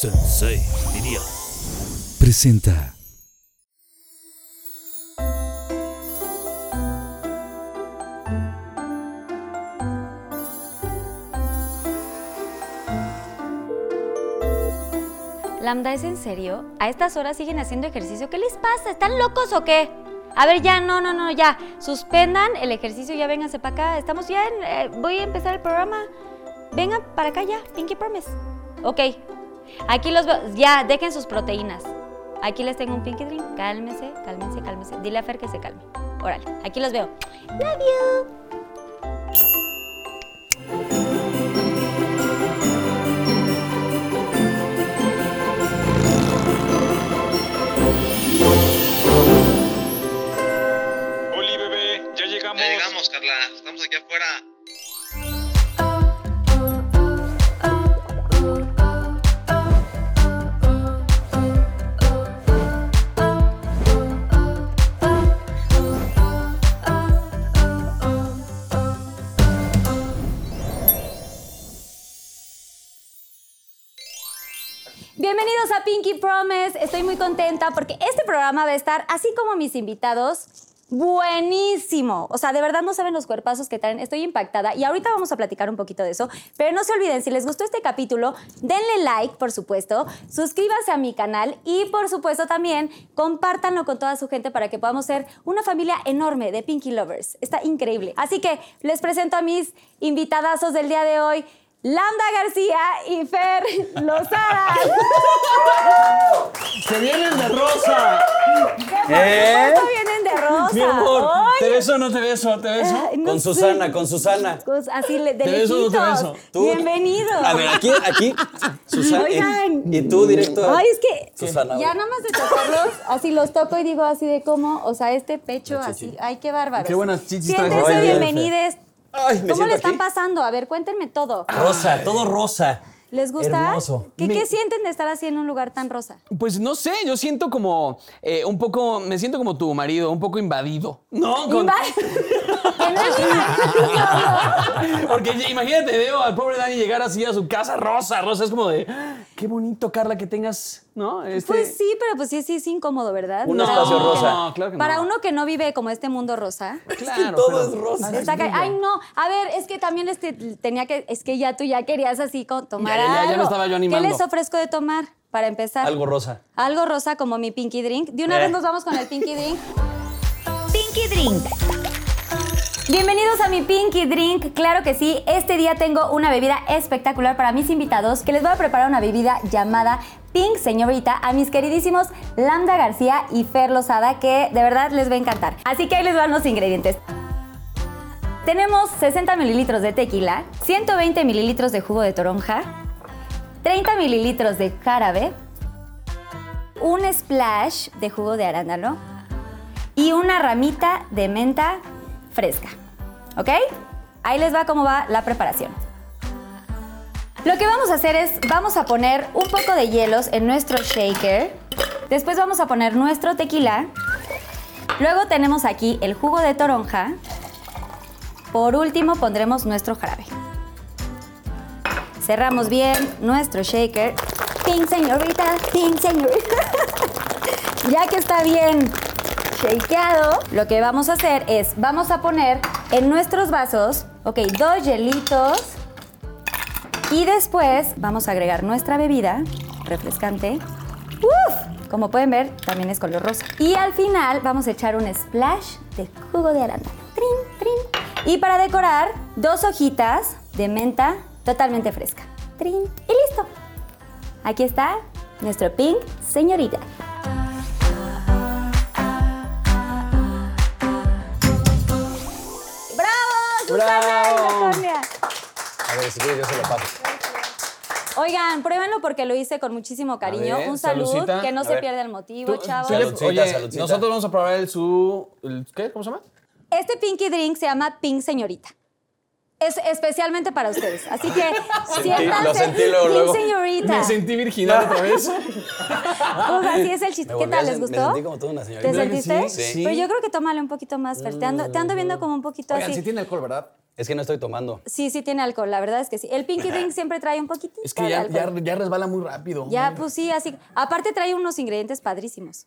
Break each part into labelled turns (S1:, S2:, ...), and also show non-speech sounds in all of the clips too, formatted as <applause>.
S1: Sensei, diría.
S2: presenta
S3: Lambda, ¿es en serio? ¿A estas horas siguen haciendo ejercicio? ¿Qué les pasa? ¿Están locos o qué? A ver, ya, no, no, no, ya. Suspendan el ejercicio, ya vénganse para acá. Estamos ya en... eh, voy a empezar el programa. Vengan para acá ya, Pinky Promise. Ok. Aquí los veo. Ya, dejen sus proteínas. Aquí les tengo un Pinky Drink. Cálmense, cálmense, cálmense. Dile a Fer que se calme. Órale, aquí los veo. Love you.
S4: Oli, bebé, ya llegamos.
S5: Ya llegamos, Carla. Estamos aquí afuera.
S3: Bienvenidos a Pinky Promise. Estoy muy contenta porque este programa va a estar, así como mis invitados, buenísimo. O sea, de verdad no saben los cuerpazos que traen. Estoy impactada y ahorita vamos a platicar un poquito de eso. Pero no se olviden, si les gustó este capítulo, denle like, por supuesto, suscríbanse a mi canal y, por supuesto, también compártanlo con toda su gente para que podamos ser una familia enorme de Pinky Lovers. Está increíble. Así que les presento a mis invitadazos del día de hoy. Lambda García y Fer Lozada.
S6: ¡Se vienen de rosa!
S3: ¿Eh? vienen de rosa.
S6: Mi amor, ¿te
S3: Oye,
S6: beso o no te beso? ¿Te beso?
S3: ay, no
S7: con
S3: sé.
S7: Susana, con Susana.
S3: Pues así le- de
S6: ¿Te beso o no te
S3: lejitos.
S6: beso?
S7: Tú-
S3: Bienvenido.
S7: A ver, aquí, aquí, Susana. y-
S3: Oigan.
S7: Y, tú directo. a-
S3: Ay, es que
S7: Susana,
S3: ya
S7: güey.
S3: nada más de tocarlos, así los toco y digo así de cómo, o sea, este pecho así, ay, qué bárbaro.
S6: Qué buenas chichis traes.
S3: Siéntense
S7: Ay, bien,
S3: bienvenides.
S7: Ay, me
S3: ¿Cómo
S7: siento
S3: le están
S7: aquí.
S3: pasando? A ver, cuéntenme todo.
S7: Rosa, todo rosa.
S3: ¿Les gusta?
S7: Hermoso.
S3: ¿Qué,
S6: Me-
S3: qué sienten de estar así en un lugar tan rosa?
S6: Pues no sé, yo siento como eh, un poco, me siento como tu marido, un poco invadido. No, con- <laughs>
S3: Iba- Que no es mi marido.
S6: <laughs> porque imagínate, veo al pobre Dani llegar así a su casa rosa, rosa, es como de, "Ah, qué bonito, Carla, que tengas, ¿no?
S3: <laughs>
S6: Este-
S3: Pues sí, pero pues sí, sí es incómodo, ¿verdad?
S7: Un
S3: Para
S7: espacio
S3: uno que-
S7: rosa.
S6: No, claro que no.
S3: Para uno que no vive como este mundo rosa.
S6: Claro,
S7: todo
S6: pero-
S7: es rosa.
S6: Ay,
S3: Está ca-
S6: brilla.
S3: Ay, no. A ver, es que también este, tenía que. Es que ya tú ya querías así co- tomar
S6: Ya, ya, ya, ya me
S3: algo.
S6: estaba yo animando.
S3: ¿Qué les ofrezco de tomar para empezar?
S7: Algo rosa.
S3: Algo rosa como mi pinky drink. De una
S7: Eh.
S3: vez nos vamos con el pinky drink.
S8: <laughs> Pinky Drink.
S3: Bienvenidos a mi Pinky Drink. Claro que sí, este día tengo una bebida espectacular para mis invitados que les voy a preparar una bebida llamada Pink Señorita a mis queridísimos Lambda García y Fer Lozada que de verdad les va a encantar. Así que ahí les van los ingredientes. Tenemos 60 mililitros de tequila, 120 mililitros de jugo de toronja, 30 mililitros de jarabe, un splash de jugo de arándano, y una ramita de menta fresca. ¿Ok? Ahí les va cómo va la preparación. Lo que vamos a hacer es, vamos a poner un poco de hielos en nuestro shaker. Después vamos a poner nuestro tequila. Luego tenemos aquí el jugo de toronja. Por último pondremos nuestro jarabe. Cerramos bien nuestro shaker. Ping señorita, ping señorita. ya que está bien shakeado, lo que vamos a hacer es, vamos a poner en nuestros vasos, ok, dos hielitos y después vamos a agregar nuestra bebida refrescante. ¡Uf! Como pueden ver, también es color rosa. Y al final vamos a echar un splash de jugo de arándano. Trin, trin. Y para decorar, dos hojitas de menta totalmente fresca. Trin. Y listo. Aquí está nuestro pink señorita. ¡Bravo! Susana y
S6: ¡Bravo!
S3: Laconia!
S7: A ver, si quieres yo se lo paso.
S3: Oigan, pruébenlo porque lo hice con muchísimo cariño.
S6: A ver,
S3: Un salud,
S6: saludcita.
S3: que no
S6: A
S3: se
S6: ver.
S3: pierda el motivo,
S6: Tú-
S3: chavos.
S6: tú le-
S7: Saludcita,
S6: oye,
S7: saludcita.
S6: nosotros vamos a probar el su... el- ¿Qué? ¿Cómo se llama?
S3: Este Pinky Drink se llama Pink Señorita. Es especialmente para ustedes. Así
S6: <laughs>
S3: que siéntanse.
S7: lo sentí luego,
S3: Pink
S7: luego.
S3: Señorita.
S6: Me sentí virginal otra vez.
S3: Pues así es el chiste.
S7: Me
S3: ¿Qué
S7: volví a
S3: tal?
S7: sen-
S3: ¿Les
S7: me
S3: gustó?
S7: sentí como toda una señorita.
S3: ¿Te
S7: ¿Verdad
S6: que
S3: sentiste?
S6: sí? Sí.
S3: Pero yo creo que tómale un poquito más, Fer. Te ando, te ando viendo como un poquito
S6: Oigan,
S3: así.
S6: sí tiene alcohol, ¿verdad?
S7: Es que no estoy tomando.
S3: Sí, sí tiene alcohol, la verdad es que sí. El Pinky Drink siempre trae un poquitito
S6: Es que
S3: de
S6: ya, ya,
S3: alcohol.
S6: ya resbala muy rápido.
S3: Ya, pues sí, así. Aparte trae unos ingredientes padrísimos.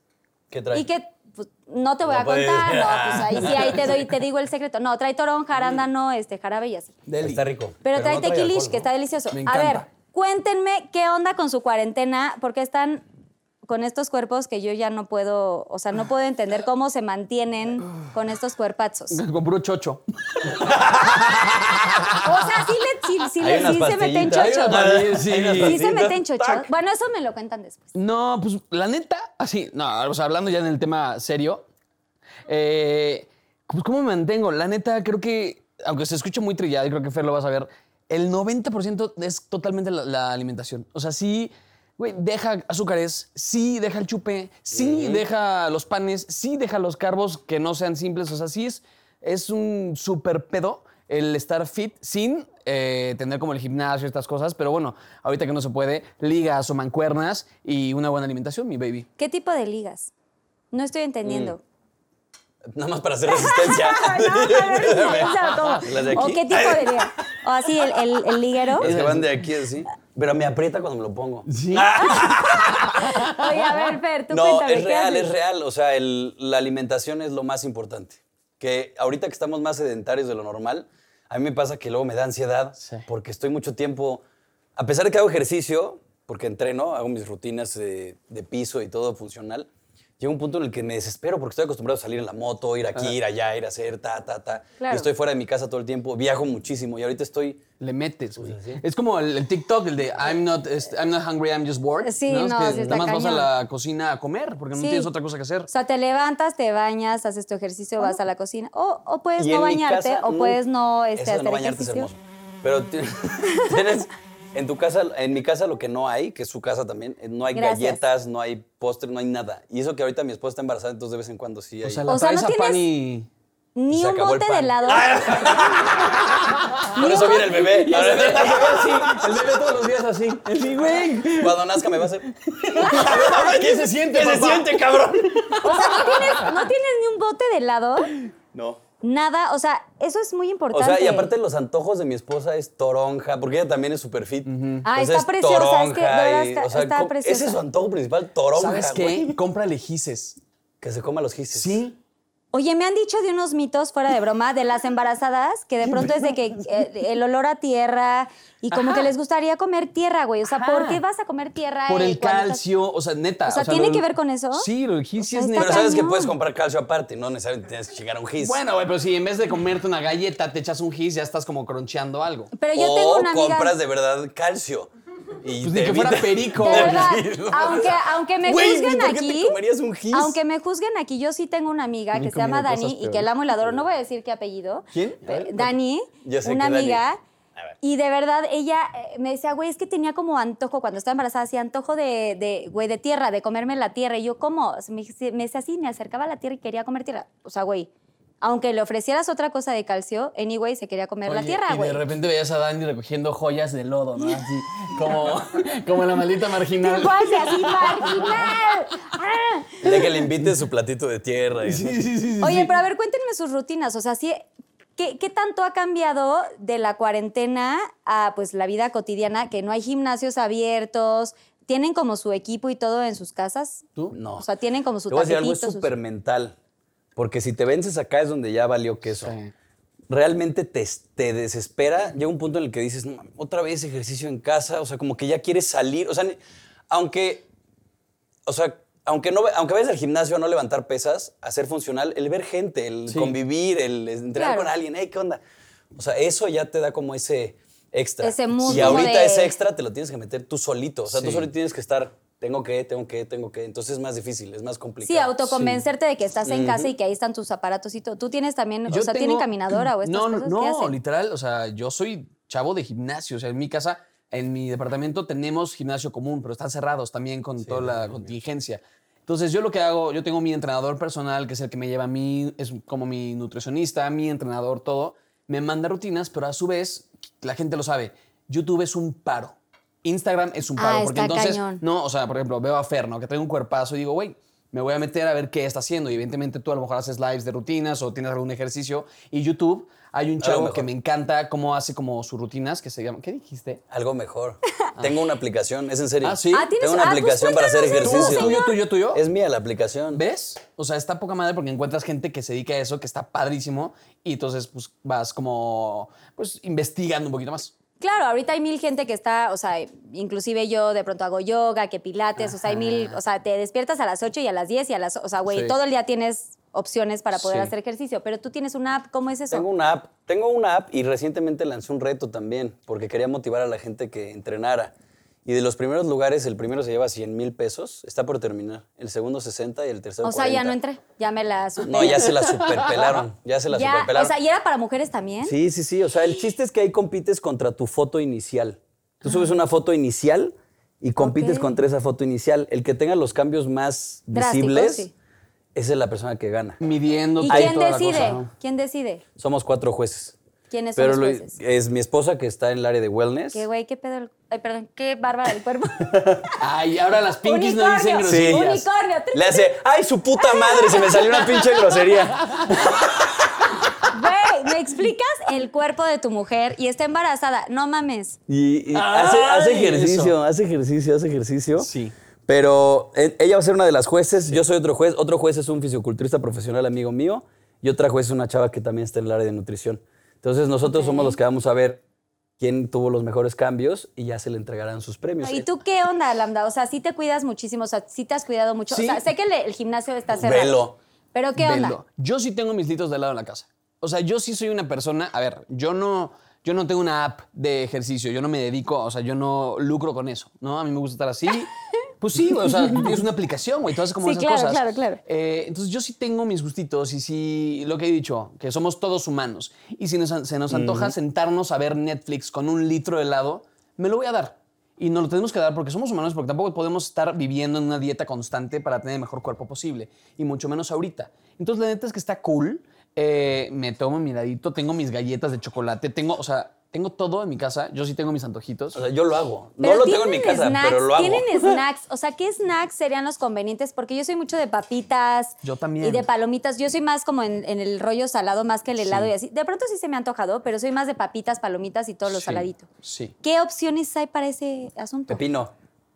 S7: ¿Qué trae?
S3: Y que pues, no te voy
S7: No
S3: a
S7: puedes.
S3: contar, no,
S7: <laughs>
S3: pues ahí sí, ahí te doy, te digo el secreto. No, trae torón, no, este, jarabe y así.
S6: Deli.
S7: Está rico.
S3: Pero, trae
S7: no
S3: tequilish,
S7: alcohol,
S3: que
S7: ¿no?
S3: está delicioso.
S6: Me
S3: a
S6: encanta.
S3: ver, cuéntenme qué onda con su cuarentena, porque están con estos cuerpos que yo ya no puedo, o sea, no puedo entender cómo se mantienen con estos cuerpazos. O
S6: Con puro chocho.
S3: sea, sí, le- sí- sí le-
S7: Hay unas
S3: sí se meten
S7: pastillitas.
S3: chochos.
S6: Hay unas- hay unas
S3: Sí se
S7: pastillitas.
S3: meten chochos.
S7: Tac.
S3: Bueno, eso me lo cuentan después.
S6: No, pues la neta, así, no, o sea, hablando ya en el tema serio, eh, pues ¿cómo me mantengo? La neta, creo que, aunque se escuche muy trillado, y creo que Fer lo vas a ver, el 90% es totalmente la, la alimentación. O sea, sí, güey, deja azúcares, sí deja el chupe, sí deja los panes, sí deja los carbos que no sean simples. O sea, sí es, es un súper pedo el estar fit sin eh, tener como el gimnasio, estas cosas, pero bueno, ahorita que no se puede, ligas o mancuernas y una buena alimentación, mi baby.
S3: ¿Qué tipo de ligas? No estoy
S7: Mm.
S3: entendiendo.
S7: Nada más para hacer resistencia.
S3: No, a ver, o sea, ¿cómo?
S7: Las de
S3: ¿O
S7: aquí.
S3: qué tipo de liga? ¿O así el, el, el liguero?
S7: Los que van de aquí así. Pero me aprieta cuando me lo pongo.
S3: Oye, a ver, Fer, tú
S7: No,
S3: cuéntame.
S7: es
S3: ¿qué
S7: real,
S3: haces?
S7: es real. O sea, el- la alimentación es lo más importante. Que ahorita que estamos más sedentarios de lo normal, a mí me pasa que luego me da ansiedad porque estoy mucho tiempo, a pesar de que hago ejercicio, porque entreno, hago mis rutinas eh, de piso y todo funcional, llega un punto en el que me desespero porque estoy acostumbrado a salir en la moto, ir aquí, ir allá, ir a hacer, ta, ta, ta. Y
S3: Claro.
S7: estoy fuera de mi casa todo el tiempo, viajo muchísimo y ahorita estoy
S6: Le metes, güey. Es como el, el TikTok, el de I'm not, este, I'm not hungry, I'm just bored.
S3: Sí,
S6: Es
S3: no,
S6: que
S3: sí está
S6: nada más vas a
S3: cañón.
S6: la cocina a comer porque no
S3: Sí.
S6: tienes otra cosa que hacer.
S3: O sea, te levantas, te bañas, haces tu ejercicio, vas a la cocina. O, o puedes
S7: Oh. Y
S3: no
S7: en mi
S3: bañarte,
S7: casa,
S3: o
S7: no,
S3: puedes no este,
S7: eso de
S3: hacer
S7: no bañarte es
S3: ejercicio.
S7: hermoso. Pero ti- <laughs> tienes en tu casa, en mi casa lo que no hay, que es su casa también, eh, no hay
S3: Gracias.
S7: galletas, no hay postre, no hay nada. Y eso que ahorita mi esposa está embarazada, entonces de vez en cuando sí
S6: O
S7: hay.
S6: sea, la
S3: O sea,
S6: traes
S3: no
S6: a pan
S3: tienes-
S6: <laughs> y...
S3: Ni
S7: se
S3: un
S7: acabó el
S3: bote de
S7: pan. Ah.
S3: helado.
S7: Por eso viene
S6: <laughs>
S7: el bebé. Ahora-
S6: el bebé todos los días así. Así, güey.
S7: <laughs> Cuando nazca me va a hacer.
S6: ¿Qué se siente,
S7: ¿Qué se siente, cabrón?
S3: O sea, no tienes, no tienes ni un bote de helado.
S7: No.
S3: Nada. O sea, eso es muy
S7: O
S3: importante.
S7: sea, y aparte los antojos de mi esposa es toronja, porque ella también es super fit.
S3: Ah, está
S7: Entonces,
S3: preciosa, es que de
S7: toronja
S3: veras
S7: y-
S3: está-
S7: o sea,
S3: está
S7: co- Ese
S3: preciosa.
S7: es su antojo principal, toronja.
S6: ¿Sabes
S7: güey.
S6: qué? Compra lejices.
S7: Que se coma los gises.
S6: Sí.
S3: Oye, me han dicho de unos mitos fuera de broma de las embarazadas que de pronto es de que eh, el olor a tierra y como que les gustaría comer tierra, güey. O sea, ¿por
S6: Ajá.
S3: qué vas a comer tierra?
S6: Por
S3: eh,
S6: el
S3: cuando estás-
S6: calcio, o sea, neta.
S3: O sea, ¿tiene
S6: lo-
S3: que ver con eso?
S6: Sí, los
S3: O
S6: gises
S3: sea,
S6: neta.
S7: Pero sabes que
S3: cañón.
S7: puedes comprar calcio aparte, no necesariamente tienes que llegar a un gis.
S6: Bueno, güey, pero si en vez de comerte una galleta te echas un gis, ya estás como croncheando algo.
S3: Pero yo
S7: o
S3: tengo una amiga.
S7: compras de verdad calcio. Y
S6: Pues
S7: te
S6: ni que fuera
S7: evita-
S6: perico.
S3: De
S7: <laughs>
S3: verdad,
S7: Sí, no.
S3: aunque, aunque <laughs> me
S7: Güey,
S3: juzguen
S7: ¿por qué
S3: aquí.
S7: te comerías un gis?
S3: Aunque me juzguen aquí, yo sí tengo una amiga que se llama
S6: comido cosas
S3: Dani y que
S6: peores.
S3: la amo y la adoro. No voy a decir qué apellido.
S6: ¿Quién? A
S3: Eh, Dani,
S7: Yo sé
S3: una
S7: que Dani.
S3: amiga.
S7: A ver.
S3: Y de verdad, ella eh, me decía, güey, es que tenía como antojo, cuando estaba embarazada, así antojo de, de, güey, de tierra, de comerme la tierra. Y yo, ¿cómo? O sea, Me, dice- me decía así, me acercaba a la tierra y quería comer tierra. O sea, güey, aunque le ofrecieras otra cosa de calcio, anyway, se quería comer la
S6: Oye,
S3: tierra,
S6: y
S3: güey.
S6: de repente veías a Dani recogiendo joyas de lodo,
S3: <laughs>
S6: ¿no? Así, como, como la maldita marginal.
S3: Igual, así,
S7: <laughs>
S3: marginal. ¡Ah!
S7: <laughs> De que le invites su platito de tierra. y-
S6: Sí, sí, sí, sí.
S3: Oye,
S6: sí.
S3: pero a ver, cuéntenme sus rutinas. O sea, sí, ¿qué, qué tanto ha cambiado de la cuarentena a pues la vida cotidiana? Que no hay gimnasios abiertos, tienen como su equipo y todo en sus casas.
S7: ¿Tú? No.
S3: O sea, tienen como su
S7: Te voy a decir algo
S3: tapetito, sus-
S7: súper mental. Porque si te vences acá es donde ya valió queso.
S6: Sí.
S7: Realmente te, te desespera. Llega un punto en el que dices, "No mames, otra vez ejercicio en casa. O sea, como que ya quieres salir. O sea, ni- aunque. O sea. Aunque, no, aunque vayas al gimnasio a no levantar pesas, a ser funcional, el ver gente, el
S6: Sí.
S7: convivir, el entrenar
S3: Claro.
S7: con alguien, hey, ¿qué onda? O sea, eso ya te da como ese extra.
S3: Ese mood
S7: y
S3: como
S7: ahorita
S3: de-
S7: ese extra te lo tienes que meter tú solito. O sea, tú
S6: Sí.
S7: solito tienes que estar, tengo que, tengo que, tengo que. Entonces es más difícil, es más complicado.
S3: Sí, autoconvencerte de que estás en casa y que ahí están tus aparatos y todo. Tú tienes también, o
S6: Yo
S3: sea,
S6: tengo-
S3: tienen caminadora
S7: <clears throat>
S3: o estas
S6: No, no,
S3: cosas? ¿Qué
S6: no,
S3: hacen?
S6: literal, o sea, yo soy chavo de gimnasio, o sea, en mi casa, en mi departamento tenemos gimnasio común, pero están cerrados también con toda la contingencia. Entonces, yo lo que hago, yo tengo mi entrenador personal, que es el que me lleva a mí, es como mi nutricionista, mi entrenador, todo. Me manda rutinas, pero a su vez, la gente lo sabe, YouTube es un paro. Instagram es un
S3: Ah,
S6: paro. porque
S3: está
S6: entonces,
S3: cañón.
S6: no, o sea, por ejemplo, veo a Fer, ¿no? Que tengo un cuerpazo y digo, güey, me voy a meter a ver qué está haciendo. Y evidentemente tú a lo mejor haces lives de rutinas o tienes algún ejercicio. Y YouTube, hay un chavo
S7: mejor.
S6: que me encanta cómo hace como sus rutinas, que se llama... ¿Qué dijiste? <laughs>
S7: Algo mejor. Tengo una aplicación, es en serio.
S6: Ah, ¿sí? Ah,
S3: ¿tienes-
S7: Tengo una
S3: ah, pues
S7: aplicación para hacer
S3: cuéntanos,
S7: ejercicio.
S6: ¿Tuyo, tuyo, tuyo?
S7: Es mía la aplicación.
S6: ¿Ves? O sea, está poca madre porque encuentras gente que se dedica a eso, que está padrísimo, y entonces pues vas como pues investigando un poquito más.
S3: Claro, ahorita hay mil gente que está, o sea, inclusive yo de pronto hago yoga, que pilates, o sea, hay mil, o sea, te despiertas a las 8 y a las 10 y a las, o sea, güey,
S6: Sí.
S3: todo el día tienes opciones para poder
S6: Sí.
S3: hacer ejercicio, pero tú tienes una app, ¿cómo es eso?
S7: Tengo una app. Tengo una app y recientemente lancé un reto también porque quería motivar a la gente que entrenara. Y de los primeros lugares, el primero se lleva 100 mil pesos. Está por terminar. El segundo 60 y el tercero
S3: o sea, ya no
S7: 40.
S3: entré, ya me la superé.
S7: No, ya se la superpelaron. Ya se la
S3: <laughs> Ya,
S7: superpelaron.
S3: o sea, ¿y era para mujeres también?
S7: Sí, sí, sí. O sea, el chiste es que ahí compites contra tu foto inicial. Tú subes una foto inicial y compites
S3: Ok.
S7: contra esa foto inicial. El que tenga los cambios más
S3: Drásticos,
S7: visibles,
S3: sí.
S7: esa es la persona que gana.
S6: Midiendo
S3: ¿Y
S6: todo y
S3: quién
S6: toda la
S3: decide?
S6: cosa, ¿no?
S3: ¿Quién decide?
S7: Somos cuatro jueces.
S3: ¿Quiénes son
S7: Pero
S3: los
S7: lo-
S3: jueces?
S7: es mi esposa que está en el área de wellness.
S3: Qué güey, qué pedo, el- ay, perdón, qué bárbara el
S7: <laughs>
S3: cuerpo.
S6: Ay, ahora las pinkies no
S3: <laughs>
S6: dicen
S3: Unicornio.
S7: Sí.
S6: groserías.
S3: Unicornio.
S7: Le hace, ¡ay, su puta madre! Se me salió una pinche grosería.
S3: Güey, me explicas el cuerpo de tu mujer y está embarazada. No mames.
S7: Y, y
S6: Ay,
S7: hace, hace
S6: eso.
S7: ejercicio, hace ejercicio, hace ejercicio.
S6: Sí.
S7: Pero eh, ella va a ser una de las jueces, yo soy otro juez. Otro juez es un fisioculturista profesional amigo mío y otra juez es una chava que también está en el área de nutrición. Entonces nosotros somos los que vamos a ver quién tuvo los mejores cambios y ya se le entregarán sus premios.
S3: ¿Y tú qué onda, Lambda? O sea, sí te cuidas muchísimo, o sea, sí te has cuidado mucho.
S6: Sí.
S3: O sea, sé que el, el gimnasio está
S7: Pues
S3: cerrado.
S7: velo.
S3: Pero ¿qué onda?
S6: Velo. Yo sí tengo mis litros de lado en la casa. O sea, yo sí soy una persona. A ver, yo no, yo no tengo una app de ejercicio. Yo no me dedico, o sea, yo no lucro con eso. No, a mí me gusta estar
S3: <laughs>
S6: así. Pues sí, güey, o sea, es una aplicación, güey, todas como
S3: Sí,
S6: esas
S3: claro,
S6: cosas.
S3: claro, claro.
S6: Eh, entonces yo sí tengo mis gustitos y sí, lo que he dicho, que somos todos humanos. Y si nos an- se nos antoja sentarnos a ver Netflix con un litro de helado, me lo voy a dar. Y nos lo tenemos que dar porque somos humanos, porque tampoco podemos estar viviendo en una dieta constante para tener el mejor cuerpo posible, y mucho menos ahorita. Entonces la neta es que está cool. Eh, me tomo mi heladito, tengo mis galletas de chocolate, tengo, o sea, tengo todo en mi casa. Yo sí tengo mis antojitos.
S7: Eh, O sea, yo lo hago. No
S3: Pero
S7: lo tengo en mi
S3: tienen
S7: casa,
S3: snacks,
S7: pero lo hago. <laughs>
S3: Tienen snacks. O sea, ¿qué snacks serían los convenientes? Porque yo soy mucho de papitas.
S6: Yo también.
S3: Y de palomitas. Yo soy más como en, en el rollo salado, más que el helado y así. De pronto sí se me ha antojado, pero soy más de papitas, palomitas y todo lo
S6: Sí,
S3: saladito.
S6: sí.
S3: ¿Qué opciones hay para ese asunto?
S7: Pepino.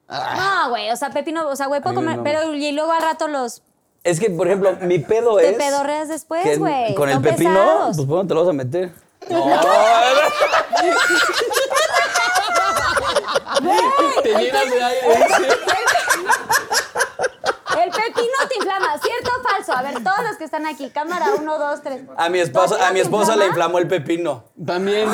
S3: No, güey. O sea, pepino. O sea, güey, puedo
S7: A mí me
S3: comer.
S7: mama.
S3: Pero y luego al rato los
S7: Es que, por ejemplo, mi pedo
S3: Te
S7: es.
S3: pedorreas después,
S7: Pues, que
S3: güey.
S7: Con el
S3: Son
S7: pepino,
S3: pesados.
S7: pues ¿por dónde te lo vas
S3: <laughs>
S7: a meter?
S6: Te llenas de aire.
S3: El pepino te inflama, ¿cierto o falso? A ver, todos los que están aquí, cámara 1, 2, 3.
S7: A mi esposa, a mi esposa le inflamó el pepino.
S6: También.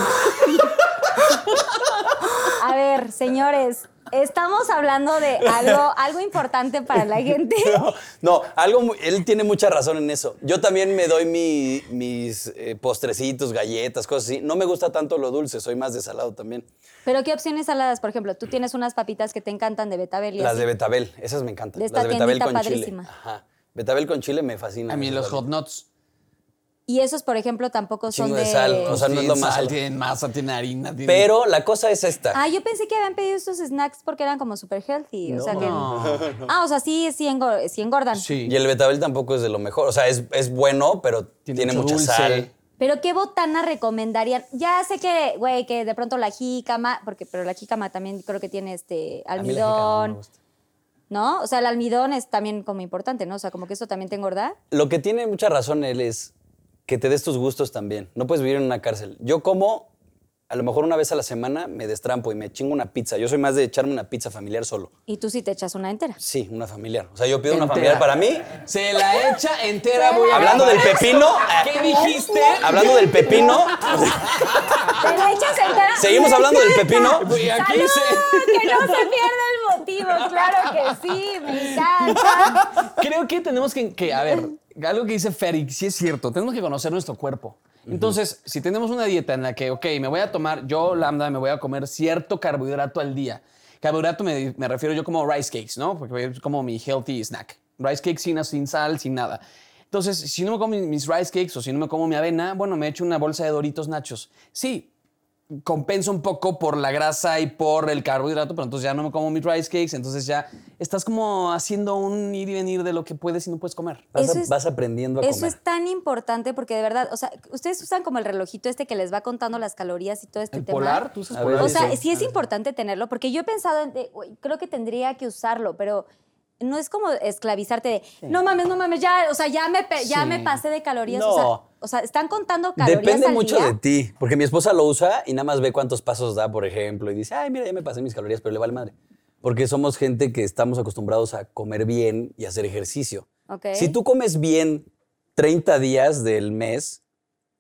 S3: A ver, señores, estamos hablando de algo, algo importante para la gente.
S7: No, <laughs> no, algo mu- él tiene mucha razón en eso. Yo también me doy mi- mis eh, postrecitos, galletas, cosas así. No me gusta tanto lo dulce, soy más de salado también.
S3: Pero ¿qué opciones saladas? Por ejemplo, tú tienes unas papitas que te encantan de betabel y
S7: Las
S3: así.
S7: de betabel, esas me encantan.
S3: De esta
S7: Las de betabel
S3: tiendita
S7: con
S3: padrísima.
S7: chile. Ajá. Betabel con chile me fascina.
S6: A mí los hot nuts.
S3: Y esos, por ejemplo, tampoco son
S7: Chingo
S3: de...
S7: de sal, o sea, no es lo
S6: Tienen
S7: más
S6: sal,
S7: salado.
S6: Tienen masa, tienen harina. tienen-
S7: Pero la cosa es esta.
S3: Ah, yo pensé que habían pedido estos snacks porque eran como super healthy. O sea que... Ah, o sea, sí, sí, engor- sí engordan.
S6: Sí.
S7: Y el betabel tampoco es de lo mejor. O sea, es, es bueno, pero tiene, mucha
S6: dulce.
S7: sal.
S3: Pero ¿qué botana recomendarían? Ya sé que, güey, que de pronto la jícama, porque, pero la jícama también creo que tiene este
S7: A mí la jícama no me
S3: almidón,
S7: gusta.
S3: ¿no? O sea, el almidón es también como importante, ¿no? O sea, como que eso también te engorda.
S7: Lo que tiene mucha razón él es que te des tus gustos también. No puedes vivir en una cárcel. Yo como, a lo mejor una vez a la semana me destrampo y me chingo una pizza. Yo soy más de echarme una pizza familiar solo.
S3: Y tú sí te echas una entera.
S7: Sí, una familiar. O sea, yo pido una
S6: Entera.
S7: familiar para mí.
S6: Se la echa entera,
S3: Se
S6: voy a-
S7: Hablando del pepino,
S6: ¿Qué
S7: eh,
S6: dijiste?
S7: hablando del
S6: <laughs>
S7: pepino,
S3: Te la echas entera.
S7: <laughs> seguimos hablando del pepino.
S6: Voy aquí
S3: ¡Salud!
S6: se-
S3: Que no se pierda el motivo, claro que sí, me
S7: <laughs>
S3: encanta.
S6: Creo que tenemos que, que, a ver, algo que dice Ferry, sí es cierto, tenemos que conocer nuestro cuerpo. Entonces, si tenemos una dieta en la que, ok, me voy a tomar, yo, lambda, me voy a comer cierto carbohidrato al día. Carbohidrato me, me refiero yo como rice cakes, ¿no? Porque es como mi healthy snack. Rice cakes sin, sin sal, sin nada. Entonces, si no me como mis rice cakes o si no me como mi avena, bueno, me echo una bolsa de doritos nachos. Sí, compensa un poco por la grasa y por el carbohidrato, pero entonces ya no me como mis rice cakes, entonces ya estás como haciendo un ir y venir de lo que puedes y no puedes comer.
S7: Vas,
S3: Eso
S7: a-
S3: es-
S7: vas aprendiendo a
S3: Eso
S7: comer.
S3: es tan importante porque de verdad, o sea, ustedes usan como el relojito este que les va contando las calorías y todo este
S6: ¿El
S3: tema.
S6: polar? ¿Tú usas
S7: A ver,
S6: polar?
S3: O
S7: Sí,
S3: sea,
S7: sí.
S3: sí es importante tenerlo, porque yo he pensado, en de, "Uy, creo que tendría que usarlo, pero no es como esclavizarte de, no mames, no mames, ya, o sea, ya me, pe- ya
S6: Sí.
S3: me pasé de calorías.
S7: No.
S3: O, sea, o sea, están contando calorías
S7: Depende
S3: al
S7: mucho
S3: día?
S7: de ti, porque mi esposa lo usa y nada más ve cuántos pasos da, por ejemplo, y dice, ay, mira, ya me pasé mis calorías, pero le vale madre. Porque somos gente que estamos acostumbrados a comer bien y hacer ejercicio.
S3: Ok.
S7: Si tú comes bien 30 días del mes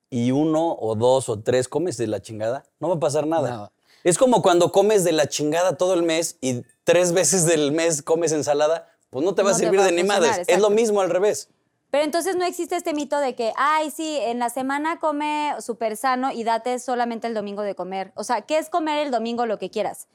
S7: y uno o dos o tres comes de la chingada, no va a pasar nada.
S6: Nada.
S7: Es como cuando comes de la chingada todo el mes y tres veces del mes comes ensalada, pues no te va
S3: No
S7: a
S3: te
S7: servir
S3: va a
S7: de ni
S3: funcionar,
S7: madres. Es lo
S3: exacto.
S7: mismo al revés.
S3: Pero entonces no existe este mito de que, ay, sí, en la semana come súper sano y date solamente el domingo de comer. O sea, ¿qué es comer el domingo lo que quieras?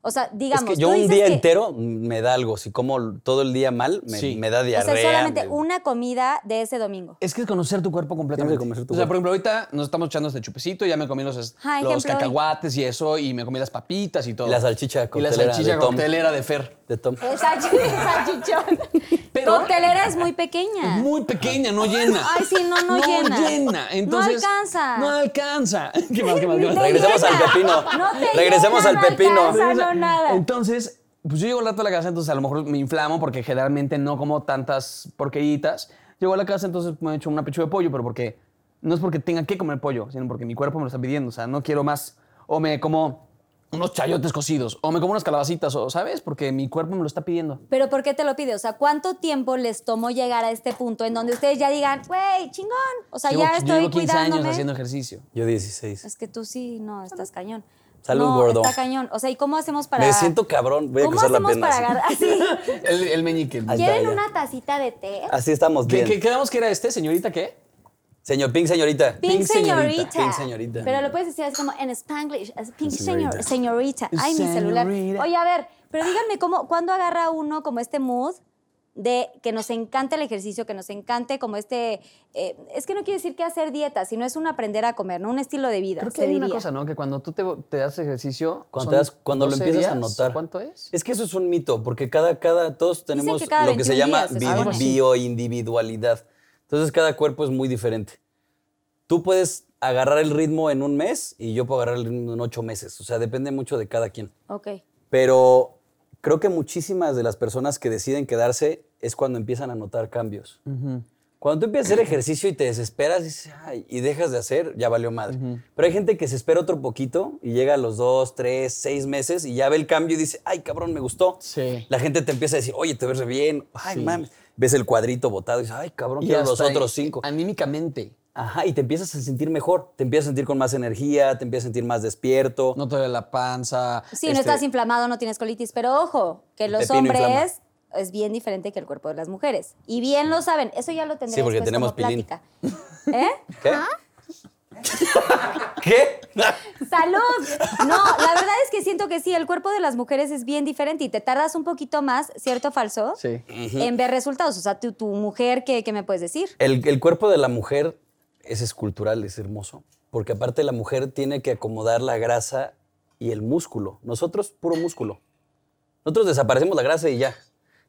S3: O sea, digamos,
S7: es que yo
S3: tú
S7: un
S3: dices
S7: día
S3: que-
S7: entero me da algo. Si como todo el día mal, me,
S6: Sí.
S7: me da
S3: O
S7: diarrea.
S3: sea, solamente
S7: me-
S3: una comida de ese domingo.
S6: Es que es conocer tu cuerpo completamente.
S7: Tienes que conocer tu
S6: o sea,
S7: cuerpo.
S6: por ejemplo, ahorita nos estamos echando este chupecito, ya me comí los, es-
S3: Ajá,
S6: los
S3: Ah, ejemplo, hoy.
S6: cacahuates y eso, y me comí las papitas y todo.
S7: Y la salchicha
S6: Y la
S7: coctelera
S6: salchicha
S7: de Tom.
S6: coctelera de Fer.
S7: De Tom.
S3: El salchi- <laughs> el salchichón.
S6: Pero-
S3: Coctelera es muy pequeña.
S6: Muy pequeña, no llena.
S3: Ah. Ay, sí, no, no llena.
S6: llena. Entonces,
S3: No alcanza.
S6: No alcanza. <laughs> ¿Qué más, qué más, qué más?
S3: Te
S7: Regresemos
S3: llena.
S7: al pepino.
S3: No te
S7: Regresemos
S3: llena,
S7: al
S3: no
S7: pepino.
S3: alcanza, no nada.
S6: Entonces, pues yo llego al rato a la casa, entonces a lo mejor me inflamo porque generalmente no como tantas porqueritas. Llego a la casa, entonces me echo una pechuga de pollo, pero porque no es porque tenga que comer pollo, sino porque mi cuerpo me lo está pidiendo. O sea, no quiero más. O me como unos chayotes cocidos, o me como unas calabacitas, o ¿sabes? Porque mi cuerpo me lo está pidiendo.
S3: Pero ¿por qué te lo pide? O sea, ¿cuánto tiempo les tomó llegar a este punto en donde ustedes ya digan, güey, chingón? O sea,
S6: Llevo-
S3: ya
S6: yo
S3: estoy
S6: llevo 15
S3: cuidándome.
S6: años haciendo ejercicio.
S7: Yo 16.
S3: Es que tú sí, no, estás cañón.
S7: Salud,
S3: no,
S7: gordo.
S3: Está cañón. O sea, ¿y cómo hacemos para.?
S7: Me siento cabrón. Voy a
S3: ¿Cómo
S7: cruzar la
S3: hacemos
S7: pena.
S3: para
S7: así.
S3: agarrar? Así.
S6: El, el meñique. el
S7: Ahí está,
S3: ¿Quieren
S7: <laughs> ya.
S3: una tacita de té?
S7: Así estamos
S6: ¿Qué,
S7: bien.
S6: qué- quedamos que era este, señorita? ¿Qué?
S7: Señor Pink, señorita.
S3: Pink,
S6: Pink
S3: señorita.
S6: señorita.
S7: Pink señorita.
S3: Pero lo puedes decir así como en Spanglish. es Pink señorita.
S7: Señorita.
S3: señorita. Ay, mi celular.
S6: Señorita.
S3: Oye, a ver, pero díganme, ¿cómo, ¿cuándo agarra uno como este mood de que nos encanta el ejercicio, que nos encante como este... eh, es que no quiere decir que hacer dieta, sino es un aprender a comer, ¿no? Un estilo de vida,
S6: Creo que
S3: se
S6: hay una
S3: diría.
S6: cosa, ¿no? Que cuando tú te, te das ejercicio.
S7: Cuando,
S6: son
S7: te das- cuando lo
S6: 12
S7: empiezas a
S6: días,
S7: notar.
S6: ¿Cuánto es?
S7: Es que eso es un mito, porque cada, cada, todos tenemos
S3: cada
S7: lo que se
S3: 21
S7: llama
S3: días, se
S7: bi-
S3: supone.
S7: bioindividualidad. Entonces cada cuerpo es muy diferente. Tú puedes agarrar el ritmo en un mes y yo puedo agarrar el ritmo en ocho meses. O sea, depende mucho de cada quien.
S3: Ok.
S7: Pero creo que muchísimas de las personas que deciden quedarse es cuando empiezan a notar cambios. Cuando tú empiezas a hacer ejercicio y te desesperas dices, "Ay", y dejas de hacer, ya valió madre. Pero hay gente que se espera otro poquito y llega a los dos, tres, seis meses y ya ve el cambio y dice, ay, cabrón, me gustó.
S6: Sí.
S7: La gente te empieza a decir, oye, te ves re bien, ay,
S6: Sí.
S7: mames. Ves el cuadrito botado y dices, ay, cabrón, quiero los
S6: hasta
S7: otros cinco.
S6: Anímicamente.
S7: Ajá, y te empiezas a sentir mejor, te empiezas a sentir con más energía, te empiezas a sentir más despierto.
S6: No te duele la panza.
S3: Sí, no
S7: Este-
S3: estás inflamado, no tienes colitis, pero ojo, que los
S7: pepino
S3: hombres
S7: inflama.
S3: es bien diferente que el cuerpo de las mujeres. Y bien lo saben, eso ya lo tendremos
S7: Sí, porque
S3: después
S7: tenemos
S3: como
S7: pilín.
S3: plática. ¿Eh?
S7: ¿Qué? <laughs> ¿Qué?
S3: ¡Salud! No, la verdad es que siento que sí, el cuerpo de las mujeres es bien diferente y te tardas un poquito más, ¿cierto o falso?
S6: Sí.
S3: En ver resultados. O sea, tu, tu mujer, ¿qué, qué me puedes decir?
S7: El, el cuerpo de la mujer es escultural, es hermoso, porque aparte la mujer tiene que acomodar la grasa y el músculo. Nosotros, puro músculo. Nosotros desaparecemos la grasa y ya.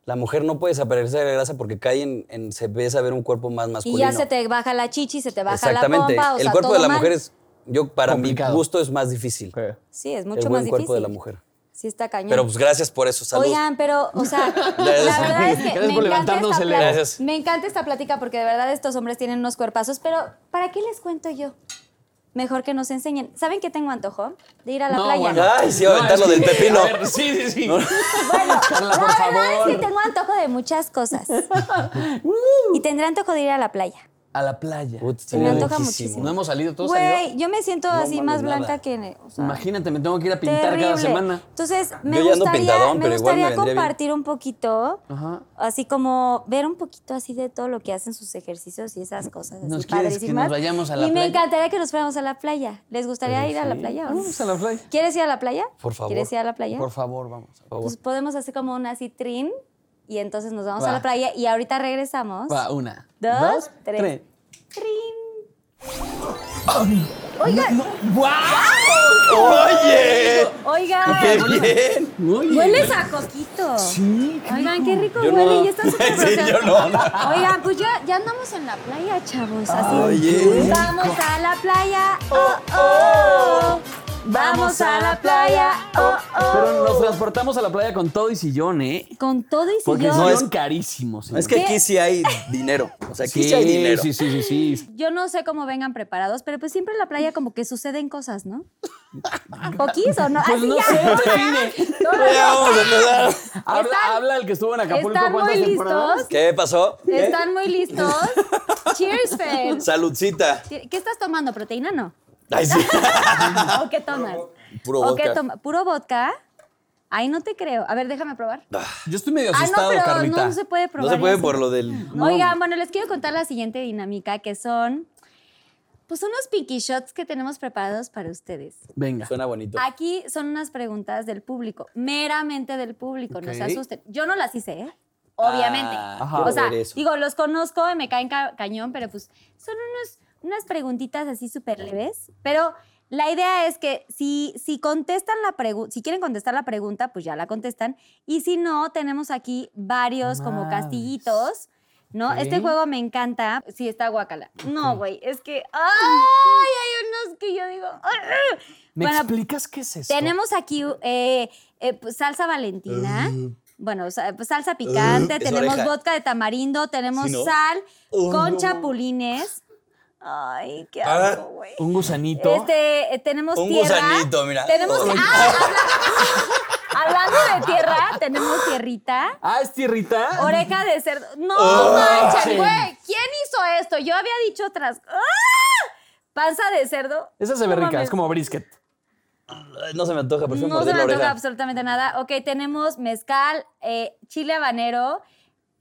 S7: La mujer no puede desaparecer la grasa porque cae en, en- se ve a ver un cuerpo más masculino.
S3: Y ya se te baja la chichi, se te baja la
S7: Exactamente.
S3: pompa. O
S7: el
S3: sea,
S7: cuerpo
S3: todo
S7: de la
S3: mal.
S7: mujer es, yo para
S6: Complicado.
S7: mi gusto es más difícil.
S3: Sí, es
S7: el
S3: mucho
S7: buen
S3: más difícil.
S7: cuerpo de la mujer.
S3: Sí, está cañón.
S7: Pero pues gracias por eso. Salud.
S3: Oigan, pero, o
S7: <laughs>
S3: sea, la verdad es que
S6: Gracias
S3: me
S6: por
S3: encanta,
S6: levantarnos
S3: esta
S6: el-
S3: plática.
S7: Gracias.
S3: me encanta esta plática porque de verdad estos hombres tienen unos cuerpazos, pero ¿para qué les cuento yo? Mejor que nos enseñen. ¿Saben qué tengo antojo? De ir a la playa.
S7: bueno. Ay, sí, aventar
S6: es
S7: lo del
S6: que-
S7: pepino.
S6: a ver, sí, sí, sí. <laughs>
S3: Bueno,
S6: Carla,
S3: la
S6: Ah, por
S3: verdad es que
S6: favor.
S3: tengo antojo de muchas cosas.
S6: <laughs>
S3: y tendré antojo de ir a la playa.
S6: A la playa.
S7: Putz,
S3: me
S7: sí,
S3: antoja
S7: riquísimo.
S6: No hemos salido todos.
S3: Güey,
S6: salido.
S3: yo me siento así
S7: mames,
S3: más blanca
S7: nada.
S3: que... o sea,
S6: Imagínate, me tengo que ir a pintar cada
S3: terrible.
S6: semana.
S3: Entonces, me
S7: Yo ya ando
S3: gustaría,
S7: pintadón,
S3: me
S7: pero igual me
S3: gustaría
S7: vendría bien.
S3: compartir un poquito,
S6: Ajá.
S3: así como ver un poquito así de todo lo que hacen sus ejercicios y esas cosas así
S6: ¿Nos quieres que
S3: padrísimas.
S6: nos vayamos a la
S3: y me
S6: playa?
S3: encantaría que nos fuéramos a la playa. ¿Les gustaría ir a la playa? o no?
S6: Vamos a la playa.
S3: ¿Quieres ir a la playa?
S7: Por favor.
S3: ¿Quieres ir a la playa?
S6: Por favor, vamos.
S3: Pues podemos hacer como una citrín y entonces nos vamos a
S6: Va.
S3: la playa y ahorita regresamos.
S6: Va, una.
S3: Dos, tres. Oigan,
S7: ¡Oye!
S3: oigan.
S7: ¡Qué bien!
S3: Hueles a coquito. Sí. Oigan, qué rico
S7: Yo no.
S3: huele y está súper
S7: Sí, yo
S3: procesado.
S7: no, no.
S3: Oigan, pues ya, ya andamos en la playa, chavos. Así.
S7: Oye.
S3: Vamos a la playa. Oh, oh. Vamos a la playa. Oh, oh.
S6: Pero nos transportamos a la playa con todo y sillón, ¿eh?
S3: Con todo y
S6: Porque
S3: sillón.
S6: son
S7: No, es-
S6: carísimos.
S7: Es que
S3: ¿Qué?
S7: aquí sí hay dinero. O sea, aquí sí,
S6: sí
S7: hay dinero.
S6: Sí, sí, sí, sí.
S3: Yo no sé cómo vengan preparados, pero pues siempre en la playa como que suceden cosas, ¿no? ¿Poquís o no?
S6: Pues
S3: Así
S6: no
S3: ya,
S6: sé,
S3: <laughs> todas,
S6: define.
S3: todas.
S7: Ya vamos a empezar.
S6: Habla,
S3: Están-
S6: habla el que estuvo en Acapulco.
S3: Están muy
S6: ¿cuántas temporadas?
S3: listos.
S7: ¿Qué pasó? ¿Qué?
S3: Están muy listos. <laughs> Cheers, Fer.
S7: Saludcita.
S3: ¿Qué estás tomando? ¿Proteína no?
S7: Ay, sí.
S3: ¿O qué tomas?
S7: Puro
S3: ¿O qué
S7: vodka.
S3: toma- ¿Puro vodka? Ay, no te creo. A ver, déjame probar.
S6: Yo estoy medio
S3: Ah, no,
S6: asustado,
S3: pero
S6: Carlita.
S3: no se puede probar.
S7: No se puede
S3: eso.
S7: por lo del.
S3: Oigan, bueno, les quiero contar la siguiente dinámica, que son... Pues unos pinky shots que tenemos preparados para ustedes.
S6: Venga.
S7: Suena bonito.
S3: Aquí son unas preguntas del público, meramente del público, no se
S6: Ok.
S3: asusten. Yo no las hice, ¿eh? Obviamente.
S7: Ah,
S6: Ajá.
S3: o
S7: quiero
S3: sea,
S7: ver eso.
S3: digo, los conozco, me caen ca- cañón, pero pues son unos, unas preguntitas así súper leves. Pero la idea es que si, si contestan la pregunta, si quieren contestar la pregunta, pues ya la contestan. Y si no, tenemos aquí varios como
S6: Madres.
S3: castillitos. ¿No?
S6: Ok.
S3: Este juego me encanta. Sí, está guacala. No, güey, es que. ¡Ay! Hay unos que yo digo. ¡ah!
S6: ¿Me
S3: Bueno,
S6: explicas qué es esto?
S3: tenemos aquí eh, eh, pues, salsa valentina.
S7: Uh.
S3: Bueno, sa- pues, salsa picante,
S7: Es
S3: tenemos
S7: oreja.
S3: vodka de tamarindo, tenemos
S7: Sí, ¿no?
S3: sal
S7: Uh. Oh,
S3: con
S7: no.
S3: chapulines. Ay, qué
S7: Ah.
S3: asco, güey.
S6: un gusanito.
S3: Este, eh, tenemos
S7: Un
S3: tierra.
S7: gusanito, Oh. mira.
S3: Tenemos,
S7: Ay.
S3: ah, hablando, <laughs> hablando de tierra, tenemos tierrita.
S6: Ah, es tierrita.
S3: Oreja de cerdo. No
S7: Oh,
S3: manchen,
S6: sí.
S3: güey. ¿Quién hizo esto? Yo había dicho otras. ¡Ah! Panza de cerdo.
S6: Esa se ve
S3: No
S6: rica,
S3: mames.
S6: es como brisket.
S7: No se me antoja, prefiero
S3: No se
S7: morder
S3: me
S7: la
S3: antoja
S7: oreja.
S3: absolutamente nada. Ok, tenemos mezcal, eh, chile habanero.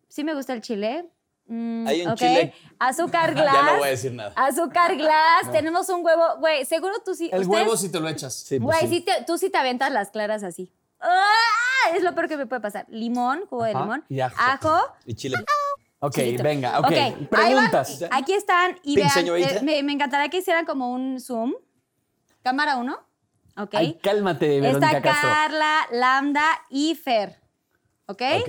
S3: Sí me gusta el chile. Mm,
S7: Hay un
S3: ok.
S7: chile-
S3: Azúcar glass.
S7: <laughs> Ya no voy a decir nada.
S3: Ah. Azúcar glass. Tenemos un huevo. Güey, seguro tú sí.
S6: El
S3: ustedes-
S6: huevo si te lo echas.
S7: Sí, pues
S3: Güey,
S7: sí.
S3: sí te- tú sí te aventas las claras así. ¡Ah! Es lo peor que me puede pasar. Limón, jugo de
S6: Ajá,
S3: limón.
S6: y ajo.
S7: Y chile.
S6: Ok,
S3: Chilito.
S6: venga, ok.
S3: ahí van.
S6: Preguntas.
S3: Aquí están y
S7: Pink
S3: vean.
S7: señorita.
S3: eh, me, me encantaría que hicieran como un zoom. Cámara 1. Ok.
S6: Ay, cálmate, Verónica
S3: Está
S6: Castro.
S3: Carla, Lambda y Fer. ¿Ok?
S7: Ok.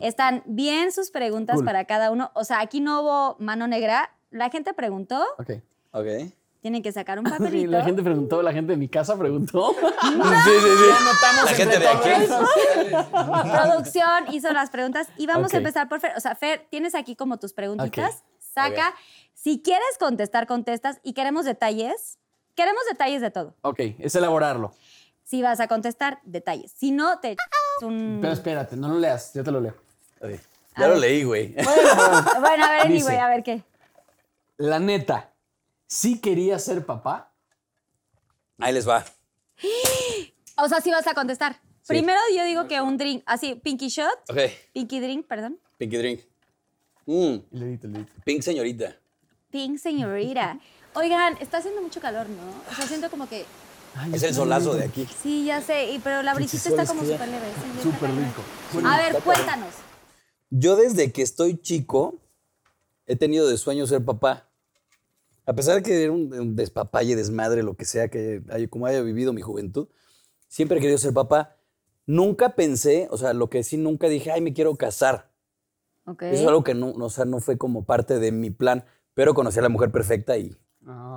S3: Están bien sus preguntas
S6: Cool.
S3: para cada uno. O sea, aquí no hubo mano negra. La gente preguntó.
S6: Ok.
S7: Ok.
S3: Tienen que sacar un
S6: <laughs> Sí,
S3: papelito.
S6: la gente preguntó, la gente de mi casa preguntó. <laughs>
S7: Sí, sí, sí.
S6: anotamos
S7: La
S6: entre
S7: gente de
S6: todos.
S7: aquí.
S3: Producción hizo las preguntas y vamos a
S6: Ok.
S3: empezar por Fer. O sea, Fer, tienes aquí como tus preguntitas.
S6: Ok.
S3: Saca. Si quieres contestar, contestas. Y queremos detalles. Queremos detalles de todo.
S6: Ok, es elaborarlo.
S3: Si vas a contestar, detalles. Si no, te echas un...
S6: Pero espérate, no lo leas, yo te lo leo.
S7: Ok. Ya lo leí, güey.
S3: Bueno, a ver,
S6: Dice.
S3: anyway, a ver qué.
S6: La neta, ¿sí quería ser papá?
S7: Ahí les va.
S3: O sea, sí vas a contestar. Primero yo digo que un drink, así, pinky shot,
S7: Ok.
S3: pinky drink, perdón.
S7: Pinky drink. Mm,
S6: Y le edito, le edito.
S7: pink señorita.
S3: Pink
S6: <laughs>
S3: señorita. Oigan, está haciendo mucho calor, ¿no? O sea, siento como que,
S6: Ay,
S7: Es el solazo de aquí.
S3: sí, ya sé, y- pero la brisita
S7: sol
S3: está como
S7: está
S3: súper leve. sí, ya está
S6: Súper
S3: cañón.
S6: rico.
S3: A ver, cuéntanos.
S7: Yo desde que estoy chico he tenido de sueño ser papá. A pesar de que era un, un despapalle, desmadre, lo que sea, que hay- como haya vivido mi juventud, siempre he querido ser papá. Nunca pensé, o sea, lo que sí nunca dije, ay, me quiero casar.
S3: Ok.
S7: Eso es algo que no, no, o sea, no fue como parte de mi plan, pero conocí a la mujer perfecta y,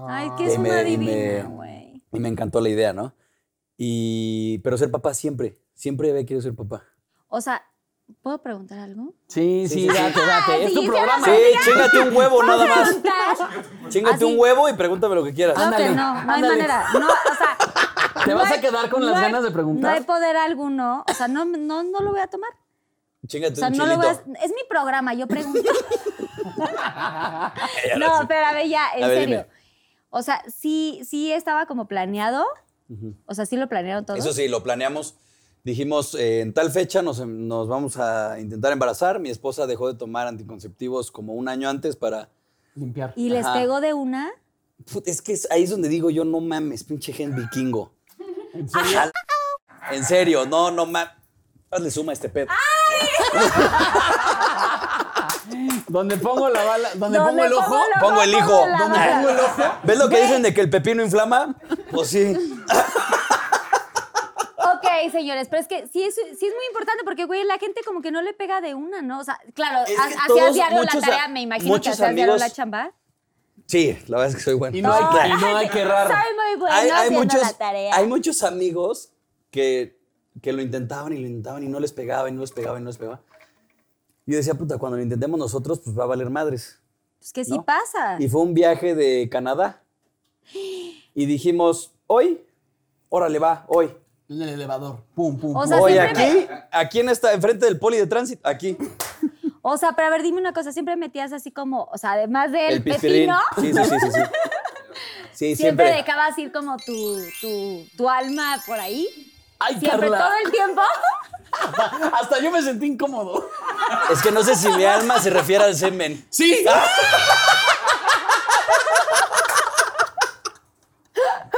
S3: Ay, que es
S7: Y me-
S3: una
S7: y me-
S3: divina, güey.
S7: y me encantó la idea, ¿no? Y, pero ser papá siempre, siempre había querido ser papá.
S3: O sea, ¿puedo preguntar algo?
S6: Sí, sí,
S7: sí, sí.
S6: date, date. Es
S3: sí,
S6: tu
S3: sí,
S6: programa.
S7: Sí, chingate un huevo nada
S3: <laughs>
S7: más. Chingate
S3: Así.
S7: un huevo y pregúntame lo que quieras.
S3: Ah, No, que
S6: Ándale,
S3: no, no hay
S6: ándale.
S3: manera. No, o sea...
S6: <laughs> ¿Te
S3: no
S6: vas
S3: hay-
S6: a quedar con las
S3: no hay-
S6: ganas de preguntar?
S3: No hay poder alguno, o sea, no, no, no lo voy a tomar.
S7: Chingate
S3: O sea,
S7: un
S3: no
S7: chilito.
S3: lo voy a... Es mi programa, yo
S7: <laughs>
S3: pregunto. <laughs> no, pero a ver, ya, en
S7: A ver,
S3: serio.
S7: dime.
S3: O sea, sí, sí estaba como planeado. O sea, sí lo planearon todo.
S7: Eso sí, lo planeamos. Dijimos, eh, en tal fecha nos, nos vamos a intentar embarazar. Mi esposa dejó de tomar anticonceptivos como un año antes para...
S6: Limpiar.
S3: Y les
S7: Ajá.
S3: pegó de una.
S7: Put, Es que es- ahí es donde digo yo, no mames, pinche gen vikingo. Ajá. ¿En serio? no, no mames. Hazle suma a este pedo.
S6: Donde pongo la bala, donde,
S3: Donde
S6: pongo el ojo,
S3: la
S7: Pongo el
S3: bala,
S7: hijo.
S3: la
S7: ¿Dónde
S3: bala.
S6: pongo el ojo?
S7: ¿Ves lo que dicen de que el pepino inflama? Pues sí.
S3: <laughs> Ok, señores, pero es que sí es, sí es muy importante porque, güey, la gente como que no le pega de una, ¿no? O sea, claro,
S7: Es que
S3: ha- hacías
S7: todos,
S3: diario la
S7: muchos a-
S3: tarea, me imagino que
S7: muchos
S3: hacías diario
S7: amigos-
S3: la chamba.
S7: Sí, la verdad es que soy bueno.
S6: Y no hay, y no hay que errar.
S3: Soy muy bueno
S7: hay, hay
S3: haciendo
S7: muchos,
S3: la tarea.
S7: hay muchos amigos que, que lo intentaban y lo intentaban y no les pegaba y no les pegaba y no les pegaba. Y yo decía, puta, cuando lo intentemos nosotros, pues va a valer madres.
S3: Pues que sí
S7: ¿no?
S3: pasa.
S7: Y fue un viaje de Canadá. Y dijimos, hoy, órale, va, hoy.
S6: En el elevador. Pum, pum.
S3: O
S6: pum.
S3: sea,
S7: hoy
S3: siempre me-
S7: aquí, aquí en esta, enfrente del poli de tránsito, aquí.
S3: O sea, pero a ver, dime una cosa, siempre metías así como, o sea, además del
S7: pispirín.
S3: pepino,
S7: Sí, sí, sí, sí. sí. Sí,
S3: siempre
S7: siempre.
S3: dejabas ir como tu, tu, tu alma por ahí.
S6: Ay,
S3: Siempre,
S6: Carla.
S3: todo el tiempo. <laughs>
S6: <laughs> Hasta yo me sentí incómodo.
S7: Es que no sé si mi alma se refiere al semen.
S6: <laughs> Sí.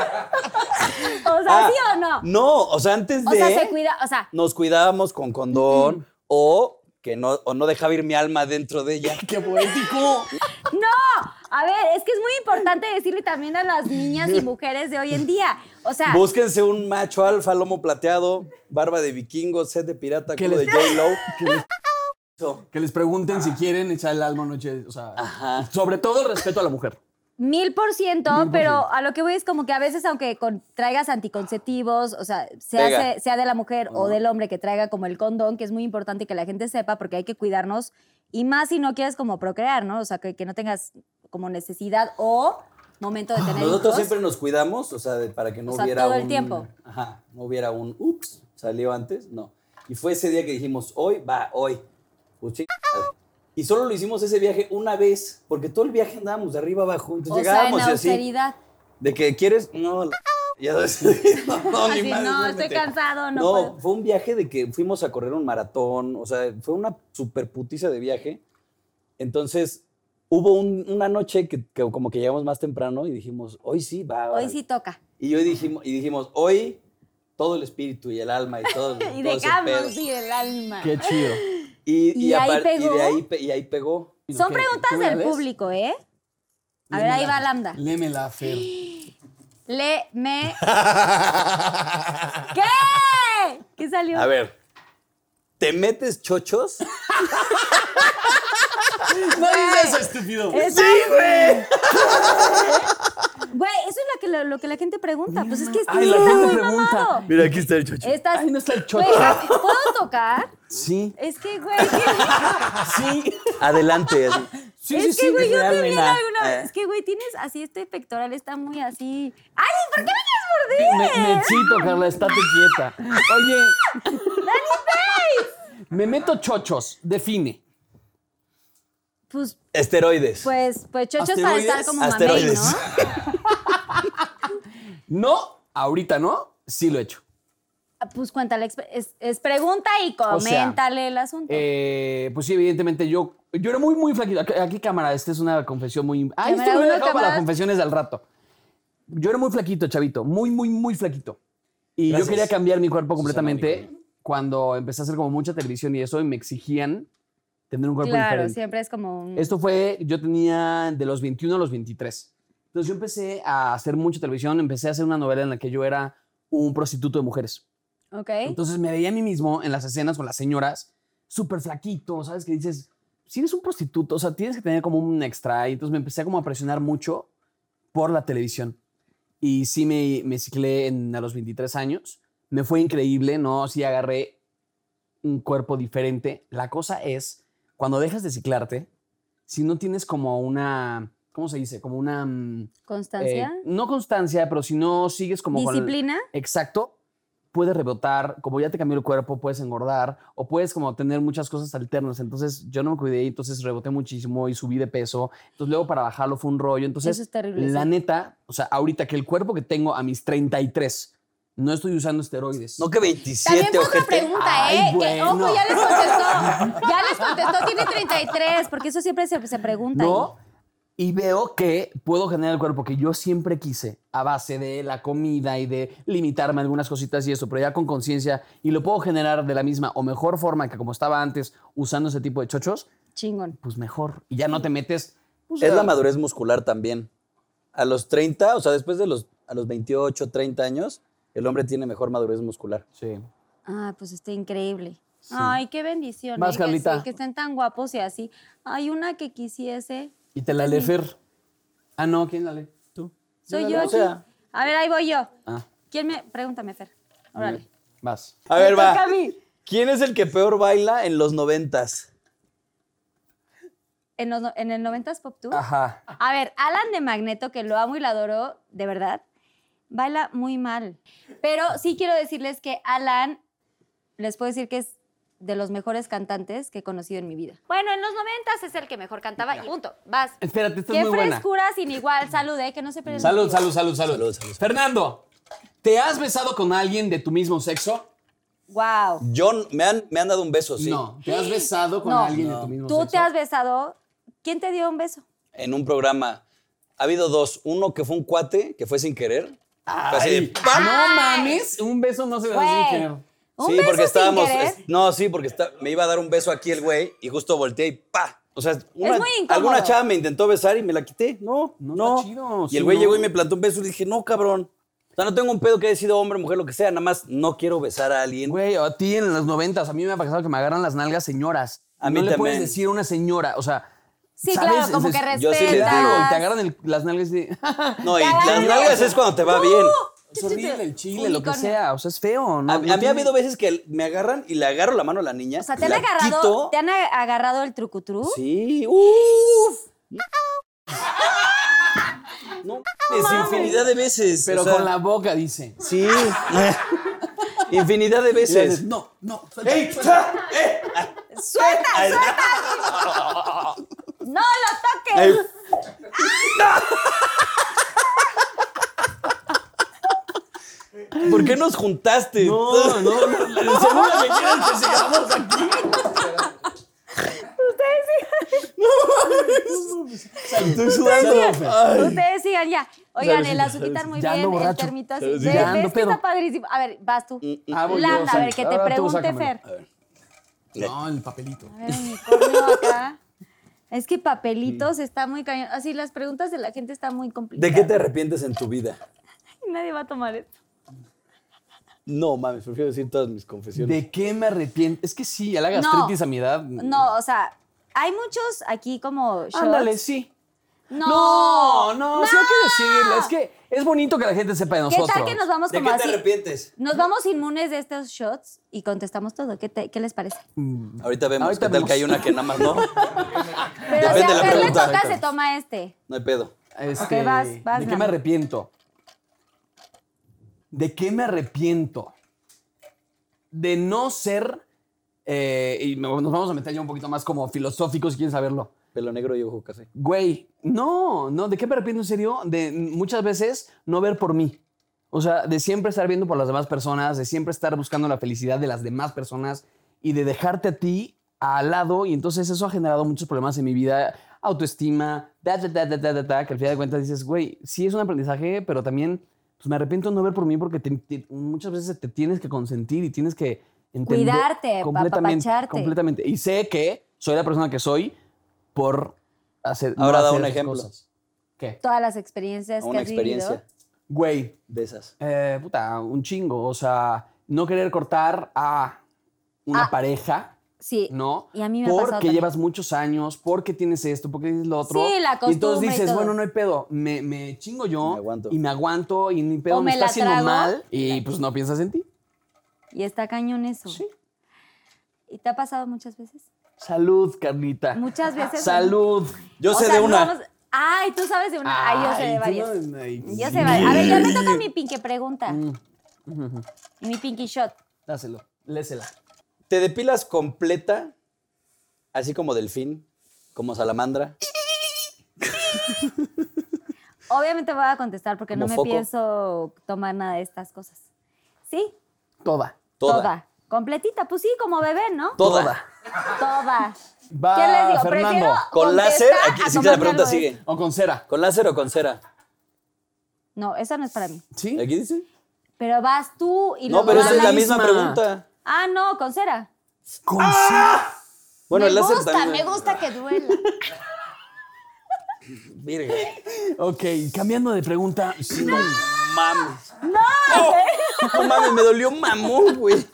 S3: O sea,
S7: Ah,
S3: ¿sí o no?
S7: No, o sea, antes
S3: O
S7: de.
S3: sea, se cuida, o sea,
S7: Nos cuidábamos con condón
S6: Mm.
S7: o que no, o no dejaba ir mi alma dentro de ella.
S6: <laughs> Qué poético.
S3: no. A ver, es que es muy importante decirle también a las niñas
S7: <laughs>
S3: y mujeres de hoy en día. O sea,
S7: Búsquense un macho alfa, lomo plateado, barba de vikingo, set de pirata,
S6: ¿Qué
S7: culo de
S6: les-
S7: J-Lo.
S6: Que les pregunten si quieren echar el alma noche. O sea, sobre todo el respeto a la mujer.
S3: Mil por ciento, pero a lo que voy es como que a veces, aunque con- traigas anticonceptivos, o sea, sea,
S7: Pega.
S3: se- sea de la mujer o del hombre que traiga como el condón, que es muy importante que la gente sepa porque hay que cuidarnos y más si no quieres como procrear, ¿no? O sea, que, que no tengas como necesidad o momento de tener
S7: Ah, Nosotros
S3: hijos.
S7: siempre nos cuidamos, o sea, de- para que no
S3: O sea,
S7: hubiera
S3: todo el
S7: un.
S3: tiempo.
S7: Ajá, no hubiera un. Ups, salió antes, no. Y fue ese día que dijimos, hoy va, hoy. Pues, ching- Y solo lo hicimos ese viaje una vez, porque todo el viaje andábamos de arriba abajo. Entonces
S3: O sea, en
S7: llegábamos y así.
S3: austeridad.
S7: De que quieres, no, la- ya sabes. <laughs> no, no, ni
S3: Así,
S7: madre,
S3: no, estoy
S7: duérmete.
S3: cansado, no
S7: No,
S3: puedo.
S7: fue un viaje de que fuimos a correr un maratón, o sea, fue una super putiza de viaje. Entonces, hubo un- una noche que, que como que llegamos más temprano y dijimos, hoy sí, va.
S3: Hoy
S7: órale".
S3: sí toca.
S7: Y hoy dijimos, y dijimos, hoy todo el espíritu y el alma y
S3: <laughs>
S7: todo.
S3: Y
S7: todo ese pedo.
S3: dejamos ir el alma.
S6: Qué chido.
S7: Y,
S3: ¿Y ahí
S7: apar- y
S3: pegó?
S7: de ahí, pe- y ahí pegó.
S3: Son
S6: ¿Qué-
S3: preguntas
S6: tú la
S3: del
S6: lees?
S3: público, ¿eh? A ver, ahí va Lambda.
S6: Lémela, Fer.
S3: Le
S7: <laughs>
S3: me. ¿Qué? ¿Qué salió?
S7: A ver. ¿Te
S3: <laughs>
S7: metes chochos?
S6: No dices eso, estúpido.
S3: ¡Sí, güey! <laughs> Güey, eso es lo que, lo, lo que la gente pregunta. Pues es que este
S6: Ay,
S3: niño
S6: la
S3: está
S6: gente
S3: muy
S6: pregunta.
S3: mamado.
S7: Mira, aquí está el chocho.
S3: Estás.
S6: Ay, no está el
S3: Güey,
S6: chocho.
S3: ¿Puedo tocar?
S7: Sí.
S3: Es que, güey. que-
S6: Sí.
S7: Adelante. así.
S6: <laughs> Sí, sí,
S3: es
S6: sí.
S3: que, güey, yo
S7: real,
S3: te vi en
S7: nena.
S3: alguna
S7: Eh.
S3: vez. Es que, güey, tienes así este pectoral, está muy así. ¡Ay, ¿por qué me quieres
S6: Me,
S3: morder?
S6: me excito, Carla, estate quieta. Oye, me meto chochos, define.
S3: Pues,
S7: Esteroides.
S3: pues, pues, chocho es para estar como mamey,
S7: Asteroides.
S3: ¿no?
S6: No, ahorita no, sí lo he hecho.
S3: Ah, Pues cuéntale, exp- es, es pregunta y
S6: sea,
S3: coméntale el asunto.
S6: Eh, pues sí, evidentemente yo, yo era muy, muy flaquito. Aquí, aquí, cámara, esta es una confesión muy... Ay, esto
S3: Cámara
S6: me lo
S3: uno,
S6: dejaba para
S3: cámara-
S6: las confesiones al rato. Yo era muy flaquito, chavito, muy, muy, muy flaquito. Y
S7: Gracias.
S6: yo quería cambiar mi cuerpo completamente cuando empecé a hacer como mucha televisión y eso, y me exigían tener un cuerpo
S3: claro,
S6: diferente.
S3: siempre es como un...
S6: Esto fue, yo tenía de los 21 a los 23. Entonces yo empecé a hacer mucha televisión, empecé a hacer una novela en la que yo era un prostituto de mujeres.
S3: Ok.
S6: Entonces me veía a mí mismo en las escenas con las señoras, súper flaquito, ¿sabes? Que dices, si eres un prostituto, o sea, tienes que tener como un extra. Y entonces me empecé a como a presionar mucho por la televisión. Y sí me, me ciclé en- a los 23 años. Me fue increíble, ¿no? Sí agarré un cuerpo diferente. La cosa es, cuando dejas de ciclarte, si no tienes como una, ¿cómo se dice? Como una... mm,
S3: Constancia.
S6: eh, no constancia, pero si no sigues como con-
S3: Disciplina.
S6: Exacto. Puedes rebotar, como ya te cambió el cuerpo, puedes engordar o puedes como tener muchas cosas alternas. Entonces yo no me cuidé y entonces reboté muchísimo y subí de peso. Entonces luego para bajarlo fue un rollo. Entonces
S3: Eso es terrible,
S6: la
S3: sí.
S6: neta, o sea, ahorita que el cuerpo que tengo a mis 33, no estoy usando esteroides.
S7: No que
S3: También
S7: 27
S3: fue otra
S7: ojete.
S3: pregunta, ¿eh?
S6: Ay,
S3: Que,
S6: bueno.
S3: ojo, ya les
S6: <laughs>
S3: contestó. Ya les contestó, tiene 33, porque eso siempre se, se pregunta.
S6: ¿no? Y veo que puedo generar el cuerpo que yo siempre quise a base de la comida y de limitarme a algunas cositas y eso, pero ya con conciencia y lo puedo generar de la misma o mejor forma que como estaba antes usando ese tipo de chochos.
S3: Chingón.
S6: pues mejor. Y ya no te metes. pues,
S7: Es
S6: a-
S7: la madurez muscular también. A los 30, o sea, después de los, a los 28, 30 años, el hombre tiene mejor madurez muscular.
S6: Sí.
S3: Ah, pues está increíble. Ay, qué bendición.
S6: Vas,
S3: ¿eh? que sí,
S6: Carlita.
S3: que estén tan guapos y así. Hay una que quisiese.
S6: Y te la lee Fer. Ah, no, ¿quién la lee? Tú.
S3: Soy yo.
S7: o
S3: aquí.
S7: sea.
S3: A ver, ahí voy yo.
S6: Ah,
S3: ¿Quién me.? Pregúntame, Fer. Órale.
S6: vas.
S7: A
S3: Me
S7: ver,
S3: toca
S7: va.
S3: a mí.
S7: ¿Quién es el que peor baila en los noventas?
S3: En, los no- en el 90s Pop Tour.
S6: Ajá.
S3: A ver, Alan de Magneto, que lo amo y lo adoro, de verdad, baila muy mal. Pero sí quiero decirles que Alan, les puedo decir que es de los mejores cantantes que he conocido en mi vida. Bueno, en los noventas es el que mejor cantaba y punto. Vas.
S6: Espérate, esta es
S3: Qué
S6: muy buena.
S3: frescura sin igual. Salud, eh, que no se pierden.
S6: Salud, salud, salud, salud,
S7: Salud, salud.
S6: Fernando, ¿te has besado con alguien de tu mismo sexo?
S3: Wow.
S7: John, me han, me han dado un beso, sí.
S6: No. ¿Te has besado con
S3: No.
S6: alguien de
S7: No.
S6: tu mismo
S3: Tú
S6: sexo?
S3: te has besado. ¿Quién te dio un beso?
S7: En un programa. Ha habido dos. Uno que fue un cuate, que fue sin querer. Fue así de
S6: Ay,
S7: ¡pam!
S6: No mames, un beso no se da sin
S3: Güey.
S6: querer.
S3: Un
S7: Sí,
S3: beso
S7: porque
S3: sin
S7: estábamos.
S3: querer.
S7: es- no, sí, porque está- me iba a dar un beso aquí el güey y justo volteé y ¡pa! O sea, una-
S3: muy incómodo.
S7: alguna chava me intentó besar y me la quité. No,
S6: No
S7: no.
S6: está chido,
S7: y
S6: sí,
S7: el güey
S6: no.
S7: llegó y me plantó un beso y le dije, no, cabrón. O sea, no tengo un pedo que haya sido hombre, mujer, lo que sea. Nada más no quiero besar a alguien.
S6: Güey, a ti en los noventas, a mí me ha pasado que me agarran las nalgas señoras.
S7: A mí
S6: no le puedes
S7: también.
S6: decir a una señora, o sea.
S3: Sí,
S6: ¿sabes?
S3: claro, como que
S6: Entonces,
S7: yo sí les digo,
S6: te digo, y te
S3: respetas.
S6: agarran el- las nalgas y. <laughs>
S7: No, y
S3: Ya,
S7: las
S3: ya,
S7: nalgas
S3: ya.
S7: es cuando te va
S3: No.
S7: bien.
S6: Es horrible el chile,
S3: Unicornio.
S6: lo que sea. O sea, es feo, ¿no?
S7: A, a
S6: No
S7: mí ha
S6: tiene-
S7: habido veces que me agarran y le agarro la mano a la niña.
S3: O sea,
S7: y
S3: ¿te han,
S7: la
S3: agarrado,
S7: quito.
S3: ¿te han a- agarrado el trucutru?
S7: Sí,
S3: <laughs>
S7: uff. No, es infinidad de veces.
S6: Pero
S7: o sea,
S6: con la boca, dice.
S7: Sí. <laughs> infinidad de
S6: Y le haces,
S7: veces.
S6: no, no. suelta".
S7: ¡Ey! ¡Ah! ¡Eh!
S3: ¡Suelta,
S7: Ay,
S3: suelta! ¡No lo toques!
S7: ¿Por qué nos juntaste?
S6: No, no, no.
S7: Estoy sudando.
S3: Ustedes sigan ya. Oigan, el azuquitar muy
S6: Ya ando
S3: bien, el
S6: borracho.
S3: termito así.
S7: Sabes,
S3: ¿Ves?
S6: ya ando
S3: ¿Ves que
S6: pedo.
S3: está padrísimo? A ver, vas tú.
S6: Ah, voy yo,
S3: Landa, a ver,
S6: sácame.
S3: que te
S6: Ahora tú,
S3: pregunte,
S6: sácamelo.
S3: Fer.
S6: No, el papelito.
S3: A ver, unicornio acá. Es que papelitos está muy cañón. Así, las preguntas de la gente están muy
S7: ¿De
S3: complicadas.
S7: qué te arrepientes en tu vida?
S3: Nadie va a tomar esto.
S7: No, mames, prefiero decir todas mis confesiones.
S6: ¿De qué me arrepiento? Es que sí, a la gastritis a mi edad.
S3: No, o sea, hay muchos aquí como shots.
S6: Ándale, sí.
S3: No.
S6: No, no, sí hay que decirlo. Es que es bonito que la gente sepa de
S3: ¿Qué
S6: nosotros.
S3: tal que nos vamos
S7: ¿De
S3: como
S7: qué te
S3: así?
S7: arrepientes?
S3: Nos vamos inmunes de estos shots y contestamos todo. ¿Qué, te- qué les parece?
S7: Ahorita vemos
S6: Ahorita
S7: qué tal
S6: vemos.
S7: que hay una que
S6: <laughs>
S7: nada más no.
S3: Pero si
S7: Depende
S3: a
S7: de la
S3: Fer le
S7: pregunta.
S3: toca, se toma este.
S7: No hay pedo.
S6: Este,
S3: Ok, vas, vas,
S6: ¿De qué
S3: Nando.
S6: me arrepiento? ¿De qué me arrepiento? De no ser. eh, y me- nos vamos a meter ya un poquito más como filosóficos si quieren saberlo.
S7: Pelo negro y ojo café.
S6: Güey, no, no, ¿de qué me arrepiento en serio? De muchas veces no ver por mí. O sea, de siempre estar viendo por las demás personas, de siempre estar buscando la felicidad de las demás personas y de dejarte a ti al lado. Y entonces eso ha generado muchos problemas en mi vida, autoestima, da, da, da, da, da, da, da, que al final de cuentas dices, güey, sí es un aprendizaje, pero también pues, me arrepiento de no ver por mí porque te- te- muchas veces te tienes que consentir y tienes que entender.
S3: Cuidarte, apapacharte.
S6: Completamente. Y sé que soy la persona que soy por hacer. no
S7: Ahora da
S6: hacer
S7: un
S6: esas
S7: ejemplo.
S6: cosas. ¿Qué?
S3: Todas las experiencias que
S7: Una
S3: has vivido.
S7: experiencia
S6: Güey,
S7: de esas.
S6: eh, puta, un chingo. O sea, no querer cortar a una
S3: Ah.
S6: pareja,
S3: Sí.
S6: ¿no?
S3: Y a mí me ha pasado
S6: Porque
S3: también.
S6: llevas muchos años, porque tienes esto, porque tienes lo otro.
S3: Sí, la
S6: Y entonces
S3: costumbre y
S6: dices,
S3: todo.
S6: bueno, no hay pedo, me, me chingo yo.
S7: Me aguanto.
S6: Y me aguanto, y mi pedo
S3: O
S6: me,
S3: me
S6: está
S3: la
S6: haciendo
S3: trago.
S6: mal. Y pues no piensas en ti.
S3: Y está cañón eso.
S6: Sí.
S3: ¿Y te ha pasado muchas veces?
S6: Salud, Carlita.
S3: Muchas veces.
S6: Salud.
S7: Yo
S3: O
S7: sé
S3: sea,
S7: de
S3: no
S7: una.
S3: vamos- Ay, tú sabes de una. Ay, yo sé de
S6: Ay, tú
S3: varias.
S6: no- ay,
S3: Yo sé de varias. A ver, ya me toca mi pinky pregunta.
S6: Mm.
S3: Y mi pinky shot.
S6: Dáselo, lésela.
S7: ¿Te depilas completa? Así como delfín, como salamandra.
S3: Obviamente voy a contestar porque no
S7: Como
S3: me
S7: foco.
S3: pienso tomar nada de estas cosas. ¿Sí?
S6: Toda.
S7: Toda.
S3: Completita, pues sí, como bebé, ¿no?
S7: Toda.
S3: Toda.
S6: Va,
S3: ¿Qué les digo?
S6: Fernando.
S3: Prefiero
S7: Ah, Con láser,
S3: contestar
S7: aquí
S3: a
S7: sí que la
S3: tomarme
S7: pregunta
S3: algo de
S7: sigue.
S6: O con cera.
S7: ¿Con láser o con cera?
S3: No, esa no es para mí.
S6: ¿Sí?
S7: ¿Aquí dice?
S3: Pero vas tú y
S7: No,
S3: luego
S7: pero
S3: va
S7: esa es
S6: la
S7: la misma
S6: misma.
S7: pregunta.
S3: Ah, no, con cera.
S6: Con
S7: Bueno,
S1: me
S7: el láser
S1: gusta,
S7: también-
S1: me gusta que
S7: <laughs>
S1: duela.
S7: Virga.
S6: Ok, cambiando de pregunta.
S7: No mames. ¿eh? No, mames, me dolió mamón, güey.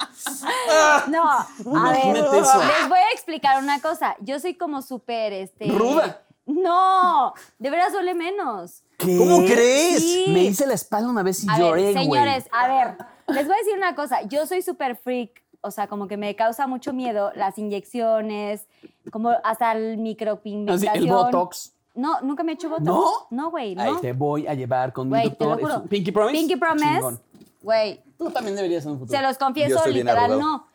S3: No, a ver,
S7: Imagínate eso.
S3: les voy a explicar una cosa. Yo soy como súper, este...
S7: ¿Ruda?
S3: No, de veras duele menos.
S6: ¿Qué?
S7: ¿Cómo crees?
S3: Sí.
S6: Me hice la espalda una vez y
S3: A
S6: lloré,
S3: ver,
S6: güey.
S3: señores, a ver, les voy a decir una cosa. Yo soy súper freak, o sea, como que me causa mucho miedo las inyecciones, como hasta el
S6: Así,
S3: micropigmentación.
S6: el botox.
S3: No, nunca me he hecho botox.
S6: ¿No?
S3: No, güey,
S6: Ahí
S3: no.
S6: te voy a llevar con mi
S3: Güey, te lo
S6: doctor. Es
S3: juro.
S6: un- Pinky Promise.
S3: Pinky Promise.
S6: Chingón.
S3: Güey,
S6: Tú también deberías en un futuro.
S3: se los confieso,
S7: Yo soy bien
S3: literal,
S7: abogado.
S3: no.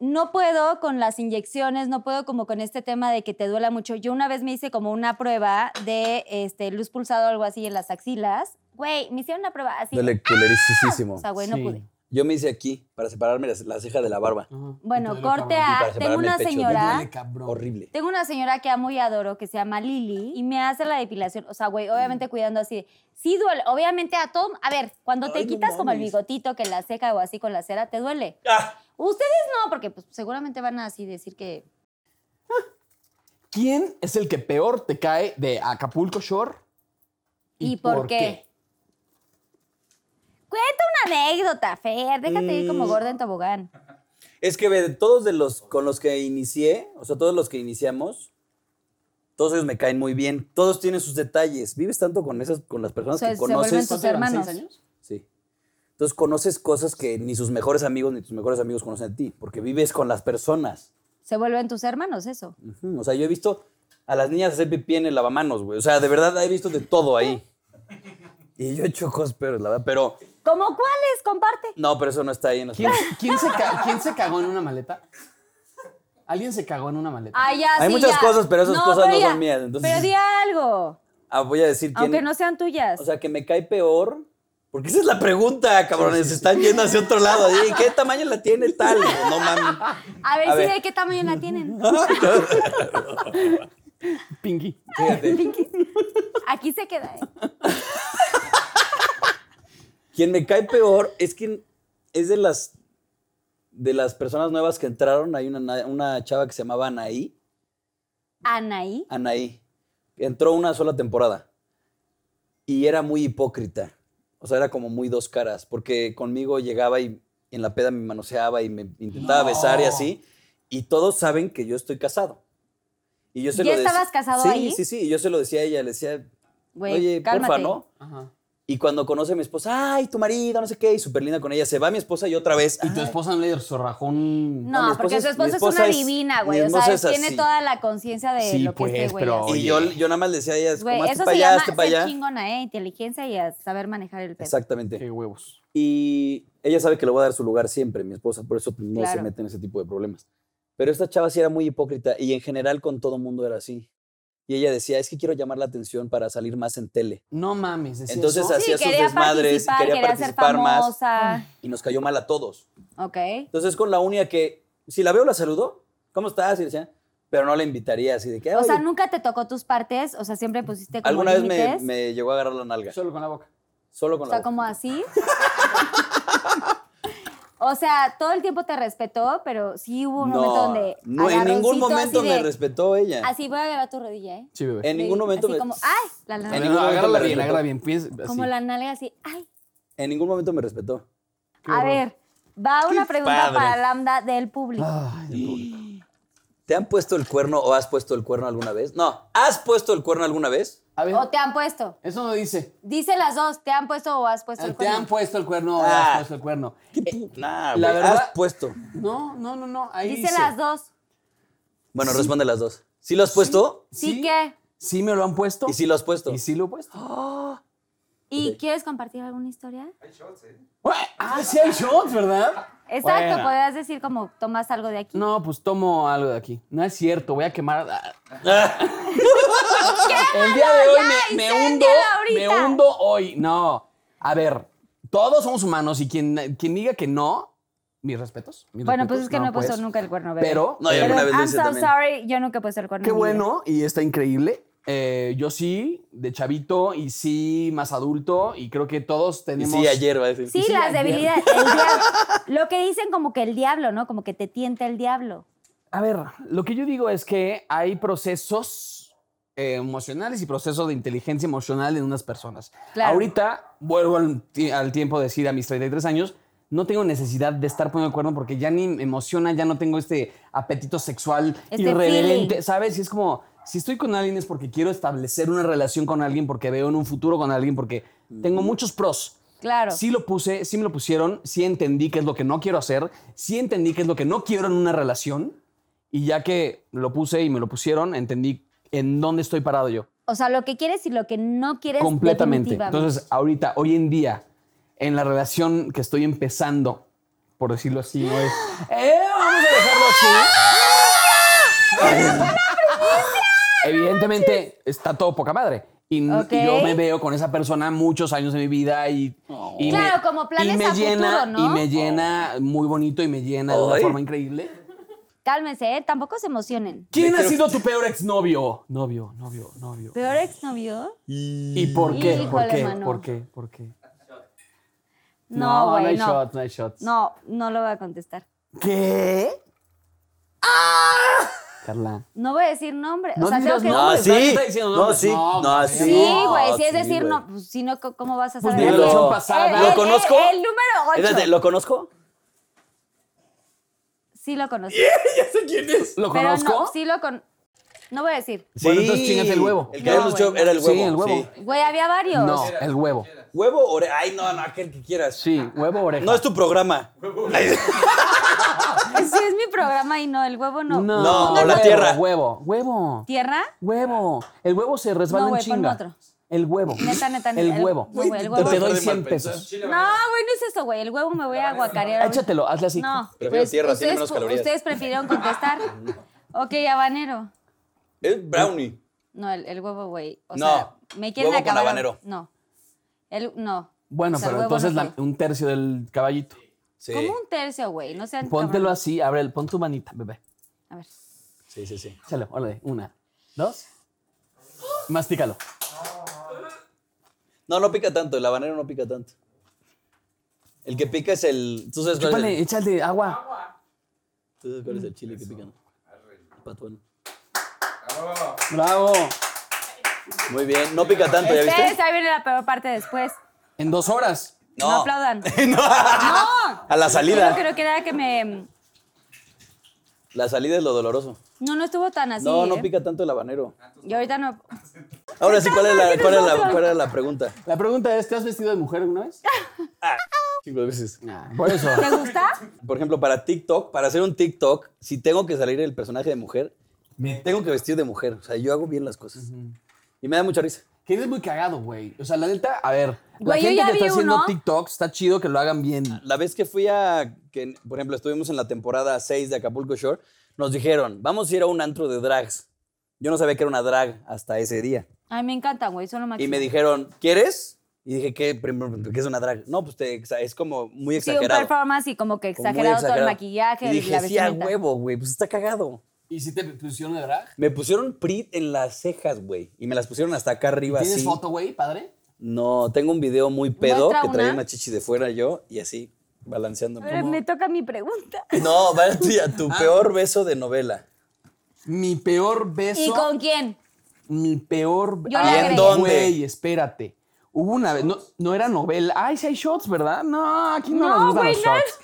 S3: No puedo con las inyecciones, no puedo como con este tema de que te duela mucho. Yo una vez me hice como una prueba de este, luz pulsado o algo así en las axilas. Güey, me hicieron una prueba así.
S7: Duele culerísimo.
S3: O sea, güey, no
S6: Sí.
S3: pude.
S7: Yo me hice aquí para separarme las- la, ceja de la barba.
S3: Bueno,
S6: Duele,
S3: corte
S6: cabrón.
S7: Y
S3: a...
S7: para
S3: Tengo
S7: separarme
S3: una
S7: el pecho.
S3: señora...
S6: Duele, cabrón.
S7: Horrible.
S3: Tengo una señora que amo y adoro que se llama Lili y me hace la depilación. O sea,
S7: Mm.
S3: güey, obviamente cuidando así. de- Sí duele. Obviamente a todo... A ver, cuando te
S7: Ay, no
S3: quitas como el
S7: mames.
S3: bigotito que la seca o así con la cera, te duele.
S7: Ah.
S3: Ustedes no, porque pues, seguramente van a así decir que...
S6: ¿Quién es el que peor te cae de Acapulco Shore?
S3: ¿Y, por, qué? Cuenta una anécdota, Fer. Déjate ir
S7: Mm.
S3: como gorda en tobogán.
S7: Es que ve, todos de los con los que inicié, o sea, todos los que iniciamos, todos ellos me caen muy bien. Todos tienen sus detalles. Vives tanto con esas, con las personas
S3: Se-
S7: que
S3: se vuelven
S7: conoces.
S3: tus hermanos.
S7: Sí. Entonces conoces cosas que ni sus mejores amigos ni tus mejores amigos conocen a ti, porque vives con las personas.
S3: Se vuelven tus hermanos, eso.
S7: Ujú, O sea, yo he visto a las niñas hacer pipí en el lavamanos, güey. O sea, de verdad he visto de todo ahí. Y yo he hecho cosas peores, la verdad. Pero
S3: ¿Cómo cuáles? Comparte.
S7: no, pero eso no está ahí en los.
S6: ¿Quién, quién se ca- quién se cagó en una maleta? ¿Alguien se cagó en una maleta?
S3: Ah, ya,
S7: Hay
S3: sí,
S7: muchas
S3: ya.
S7: cosas, pero esas cosas no
S3: ya.
S7: son mías, entonces-
S3: Pero di algo,
S7: Ah, voy a decir quién.
S3: aunque no sean tuyas.
S7: O sea, que me cae peor. Porque esa es la pregunta, cabrones. Se están yendo hacia otro lado. ¿Y ¿Qué tamaño la tiene tal? No mames.
S3: a ver
S7: a
S3: si
S7: ver.
S3: de qué tamaño la
S7: <laughs>
S3: tienen.
S6: Pinky.
S7: Fíjate.
S3: Aquí se queda. ¿eh?
S7: Quien me cae peor es quien es de las de las personas nuevas que entraron. Hay una, na- una chava que se llamaba Anaí.
S3: Anaí.
S7: Anaí. Entró una sola temporada. Y era muy hipócrita. O sea, era como muy dos caras. Porque conmigo llegaba y en la peda me manoseaba y me intentaba besar y así. Y todos saben que yo estoy casado. Y yo se
S3: ¿Ya
S7: lo dec-
S3: estabas casado
S7: sí,
S3: ahí?
S7: Sí, sí, Y yo se lo decía a ella. Le decía,
S3: Güey,
S7: oye, porfa,
S3: cálmate.
S7: ¿no?
S6: Ajá.
S7: Y cuando conoce a mi esposa, ay, tu marido, no sé qué, y súper linda con ella. Se va mi esposa y otra vez.
S6: Y tu
S7: "Ay,
S6: esposa no le zorrajó un...
S3: No,
S7: No, mi
S3: porque su
S7: esposa es- mi
S3: esposa,
S7: esposa
S3: es
S7: es-
S3: una divina,
S7: mi
S3: güey. O sea,
S7: esposa es
S3: tiene
S7: así.
S3: toda la conciencia de
S6: Sí,
S3: lo que es
S6: pues,
S3: este güey.
S6: pero-
S3: hace.
S7: Y
S6: Oye.
S7: yo, yo nada más le decía a ella,
S3: Güey,
S7: como hazte
S3: eso
S7: para
S3: se
S7: allá,
S3: llama
S7: hazte para
S3: ser
S7: allá.
S3: chingona, ¿eh? Inteligencia y a saber manejar el pedo.
S7: Exactamente.
S6: Qué huevos.
S7: Y ella sabe que le voy a dar su lugar siempre, mi esposa, por eso pues, no
S3: Claro.
S7: se mete en ese tipo de problemas. Pero esta chava sí era muy hipócrita y en general con todo mundo era así. Y ella decía, es que quiero llamar la atención para salir más en tele.
S6: No mames, decía
S7: Entonces,
S6: eso.
S7: así- hacía sus desmadres y quería participar
S3: ser
S7: más.
S3: famosa.
S6: Mm.
S7: Y nos cayó mal a todos.
S3: Ok.
S7: Entonces con la única que, si la veo, la saludo, ¿cómo estás? Y decía, pero no la invitaría así de que,
S3: O sea,
S7: "Oye".
S3: nunca te tocó tus partes, o sea, siempre pusiste como
S7: alguna vez me,
S3: límites.
S7: me llegó a agarrar la nalga,
S6: Solo con la boca.
S7: solo
S3: O
S7: con la
S3: sea,
S7: boca.
S3: como así. o sea, todo el tiempo te respetó, pero sí hubo un momento donde.
S7: no, en ningún
S3: agarroncito
S7: momento
S3: así
S7: me
S3: de,
S7: respetó ella.
S3: Así voy a agarrar tu rodilla, ¿eh?
S6: Sí, bebé.
S7: en ningún momento
S3: así
S7: me...
S3: como, ¡ay! La nalga.
S7: En
S6: No,
S7: ningún momento
S6: agárrala
S7: me
S6: bien,
S7: respetó.
S6: agárrala bien. Pies, así.
S3: como la nalga así, ¡ay!
S7: En ningún momento me respetó.
S3: A ver, va una pregunta
S7: padre.
S3: para Lambda del público.
S7: ¿Te han puesto el cuerno o has puesto el cuerno alguna vez? No, ¿has puesto el cuerno alguna vez?
S6: A ver,
S3: O te han puesto.
S6: eso no dice.
S3: Dice las dos, ¿te han puesto o has puesto el
S6: Ah, Te han
S3: cuerno?
S6: puesto el cuerno, o
S7: Ah.
S6: has puesto el cuerno. la
S7: Nah, güey,
S6: verdad-
S7: has puesto.
S6: No, no, no, no. Ahí
S3: Dice las dos.
S7: Bueno, responde las dos. ¿Sí lo has puesto?
S3: Sí, que.
S6: Sí me lo han puesto.
S7: Y sí lo has puesto. <laughs>
S6: Y sí lo he puesto.
S3: ¿Y quieres compartir alguna historia?
S6: Ah, sí hay shots, ¿verdad?
S3: Exacto, pues.
S6: Bueno.
S3: podrías decir como tomas algo de aquí.
S6: No, pues tomo algo de aquí. No es cierto, voy a quemar. ah. El día de
S3: ¡Quémalo
S6: hoy
S3: ya!
S6: me, me
S3: Incéndialo
S6: hundo. Me
S3: ahorita.
S6: hundo hoy. No. A ver, todos somos humanos y quien, quien diga que no, mis respetos. mis
S3: Bueno, pues
S6: respetos,
S3: es que no, he puesto nunca el cuerno, bebé.
S6: Pero,
S7: No, yo
S6: pero-
S7: alguna vez lo
S3: I'm
S7: hice
S3: so
S7: también.
S3: sorry, yo nunca he puesto el cuerno.
S6: Qué
S3: en mi vida.
S6: bueno y está increíble. Eh, yo sí, de chavito y sí, más adulto y creo que todos
S7: Y
S6: tenemos...
S7: sí, ayer, va a decir.
S3: Sí,
S6: sí,
S3: las
S6: ayer.
S3: debilidades. el diablo. Lo que dicen como que el diablo, ¿no? Como que te tienta el diablo.
S6: A ver, lo que yo digo es que hay procesos eh, emocionales y procesos de inteligencia emocional en unas personas.
S3: Claro.
S6: Ahorita vuelvo al, ti- al tiempo de decir a mis 33 años, no tengo necesidad de estar poniendo el cuerno porque ya ni me emociona, ya no tengo este apetito sexual
S3: Este
S6: irreverente,
S3: feeling.
S6: ¿sabes? Y es como, si estoy con alguien es porque quiero establecer una relación con alguien, porque veo en un futuro con alguien, porque tengo muchos pros.
S3: Claro.
S6: Sí lo puse, sí me lo pusieron, sí entendí qué es lo que no quiero hacer, sí entendí qué es lo que no quiero en una relación y ya que lo puse y me lo pusieron, entendí en dónde estoy parado yo.
S3: O sea, lo que quieres y lo que no quieres.
S6: completamente.
S3: definitivamente.
S6: Entonces, ahorita, hoy en día, en la relación que estoy empezando, por decirlo así,
S3: <gasps>
S6: no es... "Eh, vamos a dejarlo así. Evidentemente, está todo poca madre. Y, n-
S3: Ok.
S6: y yo me veo con esa persona muchos años de mi vida y, y
S3: Claro, como planes
S6: y me
S3: a
S6: llena
S3: futuro, ¿no? Oh.
S6: y me llena muy bonito y me llena de una
S7: Ay.
S6: forma increíble.
S3: Cálmense, ¿eh? tampoco se emocionen.
S6: ¿Quién ha
S7: creo-
S6: sido tu peor exnovio? Novio, novio, novio.
S3: ¿Peor exnovio?
S6: ¿Y por qué? ¿Por
S3: Híjole,
S6: qué?
S3: mano.
S6: ¿Por qué? ¿Por qué?
S3: No,
S6: no hay
S3: güey, no.
S6: shots, no hay shots.
S3: No, no lo voy a contestar.
S6: ¿Qué? Carla.
S3: No voy a decir nombre.
S6: No
S3: o sea,
S6: digas
S3: creo que.
S6: No,
S7: No,
S6: está-
S7: Ah, sí.
S6: está diciendo
S7: No,
S6: nombres.
S7: sí.
S6: No,
S7: No,
S6: sí,
S7: sí.
S3: Sí, güey, sí, es
S7: sí,
S3: decir,
S7: güey.
S3: no, pues si no, co- ¿cómo vas a
S6: Pues
S3: saber?
S6: ni
S7: la
S3: quién?
S7: relación
S3: El-
S6: pasada.
S3: el-
S7: ¿Lo conozco?
S3: El, número 8.
S7: Espérate, ¿Lo conozco?
S3: Sí lo conozco.
S6: ¿Lo
S3: Pero
S6: conozco?
S3: No, sí lo con... No voy a decir.
S6: Bueno, entonces chíngate el huevo.
S7: El que habíamos
S3: No,
S7: dicho
S3: güey.
S7: era el
S6: Sí,
S7: huevo.
S6: el huevo.
S3: Güey, había varios. <laughs>
S6: No, el huevo.
S7: ¿Huevo o ore- Ay, no, no, aquel que quieras.
S6: Sí, huevo oreja.
S7: No es tu programa.
S3: Sí es mi programa y no, el huevo no.
S7: No,
S6: huevo,
S7: la tierra.
S6: Huevo, huevo,
S3: ¿Tierra?
S6: huevo. El huevo se resbala
S3: No,
S6: en
S3: güey, ponme
S6: chinga.
S3: otro.
S6: El huevo.
S3: Neta, neta, neta,
S6: El,
S3: el-
S6: huevo.
S3: no, güey, el huevo.
S6: Te doy
S7: Dejar de
S6: 100
S7: mal pensar.
S6: pesos.
S3: No, güey, no es eso, güey. El huevo me voy a aguacarear. ahorita.
S6: Échatelo, hazle así.
S3: No. Pues,
S7: Prefiero tierra, tiene
S3: ustedes,
S7: menos calorías.
S3: Ustedes prefirieron
S7: <laughs>
S3: contestar. ok, habanero.
S7: Es brownie.
S3: No, el, el huevo, güey. O
S7: No,
S3: sea, me quieren
S7: huevo con
S3: acabar.
S7: habanero.
S3: No. El, no.
S6: Bueno,
S3: O sea, el
S6: pero
S3: huevo
S6: entonces
S3: no,
S6: la-
S3: güey.
S6: un tercio del caballito.
S7: Sí.
S3: Como un tercio, güey. No sean.
S6: Póntelo
S3: cabrones.
S6: así, abre el, pon tu manita, bebé.
S3: A ver.
S7: Sí, sí, sí.
S6: Échalo, órale. Una, dos. Mastícalo.
S7: No, no pica tanto. El habanero no pica tanto. El que pica es el. ¿Tú sabes cuál,
S6: Chúpale,
S7: es el,
S6: échale agua.
S7: ¿tú sabes cuál es el chile que pica? no? El patuano.
S6: Bravo.
S7: Muy bien. No pica tanto, ¿ya
S3: Ustedes,
S7: viste?
S3: ahí viene la peor parte después.
S6: En dos horas.
S3: No, aplaudan.
S7: <laughs> No.
S3: ¡No!
S7: A la
S3: Yo
S7: salida.
S3: creo que era que me.
S7: La salida es lo doloroso.
S3: No, no estuvo tan así.
S7: No, no
S3: ¿eh?
S7: pica tanto el habanero.
S3: Y ahorita no.
S7: Ahora sí, ¿cuál es la,
S3: tienes
S7: cuál es la,
S3: otro.
S7: cuál era la pregunta?
S6: La pregunta es, ¿te has vestido de mujer
S3: <laughs>
S6: alguna vez?
S7: Cinco veces.
S6: Por eso.
S3: ¿Te gusta?
S7: Por ejemplo, para TikTok, para hacer un TikTok, si tengo que salir el personaje de mujer, me tengo que vestir de mujer. O sea, yo hago bien las cosas. Y me da mucha risa.
S6: Que eres muy cagado, güey. O sea, la neta, a ver.
S3: Güey, yo
S6: la gente
S3: ya
S6: que
S3: vi
S6: está haciendo
S3: uno.
S6: TikToks, está chido que lo hagan bien.
S7: La vez que fui a, que, por ejemplo, estuvimos en la temporada 6 de Acapulco Shore, nos dijeron, vamos a ir a un antro de drags. Yo no sabía que era una drag hasta ese día.
S3: Ay, me encantan, güey. Son lo máximo.
S7: Y me dijeron, ¿quieres? Y dije, ¿qué, Primero, ¿qué es una drag? No, pues te exa- es como muy
S3: Sí, un
S7: exagerado.
S3: performance y como que
S7: como muy
S3: exagerado, todo
S7: exagerado.
S3: el maquillaje,
S7: Y dije,
S3: la
S7: sí, a
S3: vestimenta.
S7: huevo, güey, pues está cagado.
S6: ¿Y si te pusieron de drag?
S7: Me pusieron PRIT en las cejas, güey. Y me las pusieron hasta acá arriba
S6: ¿Tienes
S7: así.
S6: foto, güey, padre?
S7: No, tengo un video muy pedo
S3: Muestra
S7: que traía
S3: una.
S7: una chichi de fuera yo y así balanceándome.
S3: Pero me toca mi pregunta.
S7: No, va a tu, a tu
S3: Ah.
S7: peor beso de novela.
S6: Mi peor beso.
S3: ¿Y con quién?
S6: Mi peor.
S3: Yo
S7: le
S6: Ay,
S7: agregué. ¿Dónde?
S6: Güey, espérate. Hubo una vez. No, no era novela. Ay, sí hay shots, ¿verdad? No, aquí no,
S3: No,
S6: nos gustan
S3: güey,
S6: los
S3: no.
S6: shots.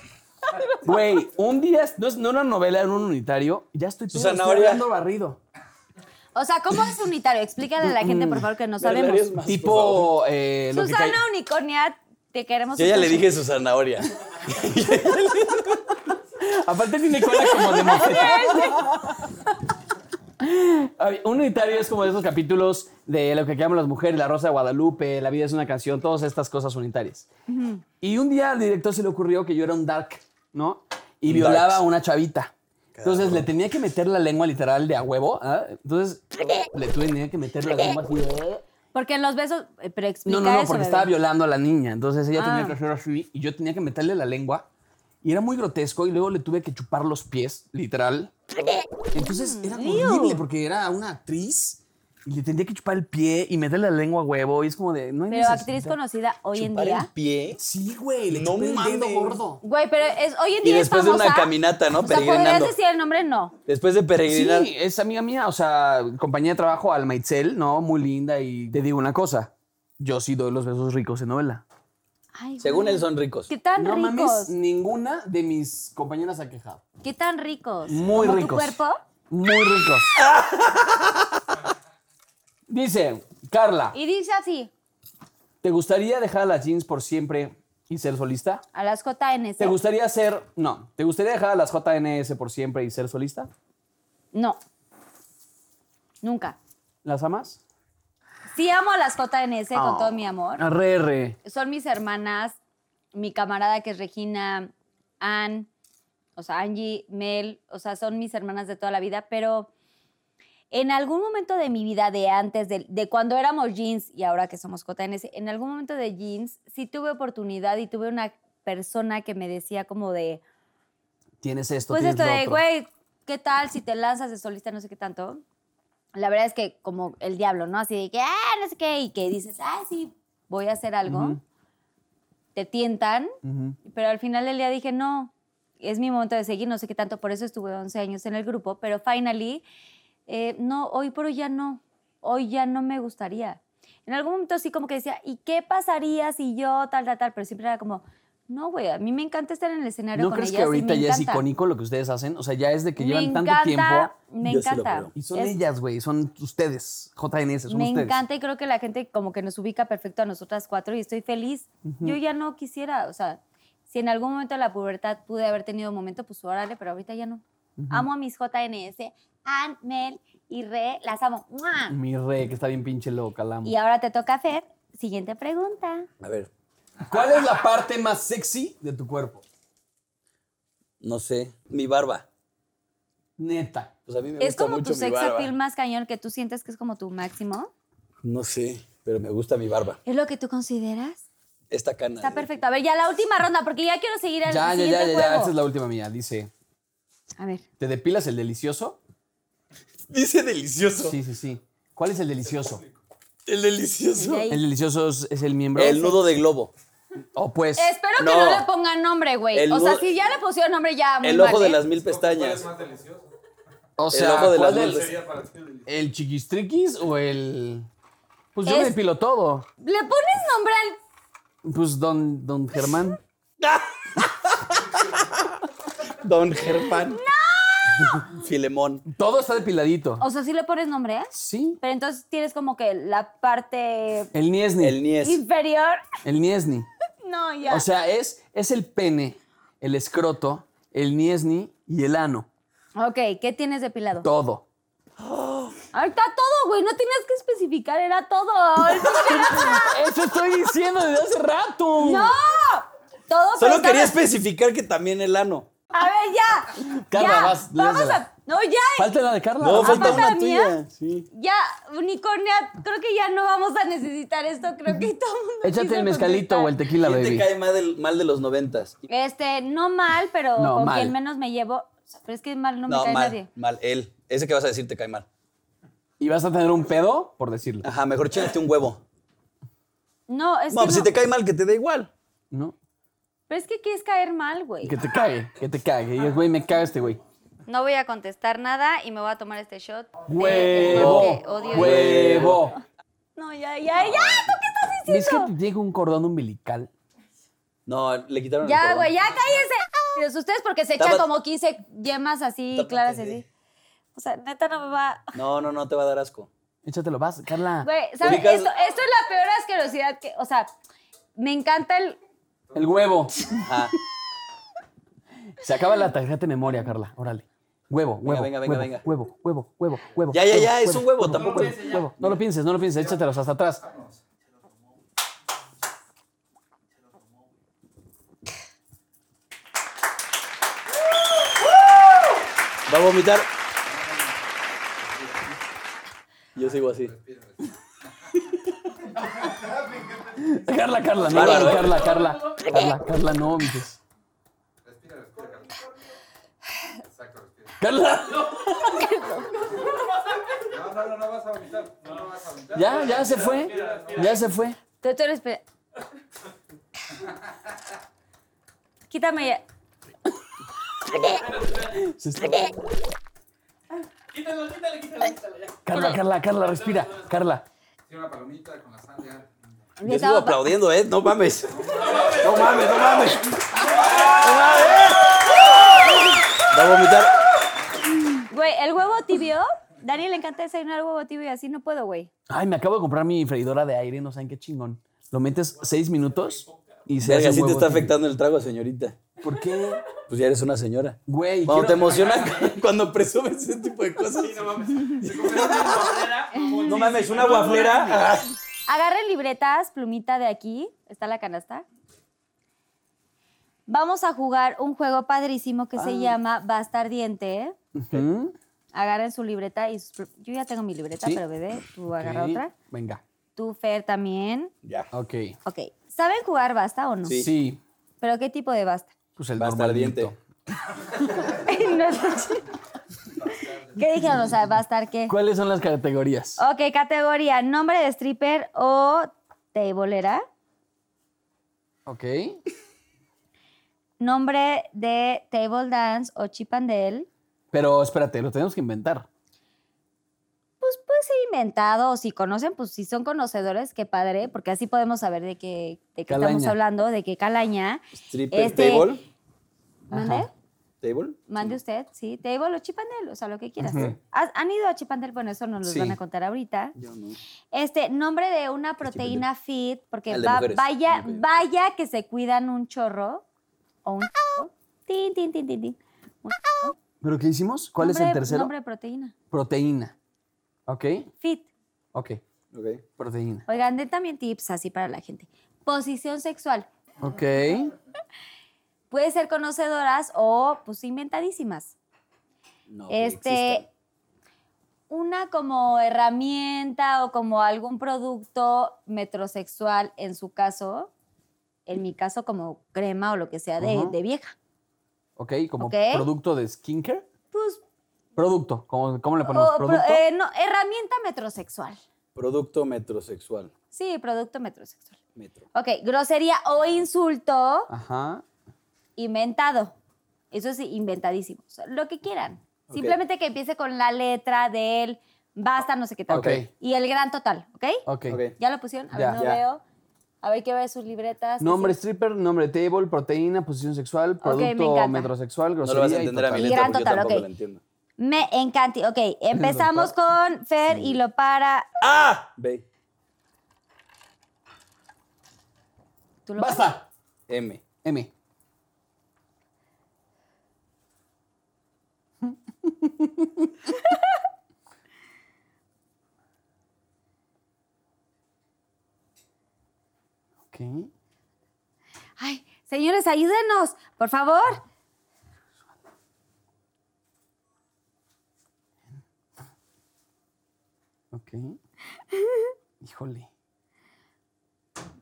S6: Güey, un día. No, es- no era novela, era un unitario. Ya estoy todo
S7: Susana
S6: estoy
S7: Oria.
S6: hablando barrido.
S3: O sea, ¿cómo es unitario? Explícale a la gente, por favor, que no sabemos.
S6: tipo. eh, lo que
S3: Susana
S6: cae-
S3: Unicornia, te queremos.
S7: Yo ya le
S3: escuchar.
S7: dije su zanahoria.
S6: Aparte tiene cola como de mofeta. A ver, Un unitario es como de esos capítulos de lo que llaman las mujeres, La Rosa de Guadalupe, La vida es una canción, todas estas cosas unitarias. Y un día al director se le ocurrió que yo era un dark, ¿no? Y
S7: Un
S6: violaba
S7: darks.
S6: a una chavita. Entonces
S7: Cabrón.
S6: le tenía que meter la lengua literal de a huevo. ¿ah? Entonces le tenía que meter la lengua así. de-
S3: Porque en los besos. eh, Pero explica
S6: no, no, no,
S3: eso,
S6: porque
S3: bebé.
S6: estaba violando a la niña. Entonces ella
S3: Ah.
S6: tenía que hacer así y yo tenía que meterle la lengua. Y era muy grotesco y luego le tuve que chupar
S3: Mm,
S6: los pies, literal. Entonces era horrible porque era una actriz Y le tendría que chupar el pie y meterle la lengua a huevo. Y es como de. No hay
S3: Pero
S6: necesidad.
S3: actriz conocida hoy en
S7: ¿Chupar el
S3: día.
S7: pie?
S6: Sí, güey. Le
S7: No
S6: chupé el dedo
S7: mames.
S6: gordo.
S3: Güey, pero es, hoy en
S7: Y
S3: día es
S7: después de una
S3: famosa.
S7: caminata, ¿no?
S3: O sea, ¿podrías
S7: Peregrinando.
S3: decir el nombre? No.
S7: Después de peregrinar.
S6: Sí, es amiga mía, o sea, compañía de trabajo, Alma Itzel, ¿no? Muy linda y te digo una cosa, yo sí doy los besos ricos en novela.
S3: Ay,
S7: Según
S3: güey.
S7: él son ricos.
S3: ¿Qué tan
S6: no
S3: ricos?
S6: mames, ninguna de mis compañeras ha quejado.
S3: ¿Qué tan ricos?
S6: Muy
S3: ¿Como
S6: ricos.
S3: tu cuerpo?
S6: Muy ricos. <laughs> Dice, Carla,
S3: Y dice así,
S6: ¿te gustaría dejar las jeans por siempre y ser solista?
S3: a las JNS.
S6: ¿Te gustaría ser, no, ¿te gustaría dejar a las JNS por siempre y ser solista?
S3: No. Nunca.
S6: ¿Las amas?
S3: Sí amo a las JNS con
S6: Oh.
S3: todo mi amor.
S6: Arre, arre.
S3: Son mis hermanas, mi camarada que es Regina, Ann, o sea, Angie, Mel, o sea, son mis hermanas de toda la vida, pero en algún momento de mi vida, de antes, de, de cuando éramos jeans y ahora que somos JNS, en algún momento de jeans sí tuve oportunidad y tuve una persona que me decía como de,
S6: Tienes esto,
S3: pues
S6: tienes
S3: esto
S6: lo
S3: de,
S6: otro.
S3: güey, ¿qué tal si te lanzas de solista no sé qué tanto? La verdad es que como el diablo, ¿no? Así de que, ah, no sé qué, y que dices, ah, sí, voy a hacer algo.
S6: Ujú.
S3: Te tientan,
S6: Ujú.
S3: pero al final del día dije, no, es mi momento de seguir, no sé qué tanto, por eso estuve 11 años en el grupo, pero finally, eh, no, hoy por hoy ya no, hoy ya no me gustaría. En algún momento sí como que decía, ¿y qué pasaría si yo tal, tal, tal? Pero siempre era como, no, güey, a mí me encanta estar en el escenario
S6: ¿No
S3: con
S6: crees que
S3: ellas y
S6: ahorita
S3: me
S6: ya es
S3: encanta".
S6: icónico lo que ustedes hacen? O sea, ya es de que llevan
S3: me
S6: tanto
S3: encanta,
S6: tiempo.
S3: Me
S7: Yo sí lo
S3: encanta.
S7: creo.
S6: Y son
S3: Es-
S6: ellas, güey, son ustedes, JNS, son
S3: me
S6: ustedes.
S3: encanta y creo que la gente como que nos ubica perfecto a nosotras cuatro y estoy feliz. Yo ya no quisiera, o sea, si en algún momento de la pubertad pude haber tenido un momento, pues órale, pero ahorita ya no. Amo a mis JNS, Ann, Mel y Re, las amo. ¡Mua!
S6: Mi rey, que está bien pinche loca, la amo.
S3: Y ahora te toca Fer. Siguiente pregunta.
S7: A ver,
S6: ¿Cuál es la parte más sexy de tu cuerpo?
S7: no sé. Mi barba.
S6: Neta.
S7: Pues a mí me
S3: ¿Es
S7: gusta
S3: como
S7: mucho
S3: tu
S7: mi
S3: sex
S7: barba.
S3: appeal más cañón que tú sientes que es como tu máximo?
S7: No sé, pero me gusta mi barba.
S3: ¿Es lo que tú consideras?
S7: Esta cana.
S3: Está perfecto. A ver, ya la última ronda, porque ya quiero seguir al
S6: Ya, ya,
S3: siguiente
S6: ya, ya, ya,
S3: juego.
S6: esta es la última mía. Dice,
S3: A ver.
S6: ¿te depilas el delicioso?
S7: Dice delicioso.
S6: Sí, sí, sí. ¿Cuál es el delicioso?
S7: El delicioso.
S3: de ahí.
S6: El delicioso es es el miembro.
S7: El nudo de globo.
S6: O pues.
S3: Espero que
S7: No.
S3: no le pongan nombre, güey.
S7: El
S3: O sea,
S7: nudo-
S3: si ya le pusieron nombre, ya. muy
S7: El ojo
S3: mal,
S7: de
S3: ¿eh?
S7: las mil pestañas.
S6: O
S7: el ojo de las
S6: ¿cuál
S7: mil
S6: del-
S7: pestañas.
S6: ¿El chiquistriquis o el...? Pues yo me
S3: Es-
S6: depilo todo.
S3: Le pones nombre al.
S6: Pues don, don Germán.
S7: Don
S3: <laughs>
S7: Germán. ¡No! Filemón.
S6: Todo está depiladito.
S3: O sea, sí le pones nombre, ¿eh?
S6: Sí.
S3: Pero entonces tienes como que la parte
S6: El niesni.
S7: El
S6: El,
S7: niés.
S3: inferior.
S6: niesni.
S3: No, ya.
S6: O sea, es, es el pene, el escroto, el niesni y el ano.
S3: ok, ¿qué tienes depilado?
S6: Todo.
S3: Ahorita todo, güey. No tenías que especificar, era todo.
S6: Eso estoy diciendo desde hace rato.
S3: ¡No! Todo pero
S7: <laughs> Solo
S3: estaba-
S7: quería especificar que también el ano.
S3: A ver, ya.
S6: Carla,
S3: ya.
S6: vas,
S3: Vamos
S6: léasela.
S3: a. No, ya.
S6: Falta la de Carla.
S7: No,
S6: Ah,
S7: falta
S3: ¿falta
S7: una
S3: la mía?
S7: tuya. Sí.
S3: Ya, unicornia, creo que ya no vamos a necesitar esto. Creo que todo el mundo
S6: Échate
S3: quiso
S6: el mezcalito
S3: contestar.
S6: o el tequila,
S7: ¿Quién te
S6: baby.
S7: cae mal del- mal de los noventas?
S3: Este, no mal, pero
S6: No,
S3: con
S6: mal.
S3: quien menos me llevo. Pero es que mal no me
S7: No,
S3: cae
S7: mal,
S3: nadie.
S7: mal. Él. Ese que vas a decir te cae mal.
S6: Y vas a tener un pedo por decirlo.
S7: Ajá, mejor chínate un huevo.
S3: No, es
S7: No,
S3: que
S7: pues
S3: no.
S7: si te cae mal, que te da igual.
S6: ¿No?
S3: Pero es que quieres caer mal, güey.
S6: Que te cague, que te cague. Y digas, güey, me caga este güey.
S3: No voy a contestar nada y me voy a tomar este shot. de-
S6: Huevo.
S3: eh, que odio.
S6: Huevo.
S3: No, ya, ya, ya. ¿Tú qué estás diciendo?
S6: ¿Ves que te llega un cordón umbilical?
S7: No, le quitaron el
S3: Ya,
S7: cordón.
S3: güey, ya cállense. Ustedes porque se echan
S7: Tápate.
S3: como 15 yemas así,
S7: Tápate,
S3: claras y
S7: sí.
S3: así. O sea, neta no me va...
S7: No, no, no, te va a dar asco.
S6: Échatelo, vas, Carla.
S3: Güey, ¿sabes?
S7: Ubicas-
S3: Esto, esto es la peor asquerosidad que... O sea, me encanta el...
S6: El huevo.
S7: Ajá.
S6: Se acaba la tarjeta de memoria, Carla. Órale. Huevo, huevo.
S7: venga, venga,
S6: huevo,
S7: venga.
S6: Huevo, huevo, huevo, huevo.
S7: Ya, ya, ya, es un huevo, tampoco
S6: huevo, huevo. No lo pienses, no lo pienses, échatelos hasta atrás.
S7: Va a vomitar. Yo sigo así.
S6: Carla, Carla, no,
S7: Bárbaro, ¿eh?
S6: Carla, Carla, Carla, Carla, no, mijes. Carla. Ya, ya se fue. Ya se fue.
S3: Doctor, espera. Quítame ya.
S6: Carla, Carla, Carla, respira. Carla.
S7: Yo estuve aplaudiendo, ¿eh? No mames. No mames, no mames.
S3: <laughs>
S7: No mames. Va a vomitar.
S3: Güey, el huevo tibio. Dani le encanta desayunar huevo tibio y así no puedo, güey.
S6: Ay, me acabo de comprar mi freidora de aire, no saben qué chingón. Lo metes seis minutos y se
S7: Verga,
S6: hace
S7: sí te
S6: huevo
S7: está
S6: tibio.
S7: afectando el trago, señorita.
S6: ¿Por qué?
S7: Pues ya eres una señora.
S6: Güey,
S7: Cuando
S6: quiero-
S7: te emociona, <laughs> cuando presumes ese tipo de cosas. no mames. una guaflera.
S3: Agarren libretas, plumita de aquí. Está la canasta. Vamos a jugar un juego padrísimo que se llama Bastardiente.
S6: Ujú.
S3: Agarren su libreta y sus pl- Yo ya tengo mi libreta,
S6: Sí.
S3: pero bebé, tú agarra
S6: Ok,
S3: otra.
S6: Venga.
S3: Tú, Fer, también.
S7: Ya.
S6: Ok.
S3: Ok. ¿Saben jugar basta o no?
S7: Sí.
S6: Sí.
S3: ¿Pero qué tipo de basta? <laughs>
S6: Pues el normalito.
S7: Bastardiente.
S3: No sé. ¿Qué dijeron? O sea, bastar qué.
S6: ¿Cuáles son las categorías?
S3: Ok, categoría, nombre de stripper o teibolera.
S6: Ok.
S3: Nombre de table dance o chipandel.
S6: Pero espérate, lo tenemos que inventar.
S3: Pues puede ser inventado o si conocen, pues si son conocedores, qué padre, porque así podemos saber de qué, de qué estamos
S6: Calaña.
S3: hablando, de qué calaña.
S7: Stripper
S3: Este,
S7: table.
S3: ¿Mande?
S6: Ajá.
S7: Table.
S3: Mande usted, sí, table o chipandel, o sea, lo que quieras. ¿Has- ¿Han ido a chipandel? Bueno, eso nos los
S6: Sí.
S3: van a contar ahorita. Este, nombre de una proteína fit, porque
S7: El de
S3: va-
S7: mujeres.
S3: vaya,
S7: Ok, ok.
S3: vaya que se cuidan un chorro o un chorro. Tin, tin, tin, tin, tin. Un chorro.
S6: ¿Pero qué hicimos? ¿Cuál es el
S3: Nombre-
S6: tercero?
S3: Nombre de proteína.
S6: Proteína. Ok.
S3: Fit.
S6: Ok.
S7: Ok.
S6: Proteína.
S3: Oigan, den también tips así para la gente. Posición sexual.
S6: Ok.
S3: Puede ser conocedoras o pues inventadísimas.
S7: No,
S3: este una como herramienta o como algún producto metrosexual en su caso, en mi caso como crema o lo que sea de,
S6: Ujú.
S3: de vieja.
S6: Ok, como
S3: Ok.
S6: producto de skincare.
S3: Pues
S6: Producto. ¿Cómo, cómo le ponemos?
S3: o pro-
S6: producto.
S3: eh, no, herramienta metrosexual.
S7: Producto metrosexual.
S3: Sí, producto metrosexual.
S7: Metro.
S3: Ok, grosería o insulto
S6: Ajá.
S3: inventado. Eso sí, inventadísimo. O sea, lo que quieran.
S7: Ok.
S3: Simplemente que empiece con la letra del basta, no sé qué tal.
S6: Ok.
S3: Y el gran total, ¿ok?
S6: Ok.
S7: Ok.
S3: ¿Ya lo pusieron? A
S6: Ya.
S3: ver, no
S7: Ya.
S3: veo. A ver, ¿qué ver sus libretas?
S6: Nombre stripper, nombre table, proteína, posición sexual,
S3: me
S6: producto
S3: encanta.
S6: metrosexual,
S7: No
S6: grosería
S7: lo vas a
S6: y
S7: entender a mi
S6: total.
S3: Y
S7: letra
S3: gran
S7: porque yo
S3: total,
S7: tampoco
S3: ok.
S7: la entiendo.
S3: Me encanta.
S7: <laughs>
S3: Ok, empezamos con Fer y lo para.
S7: ¡Ah! B.
S3: ¿Tú lo
S6: ¡Basta!
S7: M.
S6: M. <laughs> ok.
S3: Ay, señores, ayúdenos, por favor.
S6: Ok. Híjole.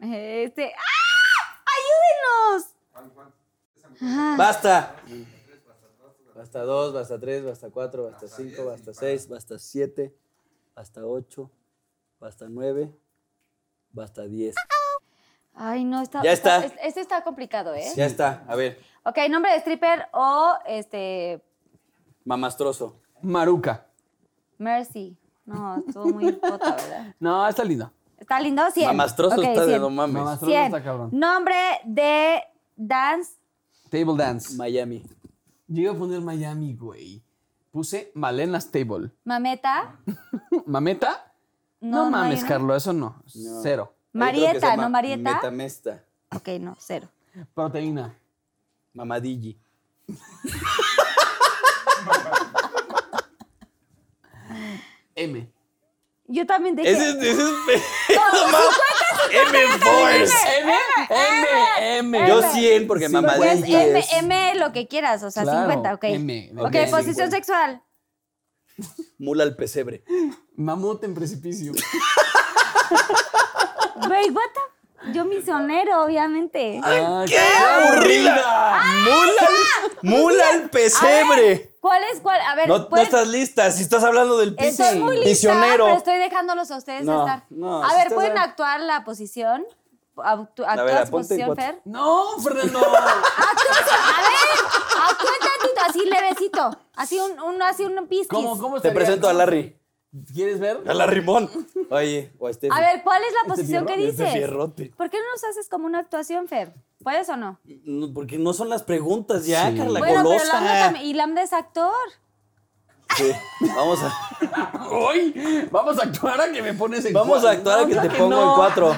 S3: Este. ¡Ah! ¡Ayúdenos! Ah.
S7: Basta. Basta 2, basta 3, basta 4, basta 5, basta 6, basta 7, basta 8, basta 9, basta 10.
S3: Ay, no, está.
S7: Ya está.
S3: es- Este está complicado, ¿eh?
S7: Ya está, a ver,
S3: Ok, nombre de stripper o este.
S7: mamastroso.
S6: Maruca.
S3: Mercy. No, estuvo muy pota, ¿verdad?
S6: No, está lindo.
S3: ¿Está lindo? 100.
S7: Mamastroso
S3: Ok,
S7: está de
S3: 100.
S7: no mames.
S6: Mamastroso.
S3: Cien.
S6: está cabrón.
S3: Nombre de dance.
S6: Table dance.
S7: Miami.
S6: Llegué a poner Miami, güey. Puse Malena's Table. <laughs>
S3: Mameta.
S6: ¿Mameta? No,
S3: hay
S6: mames,
S3: una.
S6: Carlos, eso no. Cero.
S3: Marieta,
S7: Hay otro que se llama
S3: ¿no, Marieta?
S7: Metamesta.
S3: Ok, no, cero.
S6: Proteína.
S7: Mamadigi.
S6: M.
S3: Yo también dije.
S7: Ese es.
S3: <laughs>
S7: Ese es <laughs> M Force.
S6: M, M, M.
S7: Yo 100 porque
S3: Pues
S7: mamadigi
S3: M,
S7: es
S3: M lo que quieras, o sea,
S6: Claro,
S3: 50, ok.
S6: M,
S3: ok,
S6: ok,
S3: posición
S7: 50.
S3: sexual.
S7: mula al pesebre.
S6: Mamut en
S7: <laughs>
S6: precipicio.
S3: Güey, what the- Yo misionero, obviamente.
S6: Ah,
S7: ¡Qué aburrida! Mula, al- mula al pesebre.
S3: ¿Cuál es cuál? A ver,
S7: No, no
S3: puedes-
S7: estás lista, si estás hablando del piso.
S3: Estoy muy lista,
S7: Misionero.
S3: pero estoy dejándolos a ustedes
S7: No,
S3: estar.
S7: no,
S3: a
S7: si
S3: ver,
S7: estás
S3: ¿pueden
S7: a-
S3: actuar la posición? Actu- ¿Actúas
S7: ver,
S3: su
S7: aponte
S3: posición,
S7: cuatro.
S3: Fer?
S6: No,
S7: <laughs>
S6: Fernando.
S3: ¡Actúa su- A ver, actúa tantito, así levecito. Así un, un, así un pisquis.
S6: ¿Cómo, cómo
S7: Te
S6: estaría?
S7: presento a Larry.
S6: ¿Quieres ver?
S7: A Larry Mon. Oye, o a Steffi.
S3: A ver, ¿cuál es la posición
S7: fierrote,
S3: que
S7: este
S3: dices?
S7: fierrote.
S3: ¿Por qué no nos haces como una actuación, Fer? ¿Puedes o no?
S7: No, porque no son las preguntas ya, Carla
S3: bueno, pero
S7: Golosa.
S3: Lambda también. Y Lambda es actor.
S7: Sí, Vamos a,
S6: Hoy vamos a actuar a que me pones en
S7: <laughs> vamos
S6: cuatro.
S7: a actuar a
S6: No,
S7: que te
S6: claro
S7: pongo
S6: no.
S7: en cuatro.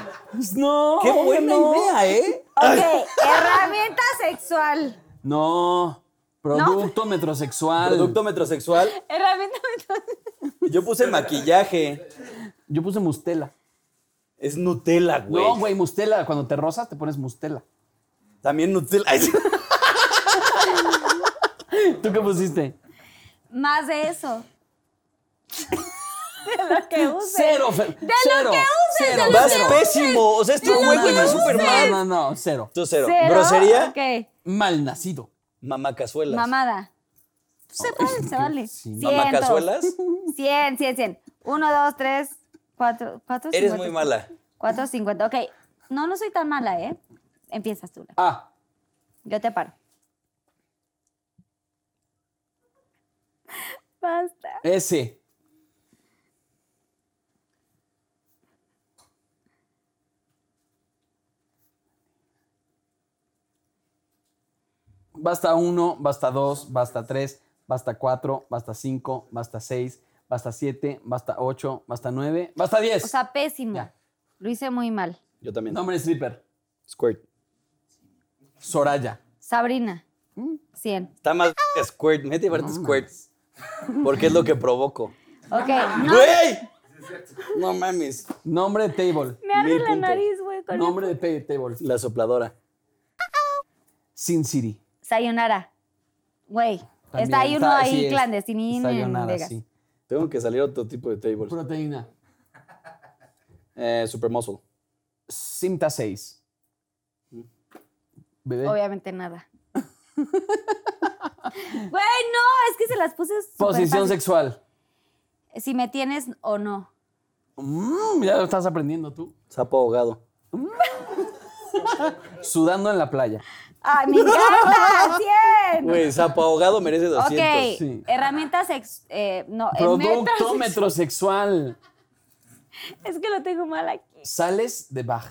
S6: No.
S7: Qué buena
S6: no.
S7: idea, ¿eh?
S3: Ok, herramienta sexual.
S6: No. Producto metrosexual.
S7: Producto metrosexual.
S3: Herramienta sexual.
S7: Yo puse maquillaje.
S6: Yo puse mustela.
S7: Es Nutella, güey.
S6: No, güey, mustela. Cuando te rozas, te pones mustela.
S7: También Nutella. Ay, <laughs> sí.
S6: ¿Tú qué pusiste?
S3: Más de eso. <laughs> De lo que uses.
S6: Cero, Fer.
S3: De lo
S6: cero,
S3: que uses,
S6: cero,
S3: de lo
S7: Vas
S3: que
S6: cero.
S7: pésimo. O sea, este
S6: No,
S7: juego
S6: no,
S7: es de
S6: no,
S7: Superman.
S6: No, no, no, cero.
S7: Tú cero.
S3: Cero.
S7: Grosería,
S3: Ok.
S6: Malnacido.
S7: mamacazuelas.
S3: Mamada. Pues Se vale, se vale. Cien,
S7: Mamacazuelas.
S3: 100, 100, 100. 1, 2, 3, 4, 4, 50.
S7: Eres muy mala.
S3: 4, 50. Ok. No, no soy tan mala, ¿eh? Empiezas tú. Lau.
S6: Ah,
S3: Yo te paro. <laughs> Basta.
S6: ese. Basta uno, basta dos, basta tres, basta cuatro, basta cinco, basta seis, basta siete, basta ocho, basta nueve, basta diez.
S3: O sea, pésimo.
S6: Ya.
S3: Lo hice muy mal.
S7: Yo también.
S6: Nombre stripper.
S7: Squirt.
S6: Soraya.
S3: Sabrina. 100.
S7: Está más que Squirt. Mete y parte Squirt. Porque es lo que provoco.
S3: Ok. No,
S7: ¡Güey! No mames.
S6: Nombre de
S3: <laughs>
S6: table.
S3: me arde
S7: mil
S3: la
S7: puntos.
S3: nariz, güey. Con
S6: Nombre de pe- table.
S7: La sopladora.
S6: Sin City.
S3: Sayonara. Güey.
S6: También.
S3: Está ahí uno
S6: Sa-
S3: ahí
S6: sí, es-
S3: clandestino en
S6: Sayonara,
S3: Vegas.
S6: sí.
S7: Tengo que salir otro tipo de tables.
S6: Proteína.
S7: Eh, super muscle.
S6: Cinta 6. Bebé.
S3: Obviamente nada. Güey, no, es que se las puse
S6: Posición
S3: superfácil.
S6: sexual.
S3: Si me tienes o no.
S6: Mm, ya lo estás aprendiendo tú.
S7: Sapo ahogado.
S6: Sudando en la playa.
S3: ¡Ay, <laughs> me encanta! ¡Cien!
S7: Güey, sapo ahogado merece 200.
S3: Ok,
S6: sí.
S3: herramienta sex... eh, no, eh, <laughs>
S6: Producto
S3: metrosexual.
S6: metrosexual.
S3: Es que lo tengo mal aquí.
S6: Sales de Baj.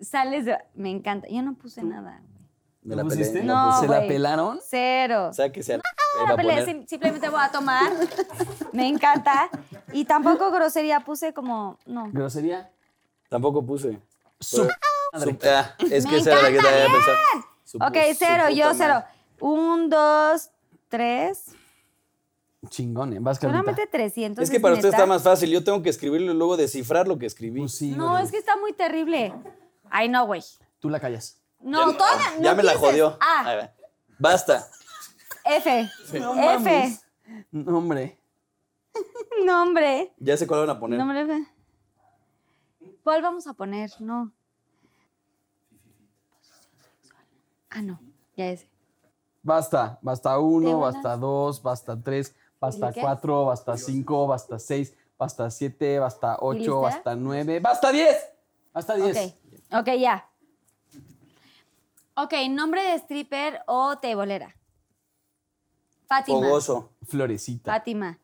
S3: Sales de... Me encanta. Yo no puse nada. güey.
S7: Me
S6: ¿Lo
S7: la pelé,
S6: pusiste?
S3: No,
S6: ¿Se la
S3: güey.
S6: pelaron?
S3: Cero.
S7: O sea, que sea.
S3: No,
S7: iba a
S3: no peleé,
S7: poner.
S3: sim- simplemente voy a tomar. Me encanta. Y tampoco grosería puse como... No.
S6: Grosería.
S7: Tampoco puse.
S6: Su.
S7: Su- ah, es que
S3: Me
S7: esa era la que te
S3: encanta,
S7: había
S3: bien.
S7: pensado. Su-
S3: Ok,
S7: su
S3: cero,
S7: puta
S3: yo cero.
S7: madre.
S3: Un, dos, tres.
S6: Chingón, ¿eh? Vas Carlita.
S3: Solamente 300.
S7: Es que para usted
S3: neta.
S7: está más fácil. Yo tengo que escribirlo y luego descifrar lo que escribí.
S6: Pues sí,
S3: No,
S6: güey.
S3: es que está muy terrible. Ay, no, güey.
S6: Tú la callas.
S3: No, todavía
S7: Ya
S3: no
S7: me la
S3: empieces.
S7: jodió. A
S3: Ah,
S7: ver, Basta.
S3: F.
S6: No
S3: F.
S6: mames. No, hombre.
S3: Nombre.
S7: Ya sé cuál van a poner.
S3: Nombre F. ¿Cuál vamos a poner? No. Ah, no. Ya ese.
S6: Basta, basta
S3: De
S6: uno,
S3: una.
S6: basta dos, basta tres, basta
S3: ¿Y qué?
S6: cuatro, basta cinco, basta seis, basta siete, basta ocho,
S3: lista?
S6: basta nueve, basta diez, basta diez.
S3: Ok. Ok, ya. Ok, nombre de stripper o tebolera. Fátima.
S7: Fogoso.
S6: Florecita.
S3: Fátima.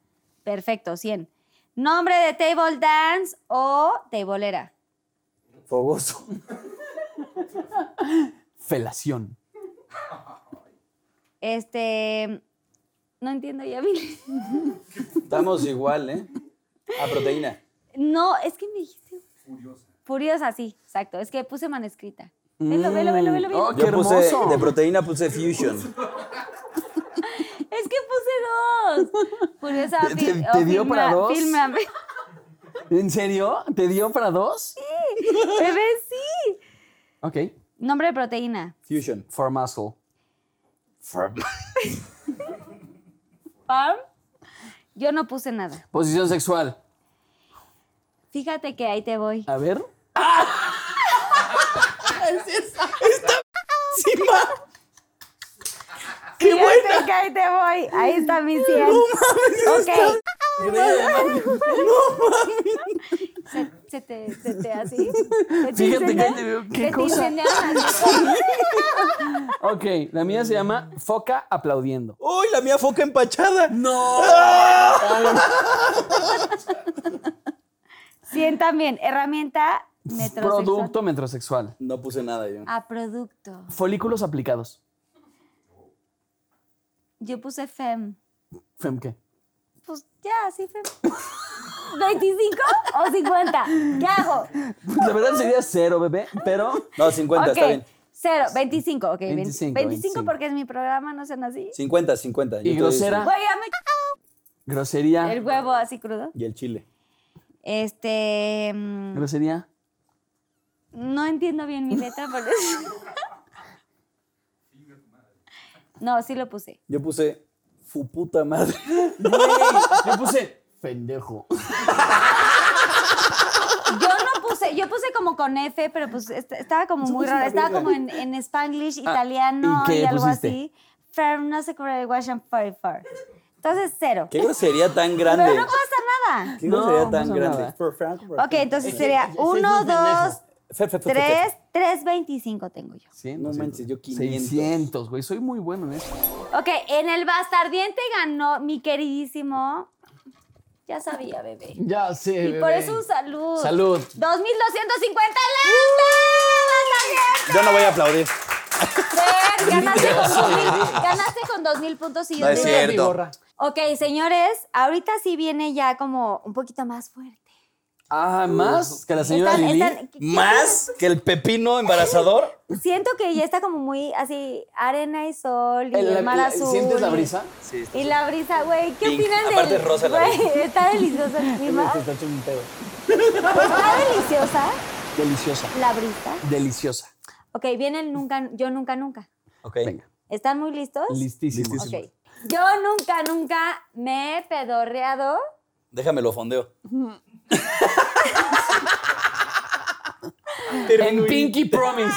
S3: Perfecto, 100. Nombre de table dance o tebolera.
S7: Fogoso.
S6: Felación.
S3: Este. No entiendo ya mi- <laughs>
S7: Estamos igual, ¿eh? A proteína.
S3: No, es que me dijiste. Furiosa. Furiosa, sí, exacto. Es que puse manuscrita. Velo, velo, velo, velo. velo.
S6: Oh, qué
S7: Yo puse,
S6: hermoso.
S7: de proteína puse fusion.
S3: Es que puse dos.
S6: <laughs>
S3: Furiosa.
S6: ¿Te-
S3: fil-
S6: te- te
S3: o
S6: dio para
S3: filma-
S6: dos?
S3: Fílmame. <laughs>
S6: ¿En serio? ¿Te dio para dos?
S3: Bebé, sí.
S6: Ok.
S3: Nombre de proteína.
S7: Fusion.
S6: For muscle.
S3: Farm. Yo no puse nada.
S6: Posición sexual.
S3: Fíjate que ahí te voy.
S6: A
S3: <laughs>
S6: ver.
S7: ¡Está encima! ¡Qué
S3: Fíjate Ok, te voy. Ahí está mi 100. ok. Se, se te, se te
S6: <laughs>
S3: así. Se te
S6: Fíjate que
S3: incendia-
S6: ahí te veo, ¿qué
S3: se te
S6: cosa?
S3: incendia la
S6: <laughs>
S3: nariz.
S6: Ok, la mía se llama Foca aplaudiendo.
S1: ¡Uy, la mía foca empachada!
S6: ¡No!
S3: 100 también. Herramienta metrosexual.
S6: Producto metrosexual.
S7: No puse nada
S6: Ah,
S7: yo.
S3: A producto.
S6: Folículos aplicados.
S3: Yo puse fem.
S6: ¿Fem qué?
S3: Pues ya, sí, fem. <laughs> ¿25 o 50? ¿Qué hago?
S6: La verdad sería cero, bebé, pero
S7: <laughs> No, 50, está bien.
S3: ok. Cero, 25, ok. 25,
S6: 25,
S3: 25
S6: 25.
S3: porque es mi programa, no sean así.
S7: 50, 50.
S6: Y
S7: yo te doy
S6: grosera.
S3: Güey, ya me-
S6: grosería.
S3: El huevo así crudo.
S7: 100. Y el chile.
S3: Este. mm,
S6: Grosería.
S3: No entiendo bien mi letra, por eso. <laughs> No, sí lo puse.
S7: Yo puse fu puta madre. <laughs>
S6: Yo puse pendejo.
S3: Yo no puse, yo puse como con F, pero pues est- estaba como muy raro. Estaba como en, en spanglish, italiano
S6: Ah, ¿y
S3: y,
S6: qué
S3: algo
S6: pusiste?
S3: así. Firm, no sé cómo era, Washington 44. Entonces, cero.
S7: Qué grosería tan grande.
S3: Pero no pasa nada.
S7: Qué
S6: No,
S7: grosería
S6: no
S7: tan
S6: pasa
S7: grande.
S6: nada.
S3: Ok, entonces sería 1, 2,
S7: Fe, fe, fe, fe, fe.
S3: 3, 3, 25 tengo yo.
S7: No manches, yo 500.
S6: 600, güey. Soy muy bueno en eso.
S3: Ok, en el bastardiente ganó mi queridísimo. Ya sabía, bebé.
S6: Ya sé,
S3: Y por eso un salud.
S6: Salud.
S3: 2250 lentes.
S7: Yo no voy a aplaudir.
S3: Fer, Ganaste con 2000, ganaste con 2000 puntos y yo
S7: No es
S3: te-
S7: cierto.
S3: Ok, señores, ahorita sí viene ya como un poquito más fuerte.
S6: Ah, más que la señora
S3: Están-
S6: Lili.
S3: están- ¿qué- qué-
S7: ¿Más que el pepino embarazador?
S3: Siento que ya está como muy así arena y sol y
S6: El-
S3: el,
S6: la-
S3: mar
S6: la-
S3: azul.
S6: ¿Sientes la
S3: y-
S6: brisa?
S7: Sí, está
S3: Y la brisa, güey, ¿qué
S7: Pink.
S3: opinan
S7: Aparte
S3: del-
S7: es rosa la
S3: güey,
S7: brisa.
S3: Está delicioso el clima.
S6: Está hecho un pedo.
S3: Está deliciosa
S6: Deliciosa.
S3: la brisa.
S6: Deliciosa.
S3: Ok, viene el nunca, yo nunca, nunca.
S7: Ok.
S6: Venga.
S3: ¿Están muy listos?
S6: Listísimo.
S7: Listísimo.
S3: Ok. Yo nunca, nunca me he pedorreado.
S7: Déjame lo fondeo.
S6: En <laughs> Pinky Promise.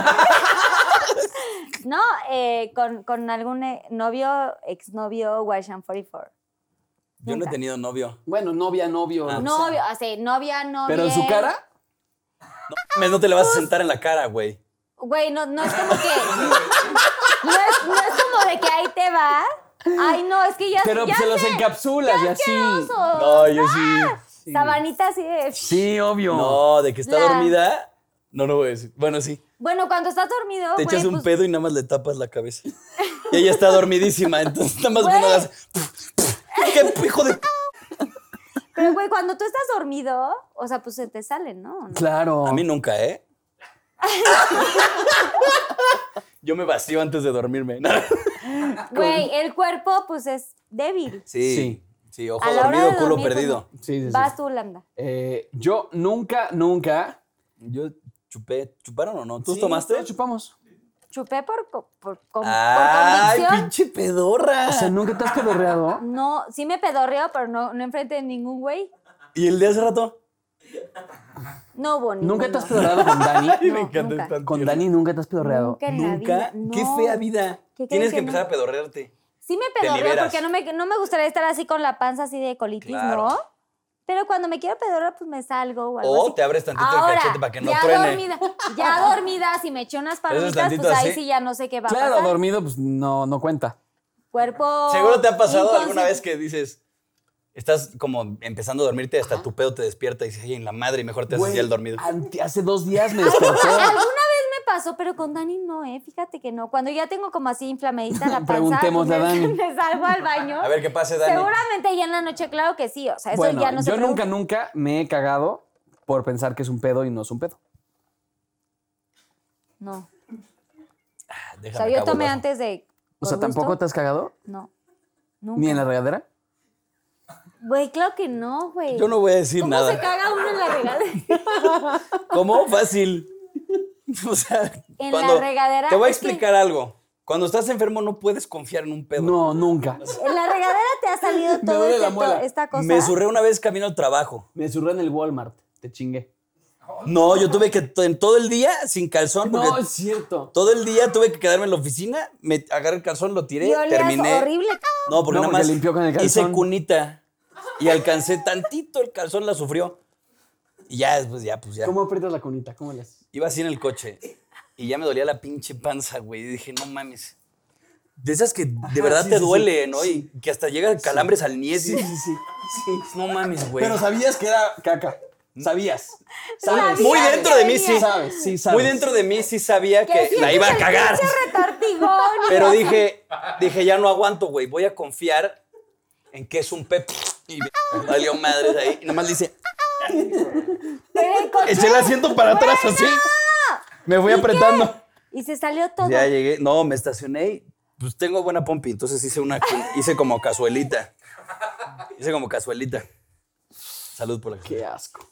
S3: <laughs> No, eh, con, con algún eh, novio, exnovio, Washington 44.
S7: Yo no he
S3: Nunca.
S7: tenido novio.
S6: Bueno, novia, novio. o sea.
S3: Novio, así, novia, novia.
S6: Pero en su cara,
S7: No, no te le vas a sentar en la cara, güey.
S3: Güey, no, no es como que. no, es, no es como de que ahí te va. Ay, no, es que ya
S6: pero
S3: ya
S6: se los
S3: sé,
S6: encapsulas y así.
S3: asqueroso. Ah,
S7: yo sí.
S3: Sabanita así de.
S6: Sí, obvio.
S7: No, de que está
S3: La-
S7: dormida. No, no voy a decir. Bueno, sí.
S3: Bueno, cuando estás dormido.
S7: Te
S3: güey,
S7: echas un
S3: pues,
S7: pedo y nada más le tapas la cabeza. <laughs> Y ella está dormidísima, entonces nada más viendo las. ¡Qué hijo de.!
S3: Pero, güey, cuando tú estás dormido, o sea, pues se te salen, ¿no? ¿O no?
S6: Claro.
S7: A mí nunca, ¿eh? Yo me vacío antes de dormirme. <laughs>
S3: Güey, el cuerpo, pues es débil.
S7: Sí.
S6: Sí.
S7: Sí, ojo
S3: A la hora
S7: dormido,
S3: de
S7: culo
S3: dormir,
S7: perdido.
S3: pues,
S6: Sí, sí, sí.
S3: Vas tú, Landa.
S6: Eh, yo nunca, nunca.
S7: Yo chupé. ¿Chuparon o no? ¿Tú
S6: Sí,
S7: tomaste?
S6: todos Chupamos.
S3: Chupé por, co- por, con- por
S7: ¡Ay,
S3: convicción.
S7: pinche pedorra!
S6: O sea, nunca te has <laughs> pedorreado.
S3: No, sí me pedorreo, pero no, no enfrente de ningún güey.
S7: ¿Y el de hace rato?
S3: No hubo
S6: Nunca te
S3: ninguno.
S6: has pedorreado con
S7: <laughs>
S6: Dani.
S3: No, nunca.
S6: Con Dani nunca te has pedorreado.
S3: Nunca en la vida,
S7: ¿Nunca? ¡Qué
S3: no.
S7: fea vida!
S3: ¿Qué crees
S7: Tienes
S3: que
S7: que empezar
S3: no?
S7: a pedorrearte.
S3: Sí me
S7: Te
S3: pedorreo
S7: liberas.
S3: porque no me, no me gustaría estar así con la panza así de colitis,
S7: Claro.
S3: ¿no? Pero cuando me quiero pedorrear, pues me salgo o algo
S7: O
S3: así.
S7: te abres tantito el
S3: Ahora,
S7: cachete para que no
S3: ya
S7: truene.
S3: Dormida, ya dormida, si me echo unas palomitas,
S7: tantito
S3: pues ahí
S7: así.
S3: sí ya no sé qué va a
S6: Claro,
S3: pasar.
S6: dormido, pues no, no cuenta.
S3: Cuerpo
S7: Seguro te ha pasado alguna
S3: inconsciente.
S7: vez que dices, estás como empezando a dormirte, hasta tu pedo te despierta y dices, ay, en la madre, mejor te haces
S6: Güey,
S7: ya el dormido.
S6: ante- hace dos días me
S3: <laughs>
S6: desperté.
S3: Alguna vez me pasó, pero con Dani no, ¿eh? Fíjate que no. Cuando ya tengo como así inflamadita
S7: <laughs>
S3: la panza,
S6: Preguntémosle a
S3: me- <laughs>
S6: Dani.
S3: me salgo al baño.
S7: A ver qué pase, Dani.
S3: Seguramente ya en la noche, claro que sí. O sea, eso
S6: bueno,
S3: ya no se
S6: yo nunca,
S3: pregunta.
S6: nunca me he cagado por pensar que es un pedo y no es un pedo.
S3: No. O
S7: Déjame
S3: sea, yo
S7: acabo,
S3: tomé
S7: Dani.
S3: antes de.
S6: O
S3: por
S6: sea, ¿tampoco
S3: gusto.
S6: te has cagado?
S3: No. Nunca.
S6: ¿Ni en la regadera?
S3: Güey, claro que no, güey.
S7: Yo no voy a decir
S3: ¿Cómo se
S7: nada.
S3: caga uno en la regadera? <laughs>
S7: ¿Cómo? Fácil. <laughs> O sea,
S3: En la
S7: cuando-
S3: regadera
S7: Te voy a
S3: es que-
S7: explicar algo. Cuando estás enfermo no puedes confiar en un pedo.
S6: No, nunca.
S3: en la regadera te ha salido todo
S6: duele
S3: este,
S6: la
S3: to-
S6: muela.
S3: esta cosa.
S7: Me surré una vez camino al trabajo.
S6: Me surré en el Walmart. Te chingué.
S7: No, yo tuve que to- en todo el día sin calzón.
S6: No,
S7: porque
S6: es cierto.
S7: Todo el día tuve que quedarme en la oficina, me agarré el calzón, lo tiré,
S3: Y olías
S7: terminé.
S3: horrible.
S7: No, porque
S6: No,
S7: nada
S6: porque
S7: más
S6: limpió con el calzón.
S7: hice cunita y alcancé tantito el calzón, la sufrió. Y ya, pues ya, pues ya.
S6: ¿Cómo aprietas la conita? ¿Cómo le haces?
S7: Iba así en el coche y ya me dolía la pinche panza, güey. Y dije, no mames. De esas que de verdad
S6: sí,
S7: te
S6: sí,
S7: duele,
S6: sí.
S7: ¿no? Y que hasta llegan calambres al niés. y-
S6: sí. sí.
S7: No mames, güey. Mm.
S6: Pero sabías que era caca. Sabías.
S3: Sabías
S6: Sabes.
S7: Muy
S3: que
S7: dentro de mí,
S3: venía.
S7: sí.
S6: Sabes, sí, sabes.
S7: Muy dentro de mí sí sabía que la
S3: sientes
S7: iba a
S3: el
S7: cagar.
S3: pinche retortigón.
S7: Pero dije, dije, ya no aguanto, güey. Voy a confiar en que es un pep. Y valió madres ahí. Y nomás le hice,
S3: En el coche.
S7: eché el asiento para atrás así. Me voy
S3: ¿Y
S7: apretando.
S3: qué? Y se salió todo.
S7: Ya llegué. No, me estacioné y pues tengo buena pompi. Entonces hice una, hice como cazuelita. Hice como cazuelita. Salud por la
S6: Qué asco.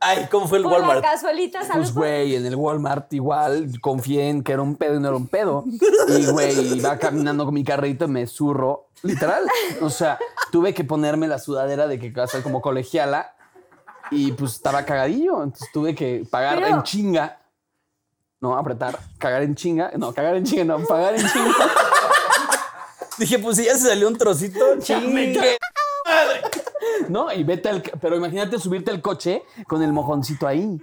S7: Ay, ¿cómo fue el
S3: Por la
S7: Walmart?
S3: casuelita salió.
S6: Pues, güey, en el Walmart igual confié en que era un pedo y no era un pedo. Y, güey, iba caminando con mi carrito y me zurro, literal. O sea, tuve que ponerme la sudadera de que iba a ser como colegiala y pues estaba cagadillo. Entonces tuve que pagar
S3: Pero-
S6: en chinga. No, apretar. Cagar en chinga. No, cagar en chinga, no, pagar en chinga.
S7: Dije, pues si ya se salió un trocito, chingue.
S6: No, y vete al. ca- Pero imagínate subirte al coche con el mojoncito ahí.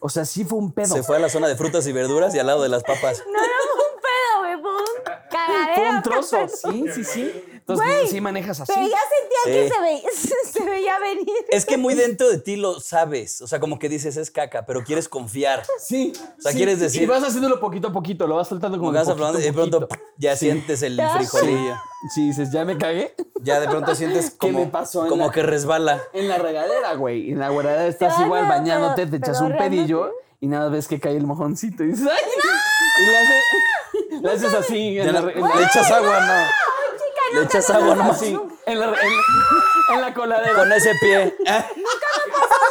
S6: O sea, sí fue un pedo.
S7: Se fue a la zona de frutas y verduras y al lado de las papas.
S3: No, no fue un pedo, güey. Fue un cagadero.
S6: Fue un trozo. Sí, sí, sí. Entonces,
S3: Güey,
S6: sí manejas así.
S3: Pero ya sentía que
S7: Sí. Eh.
S3: se veía, <laughs> se veía venir.
S7: Es que muy dentro de ti lo sabes. O sea, como que dices, es caca, pero quieres confiar.
S6: Sí.
S7: O sea, quieres
S6: Y
S7: decir-
S6: vas haciéndolo poquito a poquito, lo vas soltando como.
S7: Como que vas
S6: de poquito
S7: hablando y de
S6: a poquito.
S7: pronto ya sientes el
S3: Ya.
S7: frijolillo.
S6: Sí, dices, ya
S3: <laughs>
S6: me cagué.
S7: Ya de pronto sientes
S6: ¿Qué
S7: como,
S6: me pasó en
S7: como
S6: la- <laughs>
S7: que resbala.
S6: En la regadera, güey. En la regadera estás
S3: No,
S6: igual
S3: no,
S6: bañándote,
S3: pero-
S6: te echas
S3: pero
S6: un
S3: realmente-
S6: pedillo y nada ves que cae el mojoncito. Y dices, ¡ay! Y le
S3: <laughs>
S6: haces, le haces así. en
S7: Ya
S6: la
S7: no-
S6: re- en la-
S7: le echas agua, no.
S3: Ay, chica,
S7: Le
S3: nunca
S7: echas
S3: me
S7: agua
S3: pasó
S7: nomás.
S6: así, en la, re- en- en la coladera.
S7: Con ese pie.
S3: eso. Nunca me ha pasado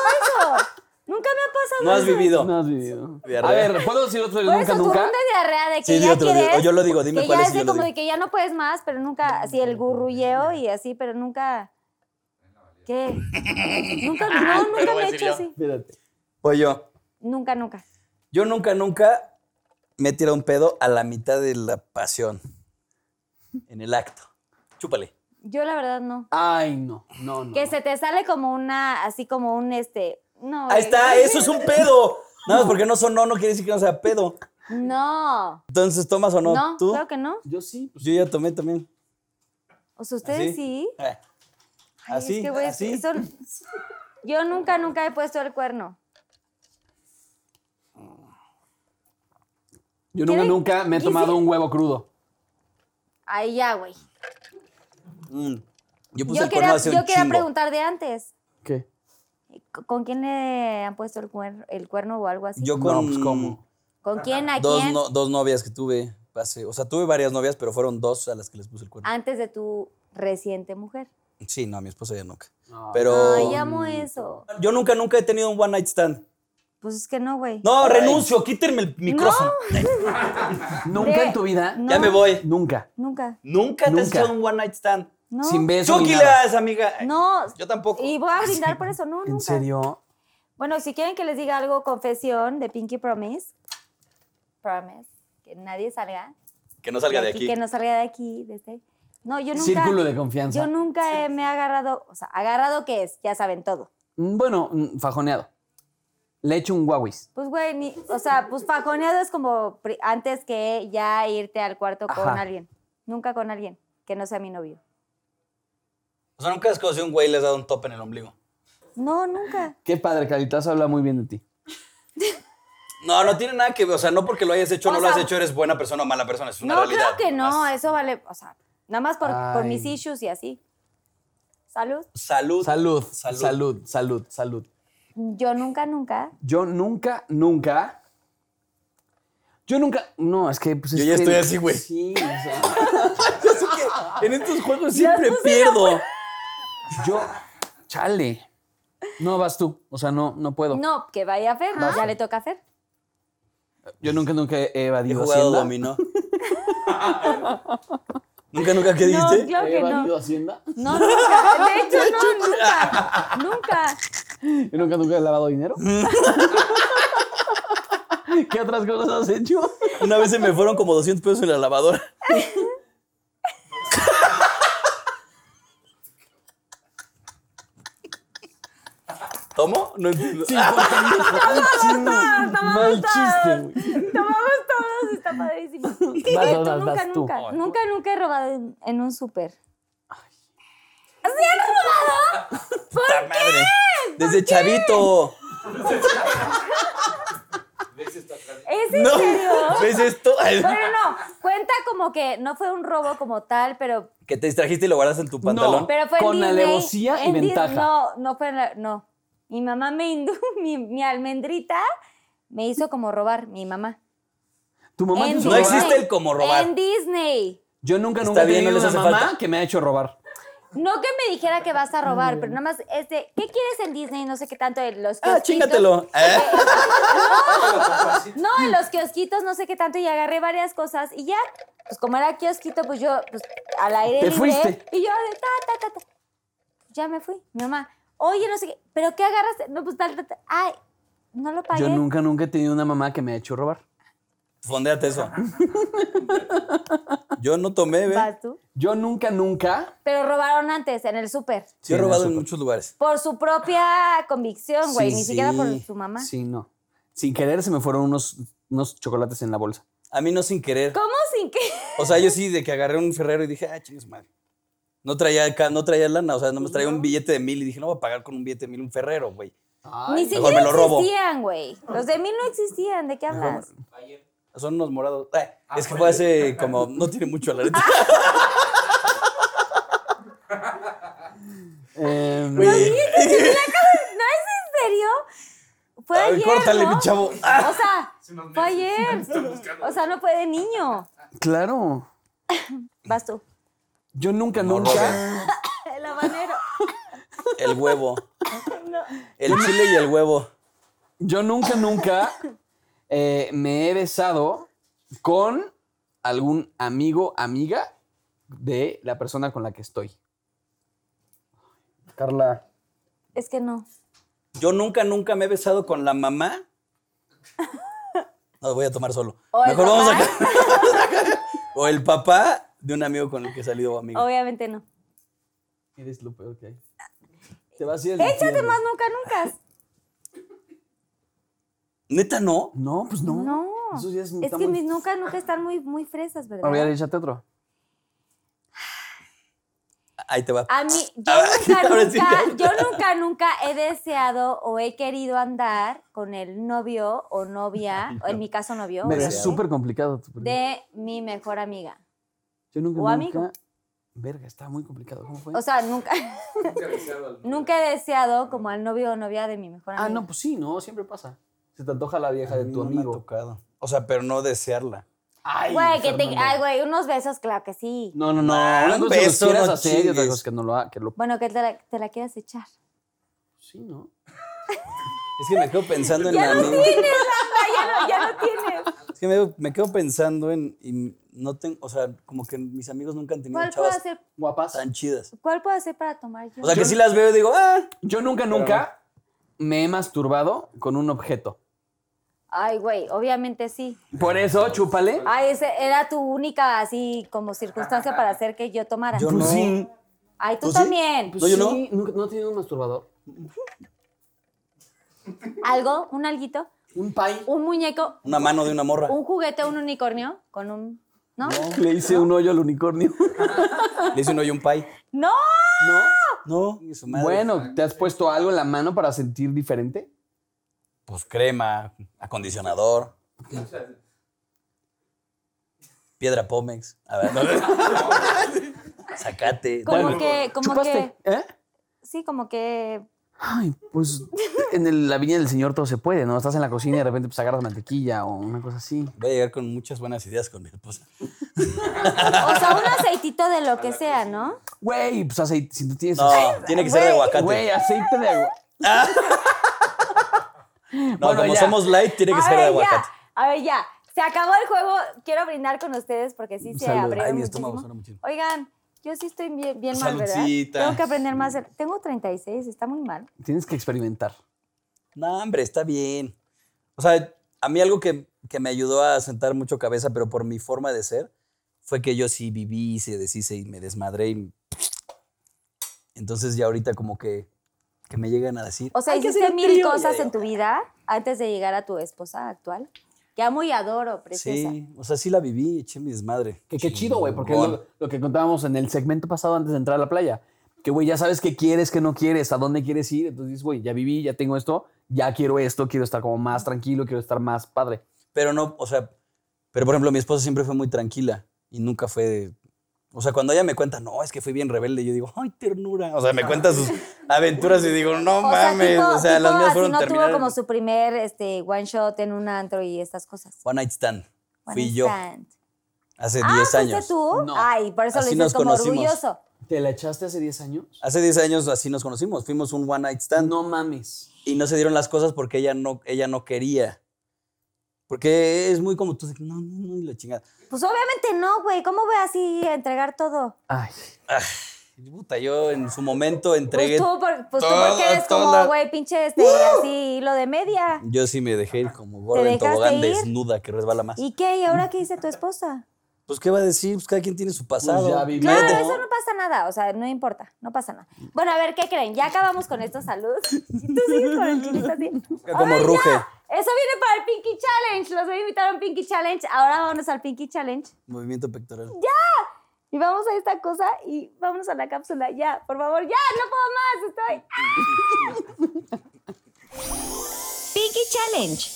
S6: <laughs>
S7: No has
S3: eso.
S7: vivido.
S6: No has vivido.
S7: Diarrea.
S6: A ver, ¿puedo decir otro de
S3: Por
S6: nunca,
S3: eso, tu
S6: nunca?
S3: ronda de diarrea de que
S7: Sí, di
S3: ya
S7: otro, di-
S3: quieres,
S7: o yo lo digo, dime
S3: que
S7: cuál
S3: ya
S7: es y
S3: así
S7: yo lo
S3: como
S7: digo.
S3: de que ya no puedes más, pero nunca, así el gurrulleo y así, pero nunca, ¿qué? Nunca, no, nunca me he hecho así.
S6: Espérate.
S7: Oye, yo,
S3: Nunca, nunca.
S7: yo nunca, nunca me he tirado un pedo a la mitad de la pasión. En el acto. Chúpale.
S3: Yo la verdad no.
S6: Ay, no, no, no.
S3: Que se te sale como una, así como un este, no. güey.
S7: Ahí está, eso es un pedo. Nada más porque no sonó, no quiere decir que no sea pedo.
S3: No,
S7: Entonces, ¿tomas o no?
S3: no,
S7: ¿Tú?
S3: claro que no.
S6: Yo sí, pues.
S7: Yo ya tomé también.
S3: O sea, ustedes sí.
S7: Eh.
S3: Ay,
S7: Así,
S3: es que, güey,
S7: así.
S3: eso- <laughs> yo nunca, nunca he puesto el cuerno.
S6: Yo nunca,
S3: ¿Quieren-
S6: nunca me he
S3: quise-
S6: tomado un huevo crudo.
S3: Ahí ya, güey.
S7: Mm. Yo puse
S3: Yo
S7: el cuerno
S3: quería,
S7: hace un
S3: yo quería
S7: chingo.
S3: preguntar de antes.
S6: ¿Qué?
S3: ¿Con quién le han puesto el cuerno, el cuerno o algo así?
S7: Yo con
S6: No, pues cómo.
S3: ¿Con quién? ¿A
S7: dos,
S3: quién?
S7: no- dos novias que tuve. hace- o sea, tuve varias novias, pero fueron dos a las que les puse el cuerno.
S3: Antes de tu reciente mujer.
S7: Sí, no, a mi esposa ya nunca.
S6: No.
S7: Pero mm,
S3: Ay, amo eso.
S7: yo nunca, nunca he tenido un one night stand.
S3: Pues es que no, güey.
S7: No, renuncio, quítenme el micrófono.
S6: ¿Nunca
S3: Ve,
S6: en tu vida?
S3: no.
S7: Ya me voy.
S6: Nunca.
S3: Nunca.
S7: Nunca te has
S6: Nunca.
S7: echado un one night stand.
S3: No.
S6: Sin besos. ni nada.
S7: Chúquilas, amiga.
S3: No.
S7: Yo tampoco.
S3: Y voy a brindar por eso. No, nunca.
S6: ¿En serio?
S3: Bueno, si quieren que les diga algo, confesión de Pinky Promise. Promise. Que nadie salga.
S7: Que no salga de
S3: de
S7: aquí.
S3: Que no salga de aquí. de este. No, yo nunca.
S6: Círculo de confianza.
S3: Yo nunca he- me he agarrado. O sea, agarrado qué es, ya saben todo.
S6: Mm, Bueno, mm, fajoneado. Le echo un guauis.
S3: Pues, güey, ni- o sea, pues fajoneado es como pri- antes que ya irte al cuarto con
S6: Ajá.
S3: alguien. Nunca con alguien que no sea mi novio.
S7: O sea, nunca has conocido a un güey y le has dado un top en el ombligo.
S3: No, nunca.
S6: Qué padre, Carlitazo habla muy bien de ti.
S7: No, no tiene nada que ver. O sea, no porque lo hayas hecho o
S3: O
S7: no lo has
S3: sea-
S7: hecho, eres buena persona o mala persona. Es una
S3: no,
S7: realidad.
S3: creo que no. Eso vale, o sea, nada más por, por
S6: Ay.
S3: mis issues y así. Salud.
S7: Salud.
S6: Salud,
S7: Salud.
S6: salud, salud, salud,
S3: Yo nunca, nunca.
S6: Yo nunca, nunca. Yo nunca. No, es que. Pues,
S7: Yo
S6: es
S7: ya
S6: que-
S7: estoy así, güey.
S6: Sí, o sea.
S7: Ah. En estos juegos siempre pierdo.
S6: Yo. Chale. No vas tú. O sea, no, no puedo.
S3: No, que vaya a Fer, ya le toca a Fer.
S6: Yo nunca, nunca he
S7: He
S6: evadido
S7: jugado
S6: Hacienda.
S7: dominó. <laughs> nunca, nunca, ¿qué
S3: No,
S7: dijiste?
S3: claro
S6: ¿He
S3: que no.
S6: evadido Hacienda?
S3: No, nunca. De
S7: <laughs>
S3: hecho, no, nunca. Nunca.
S7: <laughs>
S6: Yo nunca, nunca he lavado dinero. <laughs> ¿Qué otras cosas has hecho?
S7: Una vez se me fueron como 200 pesos en la lavadora.
S3: <laughs>
S7: ¿Tomo? No entiendo. <laughs>
S3: Todos, tomamos
S6: Mal
S3: todos.
S6: chiste, güey.
S3: <laughs> Tomamos todos, está padrísimo.
S6: <laughs>
S3: <laughs>
S6: Vas,
S3: Eh,
S6: vas,
S3: tú
S6: vas,
S3: nunca,
S6: vas tú.
S3: nunca, nunca, nunca he robado en, en un súper. ¿Se han
S6: <laughs>
S3: robado? ¿Por qué?
S7: Madre. Desde chavito.
S3: ¿Es en
S7: No.
S6: <laughs>
S3: serio? <laughs>
S7: ¿Ves esto?
S3: Bueno, no, cuenta como que no fue un robo como tal, pero,
S7: Que te distrajiste y lo guardaste en tu pantalón.
S3: pero fue en
S6: Con
S3: Disney.
S6: alevosía y
S3: en Dis-
S6: ventaja.
S3: No, no fue en la- no. Mi mamá me hindu- <laughs> mi, mi almendrita me hizo como robar, mi mamá.
S6: Tu mamá te
S3: En
S6: hizo
S7: No
S6: robar.
S7: existe
S3: Disney.
S7: el como robar.
S3: En Disney.
S6: Yo nunca,
S7: Está
S6: nunca he
S7: bien, no
S6: tenido
S7: les
S6: una
S7: hace
S6: mamá
S7: falta.
S6: que me ha hecho robar.
S3: No que me dijera que vas a robar, pero nada más es de, ¿qué quieres en Disney? No sé qué tanto de los
S7: Ah,
S3: kiosquitos.
S7: chingatelo.
S3: Eh, no, en los kiosquitos no sé qué tanto y agarré varias cosas y ya, pues como era kiosquito, pues yo pues, al aire
S6: Te
S3: libre,
S6: fuiste.
S3: Y yo de ta, ta, ta, ta. Ya me fui, mi mamá. Oye, no sé qué, ¿pero qué agarraste? No, pues tal, tal, tal. Ay, no lo pagué.
S6: Yo nunca, nunca he tenido una mamá que me ha hecho robar.
S3: <laughs>
S7: Fondéate eso. Yo no tomé, ve.
S3: Vas tú.
S6: Yo nunca, nunca.
S3: Pero robaron antes en el súper.
S7: Yo he robado en muchos lugares.
S3: Por su propia convicción, güey,
S6: Sí,
S3: ni siquiera por
S6: sí.
S3: su mamá.
S6: Sí, no. Sin querer se me fueron unos, unos chocolates en la bolsa.
S7: A mí no sin querer.
S3: ¿Cómo sin que?
S7: O sea, yo sí de que agarré un ferrero y dije, ah, chingue su madre. No traía acá, no traía lana, o sea, no me traía un billete de mil y dije, no voy a pagar con un billete de mil un ferrero, güey.
S3: Ni
S7: mejor
S3: siquiera
S7: me lo robo.
S3: existían, güey. Los de mil no existían. ¿De qué hablas?
S7: Son unos morados. Eh,
S3: Ah,
S7: es que fue hace como, no tiene mucho
S3: <laughs>
S7: la neta.
S6: Em,
S7: Güey,
S3: ¿No es en serio? Fue
S7: Ay,
S3: ayer,
S7: córtale,
S3: ¿no? Ah,
S7: mi chavo.
S3: O sea, fue ayer. O sea, no fue de niño.
S6: claro.
S3: Vas tú.
S6: Yo nunca,
S7: No
S6: nunca.
S3: El habanero.
S7: El
S3: <laughs>
S7: huevo. El chile y el huevo.
S6: Yo nunca, nunca eh, me he besado con algún amigo, amiga de la persona con la que estoy. Carla.
S3: Es que no.
S7: Yo nunca, nunca me he besado con la mamá. <laughs> No, voy a tomar solo.
S3: O el
S7: Mejor vamos
S3: papá.
S7: a... <laughs> O el papá de un amigo con el que he salido o amigo.
S3: Obviamente no.
S6: Eres lo peor que hay. Te vas a ir al
S3: Ah, Échate
S6: infierno.
S3: más nunca, nunca.
S7: Neta, no.
S6: No, pues no.
S3: No.
S6: Eso ya es,
S3: Es que mis nunca, nunca están muy, muy fresas,
S6: A ver,
S3: ¿verdad?
S6: échate otro.
S7: Ahí te va.
S3: A mí, yo
S7: Ahora-
S3: nunca,
S7: ahora sí
S3: nunca,
S7: ya.
S3: yo nunca, nunca he deseado o he querido andar con el novio o novia, o en mi caso novio,
S6: Me
S3: obviamente,
S6: es súper complicado. tu pregunta.
S3: de mi mejor amiga.
S6: Yo nunca,
S3: o
S6: nunca-
S3: amigo.
S6: Verga, está muy complicado. ¿Cómo fue?
S3: O sea, nunca. <laughs> Nunca he deseado como al novio o novia de mi mejor amiga.
S6: ah, no, pues sí, no, siempre pasa. Se te antoja la vieja
S7: A
S6: de
S7: mí
S6: tu
S7: no me ha
S6: amigo.
S7: tocado. O sea, pero no desearla.
S6: Ay,
S3: Güey, que te.
S6: Fernando.
S3: Ay, güey, unos besos, claro que sí.
S6: No, no, no.
S7: Ah,
S6: Una
S7: un
S6: cosa es que
S7: beso,
S6: lo quieras
S7: no
S6: hacer y otra
S7: chingues.
S6: cosa es que no lo ha, que lo.
S3: Bueno, que te la, te la quieras echar.
S6: Sí, ¿no?
S7: Es que me quedo pensando en
S3: Ya
S7: la
S3: no
S7: misma-
S3: tienes, Landa, ya no, ya no tienes.
S7: Es que me, me quedo pensando en. Y no tengo. O sea, como que mis amigos nunca han tenido
S3: <laughs> ¿Cuál puedo,
S7: chavas
S3: hacer,
S6: Guapas.
S7: tan chidas.
S3: ¿Cuál puedo hacer para tomar yo?
S7: O sea, que sí las veo y digo, ah.
S6: Yo nunca, nunca me he masturbado con un objeto.
S3: Ay, güey, obviamente sí.
S6: Por eso, chúpale.
S3: Ay, ese era tu única así como circunstancia para hacer que yo tomara.
S7: Yo no. pues Sí.
S3: Ay, tú,
S7: ¿Tú ¿Oh, sí?
S3: también. Pues,
S7: <laughs> No, yo no.
S6: Sí, nunca- no he tenido un masturbador.
S3: Algo, un alguito,
S6: Un pie.
S3: un muñeco,
S7: Una mano de una morra.
S3: un juguete, un unicornio con un. ¿No?
S6: Le hice un hoyo al unicornio.
S7: Le hice un hoyo a un pay.
S3: ¡No!
S6: ¿No?
S7: <laughs> No. y su madre.
S6: Bueno, ¿te has puesto algo en la mano para sentir diferente?
S7: Pues crema, acondicionador. Piedra Pómex. A ver. Sacate.
S3: Como
S6: Bueno,
S3: que, como
S6: ¿Chupaste? ¿Eh?
S3: que. Sí, como que.
S6: Ay, pues en el- la viña del señor todo se puede, ¿no? Estás en la cocina y de repente pues agarras mantequilla o una cosa así.
S7: Voy a llegar con muchas buenas ideas con mi esposa.
S3: O sea, un aceitito
S7: <laughs>
S3: de lo que sea, ¿no?
S6: Güey, pues aceite, si tú tienes
S7: No, tiene que ser de
S3: Güey,
S7: aguacate.
S6: Güey, aceite de agua.
S7: no,
S6: bueno,
S7: como
S6: ya.
S7: somos light, tiene que
S3: a
S7: ser de
S3: ver,
S7: aguacate.
S3: ya. A ver, ya. Se acabó el juego. Quiero brindar con ustedes porque sí se
S6: Salud.
S3: abrió.
S7: Ay, mi estómago suena muchísimo.
S3: Oigan, yo sí estoy bien, bien mal, ¿verdad?
S7: Saludcita.
S3: Tengo que aprender más. Tengo 36, está muy mal.
S6: Tienes que experimentar.
S7: No, hombre, está bien. O sea, a mí algo que, que me ayudó a sentar mucho cabeza, pero por mi forma de ser, fue que yo sí viví, y se deshice y me desmadré. Y... Entonces ya ahorita como que, que me llegan a decir...
S3: O sea,
S7: "Hay que
S3: hiciste
S7: hacer un
S3: mil
S7: trío".
S3: cosas
S7: Ya
S3: en tu
S7: digo,
S3: vida antes de llegar a tu esposa actual. Que amo y adoro, preciosa.
S7: Sí, o sea, sí la viví, eché mi desmadre.
S6: Que qué chido, güey, porque
S7: Chingón.
S6: lo, lo que contábamos en el segmento pasado antes de entrar a la playa. Que, güey, ya sabes qué quieres, qué no quieres, a dónde quieres ir. Entonces dices, güey, ya viví, ya tengo esto, ya quiero esto, quiero estar como más tranquilo, quiero estar más padre.
S7: Pero no, o sea, pero por ejemplo, mi esposa siempre fue muy tranquila y nunca fue de- O sea, cuando ella me cuenta, no, es que fui bien rebelde, yo digo, ay, ternura. O sea, me cuenta sus aventuras y digo, no
S3: O sea,
S7: mames.
S3: tipo,
S7: o sea,
S3: tipo
S7: las mías
S3: así
S7: fueron
S3: no
S7: terminar
S3: tuvo como su primer este, one shot en un antro y estas cosas.
S7: One Night Stand.
S3: One
S7: Fui
S3: night
S7: yo
S3: stand.
S7: hace
S3: Ah,
S7: 10
S3: ¿fuiste
S7: años.
S3: tú?
S6: No.
S3: Ay, por eso
S7: Así
S3: lo
S7: nos
S3: dices como
S7: conocimos.
S3: orgulloso.
S6: ¿Te la echaste hace 10 años?
S7: Hace 10 años así nos conocimos. Fuimos un One Night Stand
S6: No mames.
S7: y no se dieron las cosas porque ella no, ella no quería. Porque es muy como tú, de, no, no, no, y la chingada.
S3: Pues obviamente no, güey. ¿Cómo voy así a entregar todo?
S6: Ay.
S7: Puta, yo en su momento entregué.
S3: Pues tú, por- pues tú
S7: toda-
S3: porque eres
S7: toda-
S3: como, güey, pinche este, así, lo de media.
S7: Yo sí me dejé ir como gorda en
S3: dejaste
S7: tobogán
S3: ir?
S7: desnuda que resbala más.
S3: ¿Y qué? ¿Y ahora qué dice tu esposa?
S7: Pues, ¿qué va a decir? Pues cada quien tiene su pasado.
S6: ya viví.
S7: Nadie
S3: Claro,
S7: te-
S3: eso no pasa nada, o sea, no importa, no pasa nada. Bueno, a ver, ¿qué creen? Ya acabamos con esto, salud. Y tú sigues con el chinito así. A
S7: Como
S3: ver,
S7: ruge.
S3: ya. Eso viene para el Pinky Challenge. Los voy a invitar a un Pinky Challenge. Ahora vámonos al Pinky Challenge.
S7: Movimiento pectoral.
S3: Y vamos a esta cosa y vámonos a la cápsula. Ya, por favor, ya, no puedo más. Estoy.
S9: Pinky Challenge.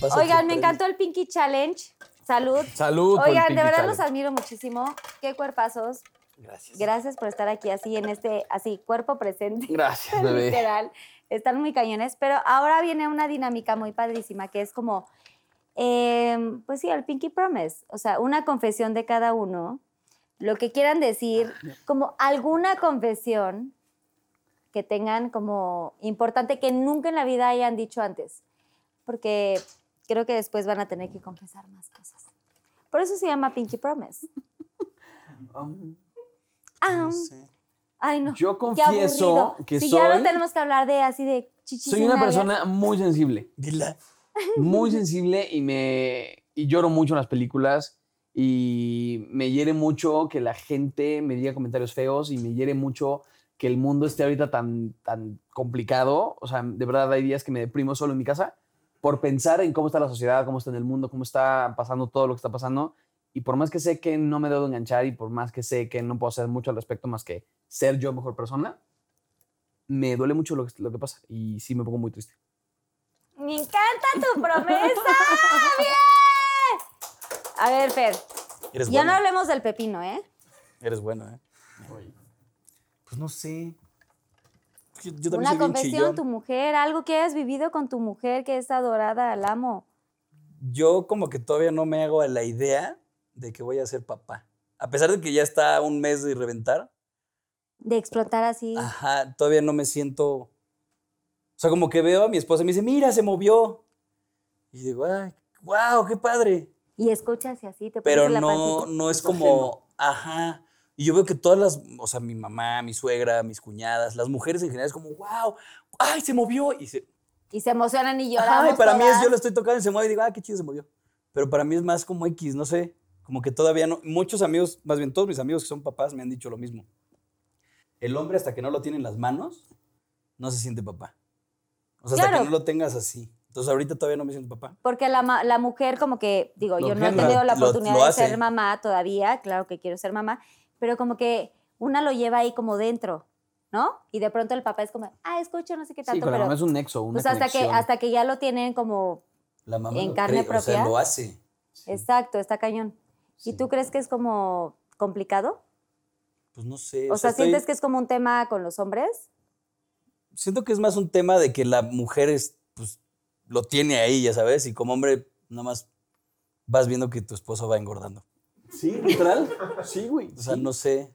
S7: Pásate
S3: Oigan, me
S7: por ahí.
S3: encantó el Pinky Challenge. Salud.
S6: Salud por el
S3: Oigan,
S6: Pinky
S3: de verdad
S6: Challenge.
S3: los admiro muchísimo. Qué cuerpazos. Gracias. Gracias por estar aquí así en este así cuerpo presente. <laughs>
S6: Gracias, bebé.
S3: Literal. Están muy cañones, pero ahora viene una dinámica muy padrísima que es como eh, pues sí, el Pinky Promise, o sea, una confesión de cada uno, lo que quieran decir, como alguna confesión que tengan como importante que nunca en la vida hayan dicho antes, porque creo que después van a tener que confesar más cosas. Por eso se llama Pinky Promise. Ah, Ay, no.
S6: Um, Yo
S3: qué
S6: confieso
S3: aburrido.
S6: que
S3: si ya
S6: soy-
S3: no tenemos que hablar de así de chichis.
S6: Soy
S3: y
S6: una
S3: nalgas.
S6: persona muy sensible.
S7: Dila.
S6: muy sensible y me y lloro mucho en las películas y me hiere mucho que la gente me diga comentarios feos y me hiere mucho que el mundo esté ahorita tan tan complicado, o sea, de verdad hay días que me deprimo solo en mi casa, por pensar en cómo está la sociedad, cómo está en el mundo, cómo está pasando todo lo que está pasando. Y por más que sé que no me debo enganchar y por más que sé que no puedo hacer mucho al respecto más que ser yo mejor persona, me duele mucho lo que, lo que pasa y sí me pongo muy triste.
S3: Me encanta
S7: <laughs>
S3: tu promesa. ¡Bien! A ver, Fer.
S7: Eres
S3: ya
S7: bueno.
S3: no hablemos del pepino, ¿eh?
S7: Eres bueno, ¿eh? Pues no sé. Yo, yo también
S3: Una
S7: soy bien
S3: confesión,
S7: chillón.
S3: tu mujer, algo que has vivido con tu mujer que es adorada al amo.
S7: Yo como que todavía no me hago a la idea de que voy a ser papá. A pesar de que ya está un mes de reventar,
S3: De explotar así.
S7: Ah. ajá, todavía no me siento... O sea, como que veo a mi esposa y me dice, mira, se movió. Y digo, ay, wow, qué padre.
S3: Y escuchas y así te
S7: pero
S3: pones la
S7: no,
S3: pancita.
S7: no es como, ajá. Y yo veo que todas las, o sea, mi mamá, mi suegra, mis cuñadas, las mujeres en general es como, wow, ay, se movió. Y se,
S3: Y se emocionan y lloramos.
S7: ajá, y para mí es,
S3: todas.
S7: yo lo estoy tocando y se mueve y digo, ah, qué chido se movió. Pero para mí es más como X, no sé, como que todavía no. Muchos amigos, más bien todos mis amigos que son papás me han dicho lo mismo. El hombre hasta que no lo tiene en las manos, no se siente papá. O sea, hasta
S3: Claro.
S7: que no lo tengas así. Entonces ahorita todavía no me siento papá.
S3: Porque la, ma- la mujer como que, digo,
S7: La
S3: yo no he
S7: mujer lo-
S3: tenido la
S7: lo-
S3: oportunidad
S7: lo
S3: de
S7: hace.
S3: ser mamá todavía, claro que quiero ser mamá, pero como que una lo lleva ahí como dentro, ¿no? Y de pronto el papá es como, ah, escucho, no sé qué
S6: Sí,
S3: tanto,
S6: con la
S3: pero
S6: mamá es un nexo, una
S3: pues hasta que,
S6: conexión.
S3: hasta que ya lo tienen como,
S7: La mamá
S3: En
S7: lo
S3: carne
S7: cree, o sea,
S3: propia.
S7: lo hace.
S3: exacto, está cañón. ¿Y tú crees que es como complicado?
S7: Pues no sé.
S3: O sea,
S7: estoy-
S3: ¿sientes que es como un tema con los hombres?
S7: siento que es más un tema de que la mujer es, pues, lo tiene ahí, ya sabes, y como hombre, nada más vas viendo que tu esposo va engordando.
S6: Sí, literal. Sí, güey.
S7: O sea, no sé.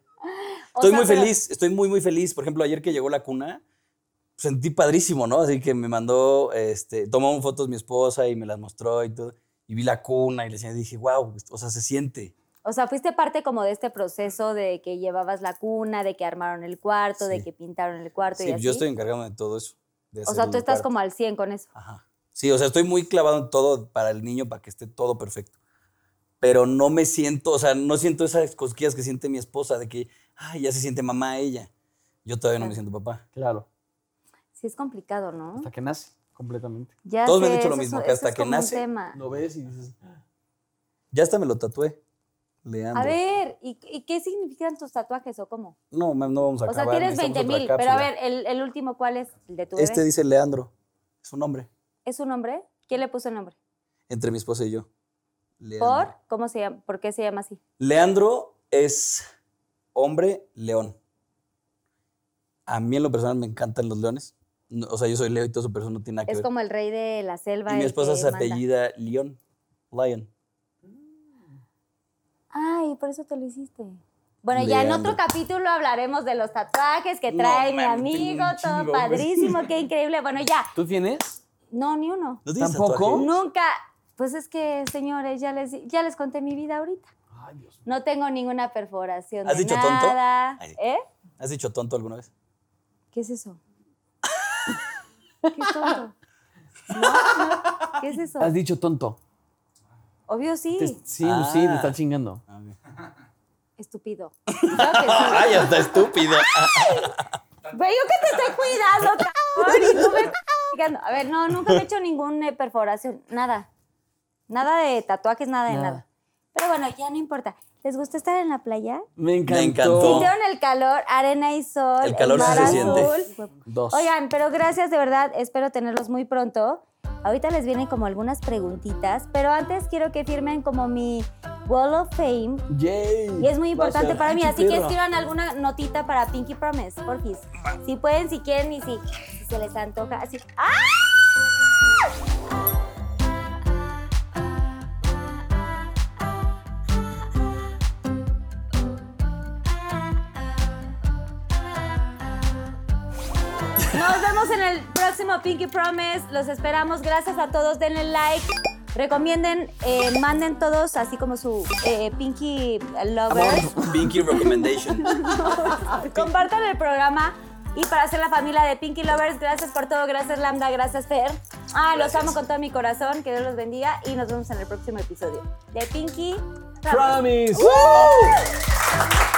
S3: O
S7: Estoy
S3: sea,
S7: muy
S3: pero-
S7: feliz, estoy muy, muy feliz. Por ejemplo, ayer que llegó la cuna, sentí padrísimo, ¿no? Así que me mandó, este, tomó fotos mi esposa y me las mostró y todo. Y vi la cuna y le enseñé, dije, wow, o sea, se siente.
S3: O sea, fuiste parte como de este proceso de que llevabas la cuna, de que armaron el cuarto, de
S7: Sí.
S3: que pintaron el cuarto y
S7: Sí,
S3: así.
S7: yo estoy encargado de todo eso. de
S3: o
S7: hacer
S3: sea,
S7: el
S3: tú estás
S7: cuarto.
S3: como al 100 con eso.
S7: Ajá. Sí, o sea, estoy muy clavado en todo para el niño, para que esté todo perfecto. Pero no me siento, o sea, no siento esas cosquillas que siente mi esposa de que, ay, ya se siente mamá ella. Yo todavía no me siento papá.
S6: Claro,
S3: Sí, es complicado, ¿no?
S6: hasta que nace completamente.
S3: Ya
S7: Todos me han
S3: sé,
S7: dicho lo
S3: eso es
S7: mismo,
S3: un-
S7: que
S3: eso
S7: hasta
S3: es
S7: que
S3: como un
S7: nace.
S3: tema.
S6: Lo ves y dices,
S7: Ya hasta me lo tatué. Leandro.
S3: A ver, ¿y, y qué significan tus tatuajes o cómo?
S7: No, ma- no vamos a
S3: O sea,
S7: acabar.
S3: tienes 20
S7: necesitamos
S3: mil,
S7: otra
S3: pero a
S7: cápsula.
S3: ver, ¿eh? el, el último, ¿cuál es? El de tu bebé.
S7: Este dice Leandro. Es un nombre
S3: ¿Es un hombre? ¿Quién le puso el nombre?
S7: entre mi esposa y yo. Leandro.
S3: ¿Por? ¿Cómo se llama? ¿Por qué se llama así?
S7: Leandro es hombre león. A mí en lo personal me encantan los leones. No, o sea, yo soy Leo y todo eso, pero eso no tiene nada que
S3: Es
S7: ver.
S3: como el rey de la selva.
S7: Este Y mi
S3: el
S7: esposa
S3: que
S7: se
S3: manda.
S7: apellida León. Lion.
S3: Ay, por eso te lo hiciste. Bueno, ya en
S7: Leandro.
S3: otro capítulo hablaremos de los tatuajes que
S7: No,
S3: trae mi
S7: man, tengo
S3: amigo,
S7: un
S3: todo
S7: chingo, güey.
S3: padrísimo,
S7: <laughs>
S3: qué increíble. Bueno, ya,
S6: ¿tú tienes?
S3: no, ni uno.
S7: ¿No tienes
S6: ¿Tampoco?
S7: tatuaje?
S3: Nunca. Pues es que, señores, ya les, ya les conté mi vida ahorita. No tengo ninguna perforación.
S7: ¿Has
S3: de
S7: dicho tonto?
S3: nada.
S7: Ay.
S3: ¿Eh?
S7: ¿Has dicho tonto alguna vez? <laughs>
S3: ¿Qué es eso? ¿Qué es tonto? No, no. <laughs> ¿Qué es eso?
S6: Has dicho tonto.
S3: Obvio sí.
S6: Te- sí, pues
S7: Ah.
S6: sí, te está chingando.
S3: Estúpido. Claro que
S7: <laughs>
S3: sí.
S7: ¡Ay, hasta estúpido!
S3: <laughs> Pero yo que te estoy cuidando, cabrón, y tú me estás picando. A ver, no, nunca me he hecho ninguna perforación, nada. Nada de tatuajes, nada de nada.
S6: Nada.
S3: Pero bueno, ya no importa. ¿Les gusta estar en la playa?
S6: Me encantó.
S7: encantó.
S3: Sintieron el calor, arena y sol.
S7: El calor sí
S3: mar
S7: se
S3: azul.
S6: Dos.
S3: Oigan, pero gracias de verdad, espero tenerlos muy pronto. Ahorita les vienen como algunas preguntitas, pero antes quiero que firmen como mi Wall of Fame.
S6: Yay.
S3: Y es muy importante
S6: Gracias.
S3: para mí,
S6: Ay,
S3: así que
S6: perro.
S3: escriban alguna notita para Pinky Promise, porfis. Si pueden, si quieren y si, si se les antoja. Así. ¡Ah! Nos vemos en el próximo Pinky Promise. Los esperamos. Gracias a todos. Denle like. Recomienden, eh, manden todos así como su eh, Pinky Lovers. Ah,
S7: Pinky recommendation.
S3: Compartan el programa. Y para ser la familia de Pinky Lovers, gracias por todo. Gracias, Lambda. Gracias, Fer. Ah, los amo con todo mi corazón. Que Dios los bendiga. Y nos vemos en el próximo episodio de Pinky Promise.
S6: Promise.